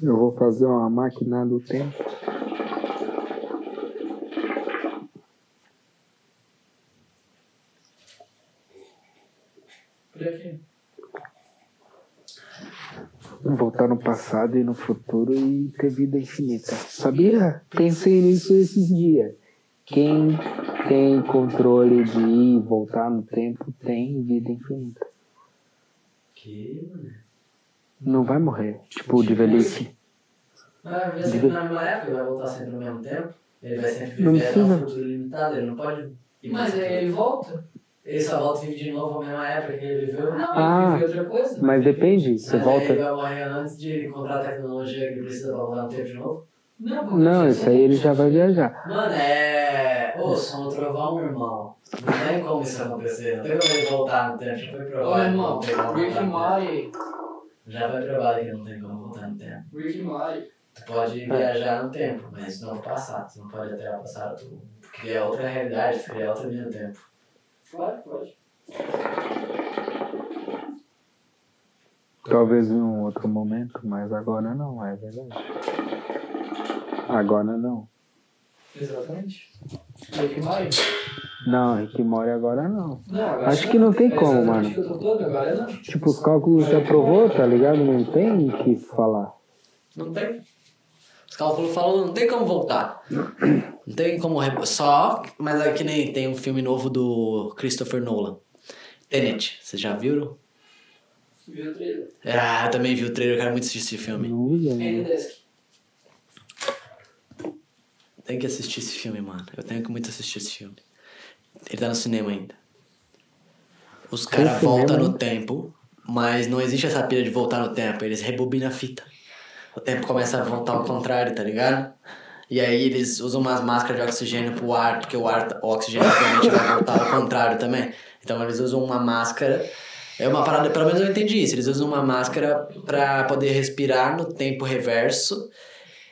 Eu vou fazer uma máquina do tempo.
Por aqui.
Voltar no passado e no futuro e ter vida infinita. Sabia? Pensei nisso esses dias. Quem tem controle de ir e voltar no tempo tem vida infinita.
Que, mano?
Não vai morrer. Tipo, de velhice.
Ah, vai ser na mesma época, vai voltar sempre ao mesmo tempo. Ele vai sempre
Não
viver
precisa.
num futuro limitado, ele não pode. ir mais
Mas aí
futuro.
ele volta?
Ele só volta e vive de novo a mesma época que ele viveu.
Não,
Ah.
ele vive outra coisa.
Mas depende. Você
Mas aí Ele
volta.
vai morrer antes de encontrar a tecnologia que precisa pra voltar no tempo de novo.
Não, porque
Não, isso aí ele já vai viajar.
Mano, é. Ô, som do trovão, um irmão. Não tem como isso acontecer. Não tem como ele voltar no tempo. Já foi
Ô,
provado.
irmão,
que não tem como
Rick
voltar
and
no tempo.
Morty,
Já foi provado que não tem como voltar no tempo.
Rick and Morty.
Tu
É.
pode viajar no tempo, mas não no passado. Tu não pode alterar o passado. Tu cria outra realidade, tu cria outra linha do tempo.
Claro que pode.
Talvez em um outro momento, mas agora não, é verdade. Agora não.
Exatamente. Rick and Morty?
Não, Rick Mori agora não.
Não, agora
Acho que não
É,
tem como,
Exatamente
mano.
o que eu tô todo agora não.
Tipo, os cálculos já provou, tá ligado? Não tem o que falar.
Não tem. Os cálculos falam, não tem como voltar. Não tem como. re- Só. Mas é que nem tem um filme novo do Christopher Nolan. Tenet. Vocês já viram?
Viu o trailer?
Ah, eu também vi o trailer, eu quero muito assistir esse filme.
Não vi né? ainda.
N-Desk.
Tem que assistir esse filme, mano. Eu tenho que muito assistir esse filme. Ele tá no cinema ainda. Os caras
cinema,
voltam no
né?
tempo, mas não existe essa pilha de voltar no tempo. Eles rebobinam a fita. O tempo começa a voltar ao contrário, tá ligado? E aí eles usam umas máscaras de oxigênio pro ar, porque o ar, o oxigênio realmente vai voltar ao contrário também. Então eles usam uma máscara. É uma parada, pelo menos eu entendi isso. Eles usam uma máscara pra poder respirar no tempo reverso.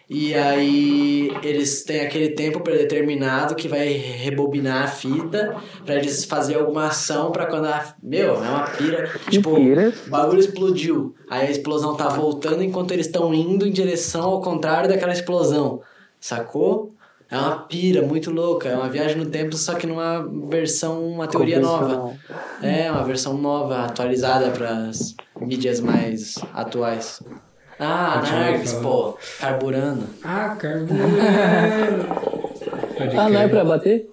E aí eles têm aquele tempo predeterminado que vai rebobinar a fita pra eles fazer alguma ação pra quando a. Meu, é uma pira. Tipo,
Mentira.
o bagulho explodiu. Aí a explosão tá voltando enquanto eles estão indo em direção ao contrário daquela explosão. Sacou? É uma pira muito louca. É uma viagem no tempo, só que numa versão, uma teoria nova. É, uma versão nova, atualizada pras mídias mais atuais. Ah, Nargs, pô. Carburando.
<laughs>
Ah, carbono. Pode
Ah, não é
crer.
pra bater?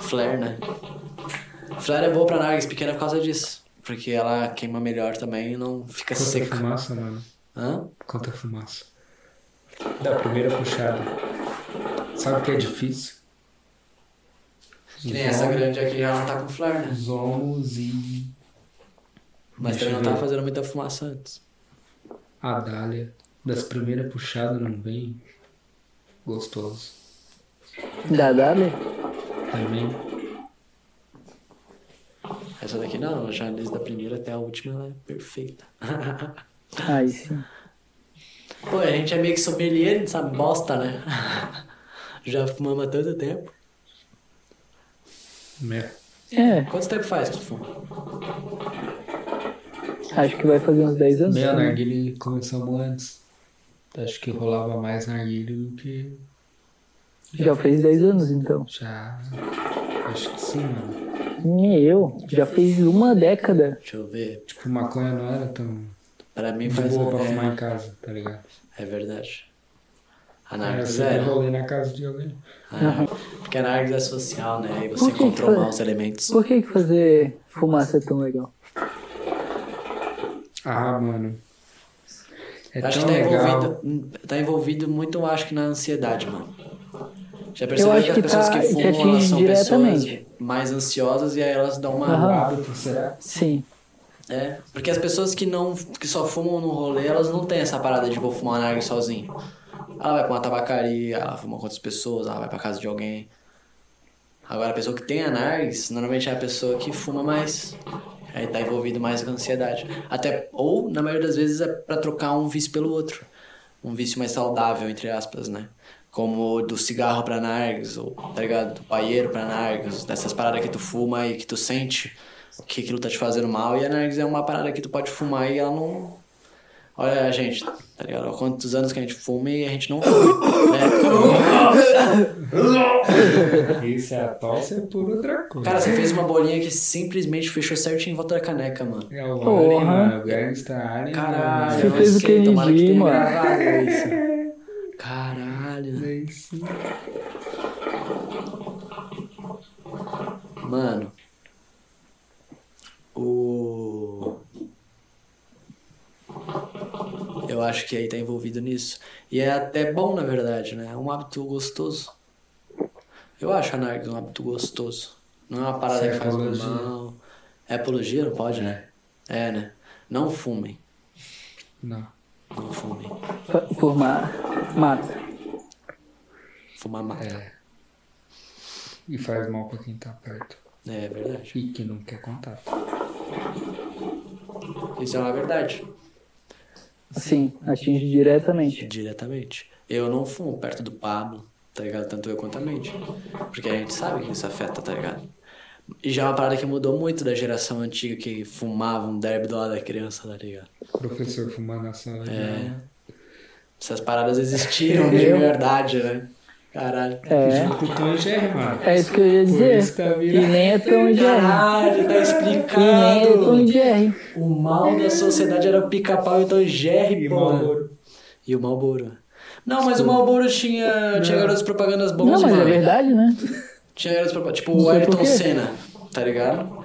Flare, né? Flare é boa pra Nargs, pequena por causa disso. Porque ela queima melhor também e não fica
Conta a
seca.
fumaça, mano.
Hã?
Conta a fumaça. Da primeira puxada. Sabe o que é difícil?
Que nem essa grande aqui, ela não tá com flare, né?
Os omos e
Mas
Deixa
também não
eu
tava
ver.
fazendo muita fumaça antes.
a dália. Das primeiras puxadas não vem. Gostoso.
Dadá, né?
Também.
Essa daqui não, ela já desde a primeira até a última ela é perfeita. <laughs>
Aí sim.
Pô, a gente é meio que sommelier dessa bosta, né? <laughs> Já fumamos há tanto tempo.
Merda.
É,
Quanto tempo faz que tu fuma?
acho que vai fazer uns 10 anos.
Meu,
né?
narguilha começamos antes. Acho que rolava mais narguilha do que
Já fez 10 anos então.
já. Acho que sim, mano.
Nem eu. Já fez uma década.
Deixa eu ver.
Tipo, maconha não era tão
Pra mim
de
faz.
boa pra
é,
fumar em casa, tá ligado?
é verdade. A
Era
Narcos
sempre
era.
rolê na casa de alguém.
É, porque a Narcos é social, né? E você
Por que que
controlar
faz?
os elementos.
Por que que fazer fumaça é tão legal?
Ah, mano. É
acho que
tão
tá
legal.
envolvido, tá envolvido muito, eu acho que na ansiedade, mano. Já
Eu
percebeu
acho
que as
que
pessoas
tá-
que
te
fumam
atinge
elas são pessoas
diretamente.
mais ansiosas e aí elas dão uma.
Aham.
O hábito, será?
Sim.
É, porque as pessoas que não que só fumam no rolê, elas não têm essa parada de vou fumar nargue sozinho. Ela vai pra uma tabacaria, ela fuma com outras pessoas, ela vai pra casa de alguém. Agora a pessoa que tem anargues, normalmente é a pessoa que fuma mais. Aí tá envolvido mais com ansiedade. Até, ou, na maioria das vezes, é pra trocar um vício pelo outro. Um vício mais saudável, entre aspas, né? Como do cigarro pra nargues, ou, tá ligado? Do paieiro pra nargues, dessas paradas que tu fuma e que tu sente que aquilo tá te fazendo mal. E a nargues é uma parada que tu pode fumar e ela não... Olha a gente, tá ligado? Há quantos anos que a gente fuma e a gente não fuma, né?
Isso é a tosse, é por outra coisa.
Cara, você fez uma bolinha que simplesmente fechou certinho em volta da caneca, mano.
É o
Porra.
Alien, mano. O Gangsta
Caralho,
Alien.
Você fez o
sei, tomara que
Kenji,
tenha
mano.
gravado isso. Caralho. Mano. O. Eu acho que aí tá envolvido nisso. E é até bom, na verdade, né? É um hábito gostoso. Eu acho a narguilha um hábito gostoso. Não é uma parada
Isso é
que faz
apologia.
mal. É apologia? Não pode, né? É, né? Não fumem.
Não.
Não fumem.
Fa- Formar mata.
Fumar mata.
É. E faz mal pra quem tá perto.
É, é verdade.
E que não quer contato.
Isso é uma verdade.
Sim, atinge diretamente.
Diretamente. Eu não fumo perto do Pablo, tá ligado? Tanto eu quanto a mente. Porque a gente sabe que isso afeta, tá ligado? E já é uma parada que mudou muito da geração antiga que fumava um derby do lado da criança, tá ligado?
Professor fumando na sala de
É.
aula.
Essas
<laughs>
paradas existiram de verdade, né? Caralho.
É.
Junto com o Tom e Jerry, um mano.
É isso que eu ia
Por isso
dizer.
que tá
E
virando.
nem é tão Jerry.
Caralho, tá
E nem é tão
um
explicado.
Jerry.
O mal da sociedade era o pica-pau e o Tom Jerry,
E
pô.
Malboro.
E o Malboro. Não, mas o Malboro tinha, tinha garotas propagandas bons,
Não, mas
mano.
é verdade, né?
Tinha garotos pra... Tipo
Não
o
sei por
Ayrton
quê.
Senna, tá ligado?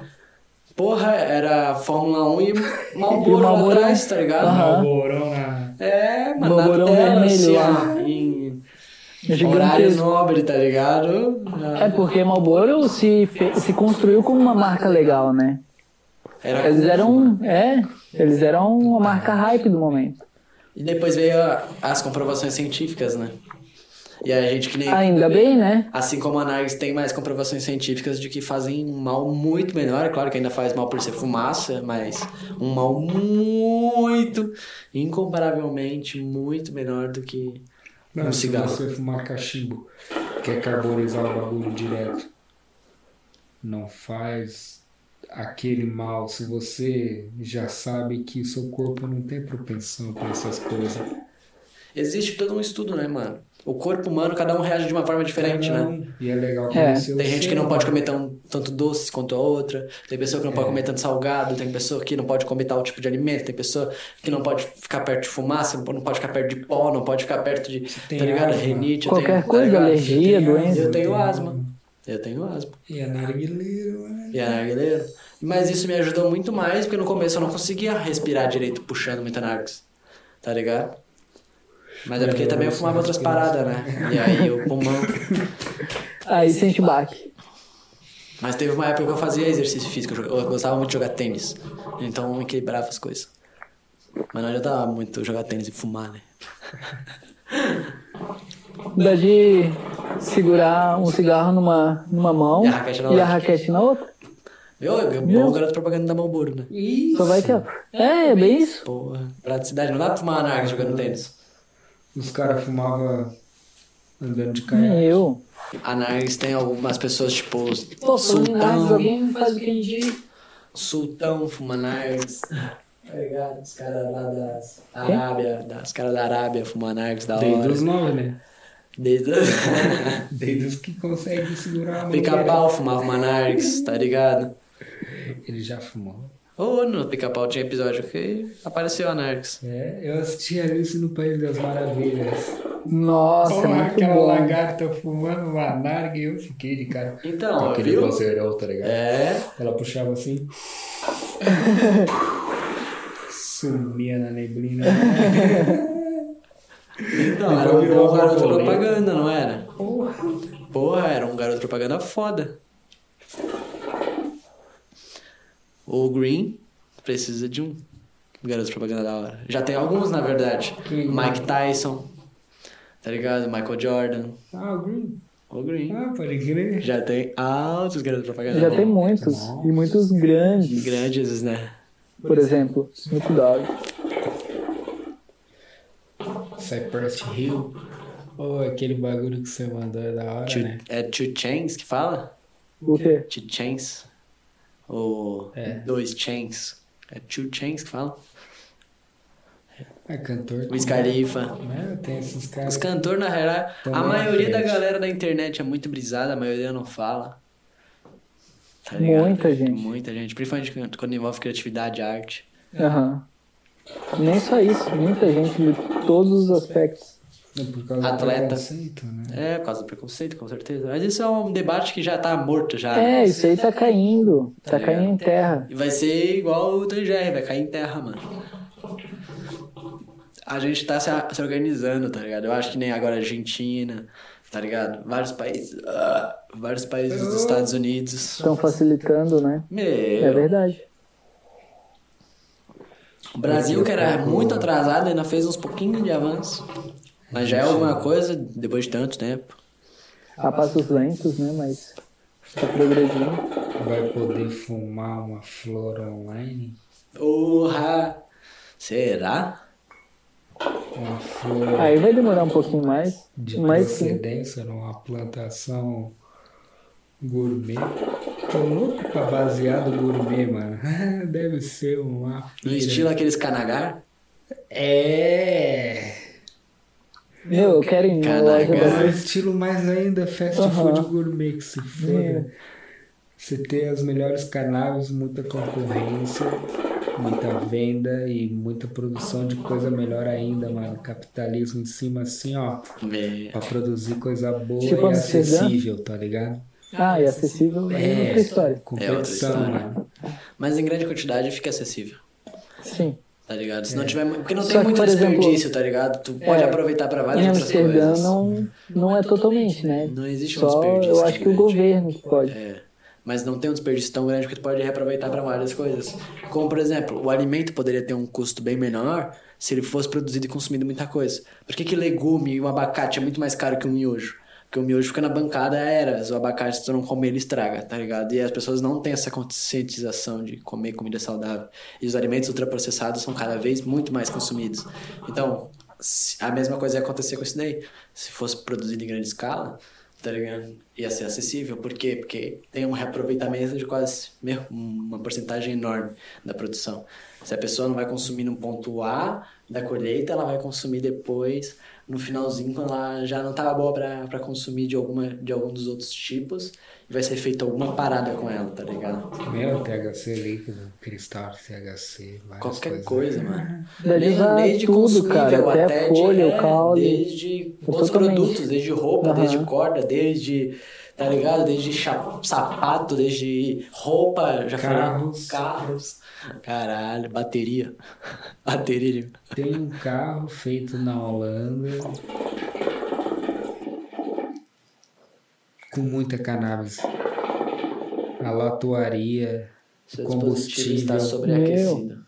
Porra, era Fórmula 1 e Malboro lá
Marlboro.
atrás, tá ligado?
é-
Ah,
Aham.
Malborão na.
É, mano, na
Marlborão
tela, assim,
vermelho
ó, em horário
É Gigantesco.
nobre, tá ligado?
É porque Marlboro se, fe- se construiu como uma marca legal, né?
Era
Eles eram, é, eles eram uma marca hype do momento.
E depois veio a- as comprovações científicas, né? E a gente que nem...
Ainda bem, né?
Assim como a Nargis tem mais comprovações científicas de que fazem um mal muito menor, é claro que ainda faz mal por ser fumaça, mas um mal muito, incomparavelmente muito menor do que
Não,
um
se
cigarro.
você fumar cachimbo, quer carbonizar o bagulho direto, não faz aquele mal. Se você já sabe que seu corpo não tem propensão pra essas coisas.
Existe todo um estudo, né, mano? O corpo humano, cada um reage de uma forma diferente, né?
Não, E é legal
É,
conhecer o
Tem gente
seu.
que não pode comer tão, tanto doce quanto a outra, tem pessoa que não pode
É.
comer tanto salgado, tem pessoa que não pode comer tal tipo de alimento, tem pessoa que não pode ficar perto de fumaça, não pode ficar perto de pó, não pode ficar perto de,
tem
tá ligado?
asma.
Renite, eu
Qualquer
tenho- tá
coisa,
ligado?
alergia,
Eu tenho
doença.
Eu tenho asma. Eu tenho asma.
E é narguileiro, né?
E a narguileira. Mas isso me ajudou muito mais, porque no começo eu não conseguia respirar direito puxando muita narguis. Tá ligado? Mas é porque também eu fumava outras paradas, né? E aí o pulmão.
Aí sente o baque.
Mas teve uma época que eu fazia exercício físico, eu joga- eu gostava muito de jogar tênis. Então eu equilibrava as coisas. Mas não adiantava muito jogar tênis e fumar, né?
Dá de segurar um cigarro numa, numa mão
E a raquete na
e
outra.
a raquete na outra.
Eu, eu, eu o garoto propaganda da Malboro, né?
Só vai que... É, é bem isso.
Porra, praticidade, não dá pra fumar narguis jogando tênis.
Os caras fumavam andando de
Nem
caiaque.
eu.
A narguis tem algumas pessoas, tipo,
Pô, falando em Narcos,
sultão.
alguém faz o que a gente...
Sultão Fumanargs. Tá ligado? Os caras lá da Arábia, da- os caras da Arábia Fumanargs da
Desde
hora.
os nove, né?
Desde
Desde os que conseguem segurar a mão.
<laughs> pica-pau fumava uma Narcs, tá ligado?
Ele já fumou.
Ô, no pica-pau tinha episódio que apareceu a Narcs.
É, eu assisti Alice no País das Maravilhas.
Nossa, é
Porra,
muito
aquela
bom.
lagarta fumando uma narga e eu fiquei de cara. Com
Então,
aquele
viu?
vozeirão, tá ligado?
É,
Ela puxava assim. Sumia na neblina.
então,
Depois
era um
virou
bom garoto
borboleta.
propaganda, não era? Porra, era um garoto propaganda foda. O Green precisa de um garoto propaganda da hora. Já tem alguns, na verdade.
Quem?
Mike Tyson, tá ligado? Michael Jordan,
Ah, o Green.
o Green.
Ah, pode crer.
Já tem altos garotos propaganda.
Já
bom.
tem muitos. E muitos grandes.
Grandes, né?
Por exemplo, Snoop Dogg.
Cypress Hill. Ô, aquele bagulho que você mandou é da hora,
Two-
né?
é Two Chains que fala?
O quê?
Two Chains? Ou
É.
dois Chains? É Two Chains que fala?
É cantor.
O Scarifa.
Né? Tem esses
É.
caras.
Os cantores, na real, a
Também
maioria
na
da
frente.
galera da internet é muito brisada, a maioria não fala. Tá ligado?
Muita gente.
Muita gente, principalmente quando- quando envolve criatividade e arte.
Aham. Nem só isso. Muita gente de todos os aspectos.
É por causa do
Atleta.
preconceito, né?
É, por causa do preconceito, com certeza. Mas isso é um debate que já tá morto já.
É, isso aí tá caindo. Tá
ligado?
caindo em terra.
E vai ser igual o 3GR, vai cair em terra, mano. A gente tá se, se organizando, tá ligado? Eu acho que nem agora a Argentina, tá ligado? Vários países. ah, vários países dos Estados Unidos.
Estão facilitando, né?
Meu,
É verdade.
o Brasil, que era muito atrasado, ainda fez uns pouquinhos de avanço. Mas já é alguma coisa depois de tanto tempo.
A passos lentos, né? Mas tá progredindo.
Vai poder fumar uma flor online?
Porra! Será?
Uma
É.
flor
Aí vai demorar um pouquinho mais.
de
Mas sim.
procedência numa plantação gourmet. Tô louco pra baseado gourmet, mano. <laughs> Deve ser uma.
No estilo aqueles canagar?
É!
Meu, eu quero ir na
Caraca.
loja.
É um estilo mais ainda fast food
Aham.
gourmet que se foda. Você tem as melhores cannabis, muita concorrência, muita venda e muita produção de coisa melhor ainda, mano. Capitalismo em cima assim, ó,
Meu. é
pra produzir coisa boa
Tipo
e
Amsterdã?
acessível, tá ligado?
Ah, e acessível é outra história.
É
Competição,
outra
mano.
Mas em grande quantidade fica acessível.
Sim.
Tá ligado? Se não tiver. mu- Porque não
É. Só
tem
que,
muito
por exemplo,
desperdício, tá ligado? Tu pode
é,
aproveitar pra várias
Em
outras
Amsterdã
coisas.
não, não é totalmente, né?
Não existe um
Só
desperdício.
eu acho que o
grande.
governo que pode.
É. Mas não tem um desperdício tão grande que tu pode reaproveitar pra várias coisas. Como, por exemplo, o alimento poderia ter um custo bem menor se ele fosse produzido e consumido muita coisa. Por que, que legume e um abacate é muito mais caro que um miojo? Porque o miojo fica na bancada há eras, o abacate, se tu não comer, ele estraga, tá ligado? E as pessoas não têm essa conscientização de comer comida saudável. E os alimentos ultraprocessados são cada vez muito mais consumidos. Então, se- a mesma coisa ia acontecer com isso daí. Se fosse produzido em grande escala, tá ligado? Ia ser acessível. Por quê? Porque tem um reaproveitamento de quase meu, uma porcentagem enorme da produção. Se a pessoa não vai consumir no ponto A da colheita, ela vai consumir depois, no finalzinho, quando ela já não estava boa para consumir de, alguma, de algum dos outros tipos, e vai ser feita alguma parada com ela, tá ligado?
Meu, THC líquido, cristal de THC, várias
Qualquer
coisas.
coisa, mano.
Dá de usar tudo,
consumível
cara, até a
de- é,
folha, o caule.
Desde
É
outros
totalmente.
produtos, desde roupa,
Aham.
desde corda, desde. Tá ligado? Desde cha- sapato, desde roupa, já
Carros.
falei. Carros. Caralho, bateria. <laughs> Bateria. tá
Tem um carro feito na Holanda com muita cannabis. A latuaria,
Seu dispositivo
combustível.
está sobreaquecido.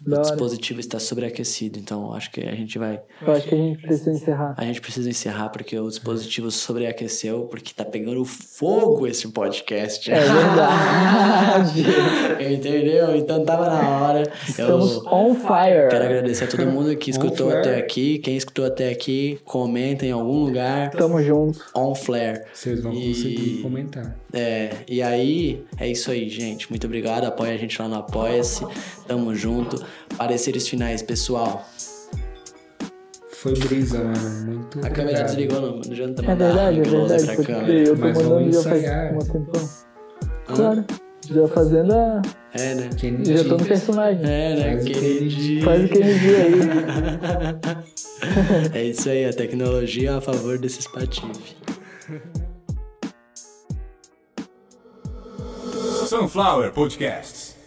Da
O
hora.
dispositivo está sobreaquecido, então acho que a gente vai.
Eu acho que a gente precisa
<laughs>
encerrar.
A gente precisa encerrar porque o dispositivo sobreaqueceu, porque tá pegando fogo esse podcast.
É verdade.
<laughs> Entendeu? Então tava na hora.
Estamos
Eu
on fire.
quero agradecer a todo mundo
Um
que escutou
flare.
até aqui. Quem escutou até aqui, comenta em algum lugar.
Tamo junto.
On Flare.
Vocês vão
E-
conseguir comentar.
É, e aí, é isso aí, gente. Muito obrigado. Apoia a gente lá no Apoia-se. Tamo junto. Pareceres finais, pessoal.
Foi brisa, mano. Muito
A câmera
obrigado.
desligou, não, tá não adianta
É
mandar
verdade, é
close
verdade.
pra
Porque
câmera.
eu tô
Mas vamos
mandando já faz
ensaiar.
um tempão.
Hã?
Claro. Já fazendo a.
É, né?
Kennedy.
Já tô no personagem.
É, né?
Faz o
Queridinho.
Faz o que ele viu aí.
É isso aí, a tecnologia a favor desses patife.
Sunflower Podcasts.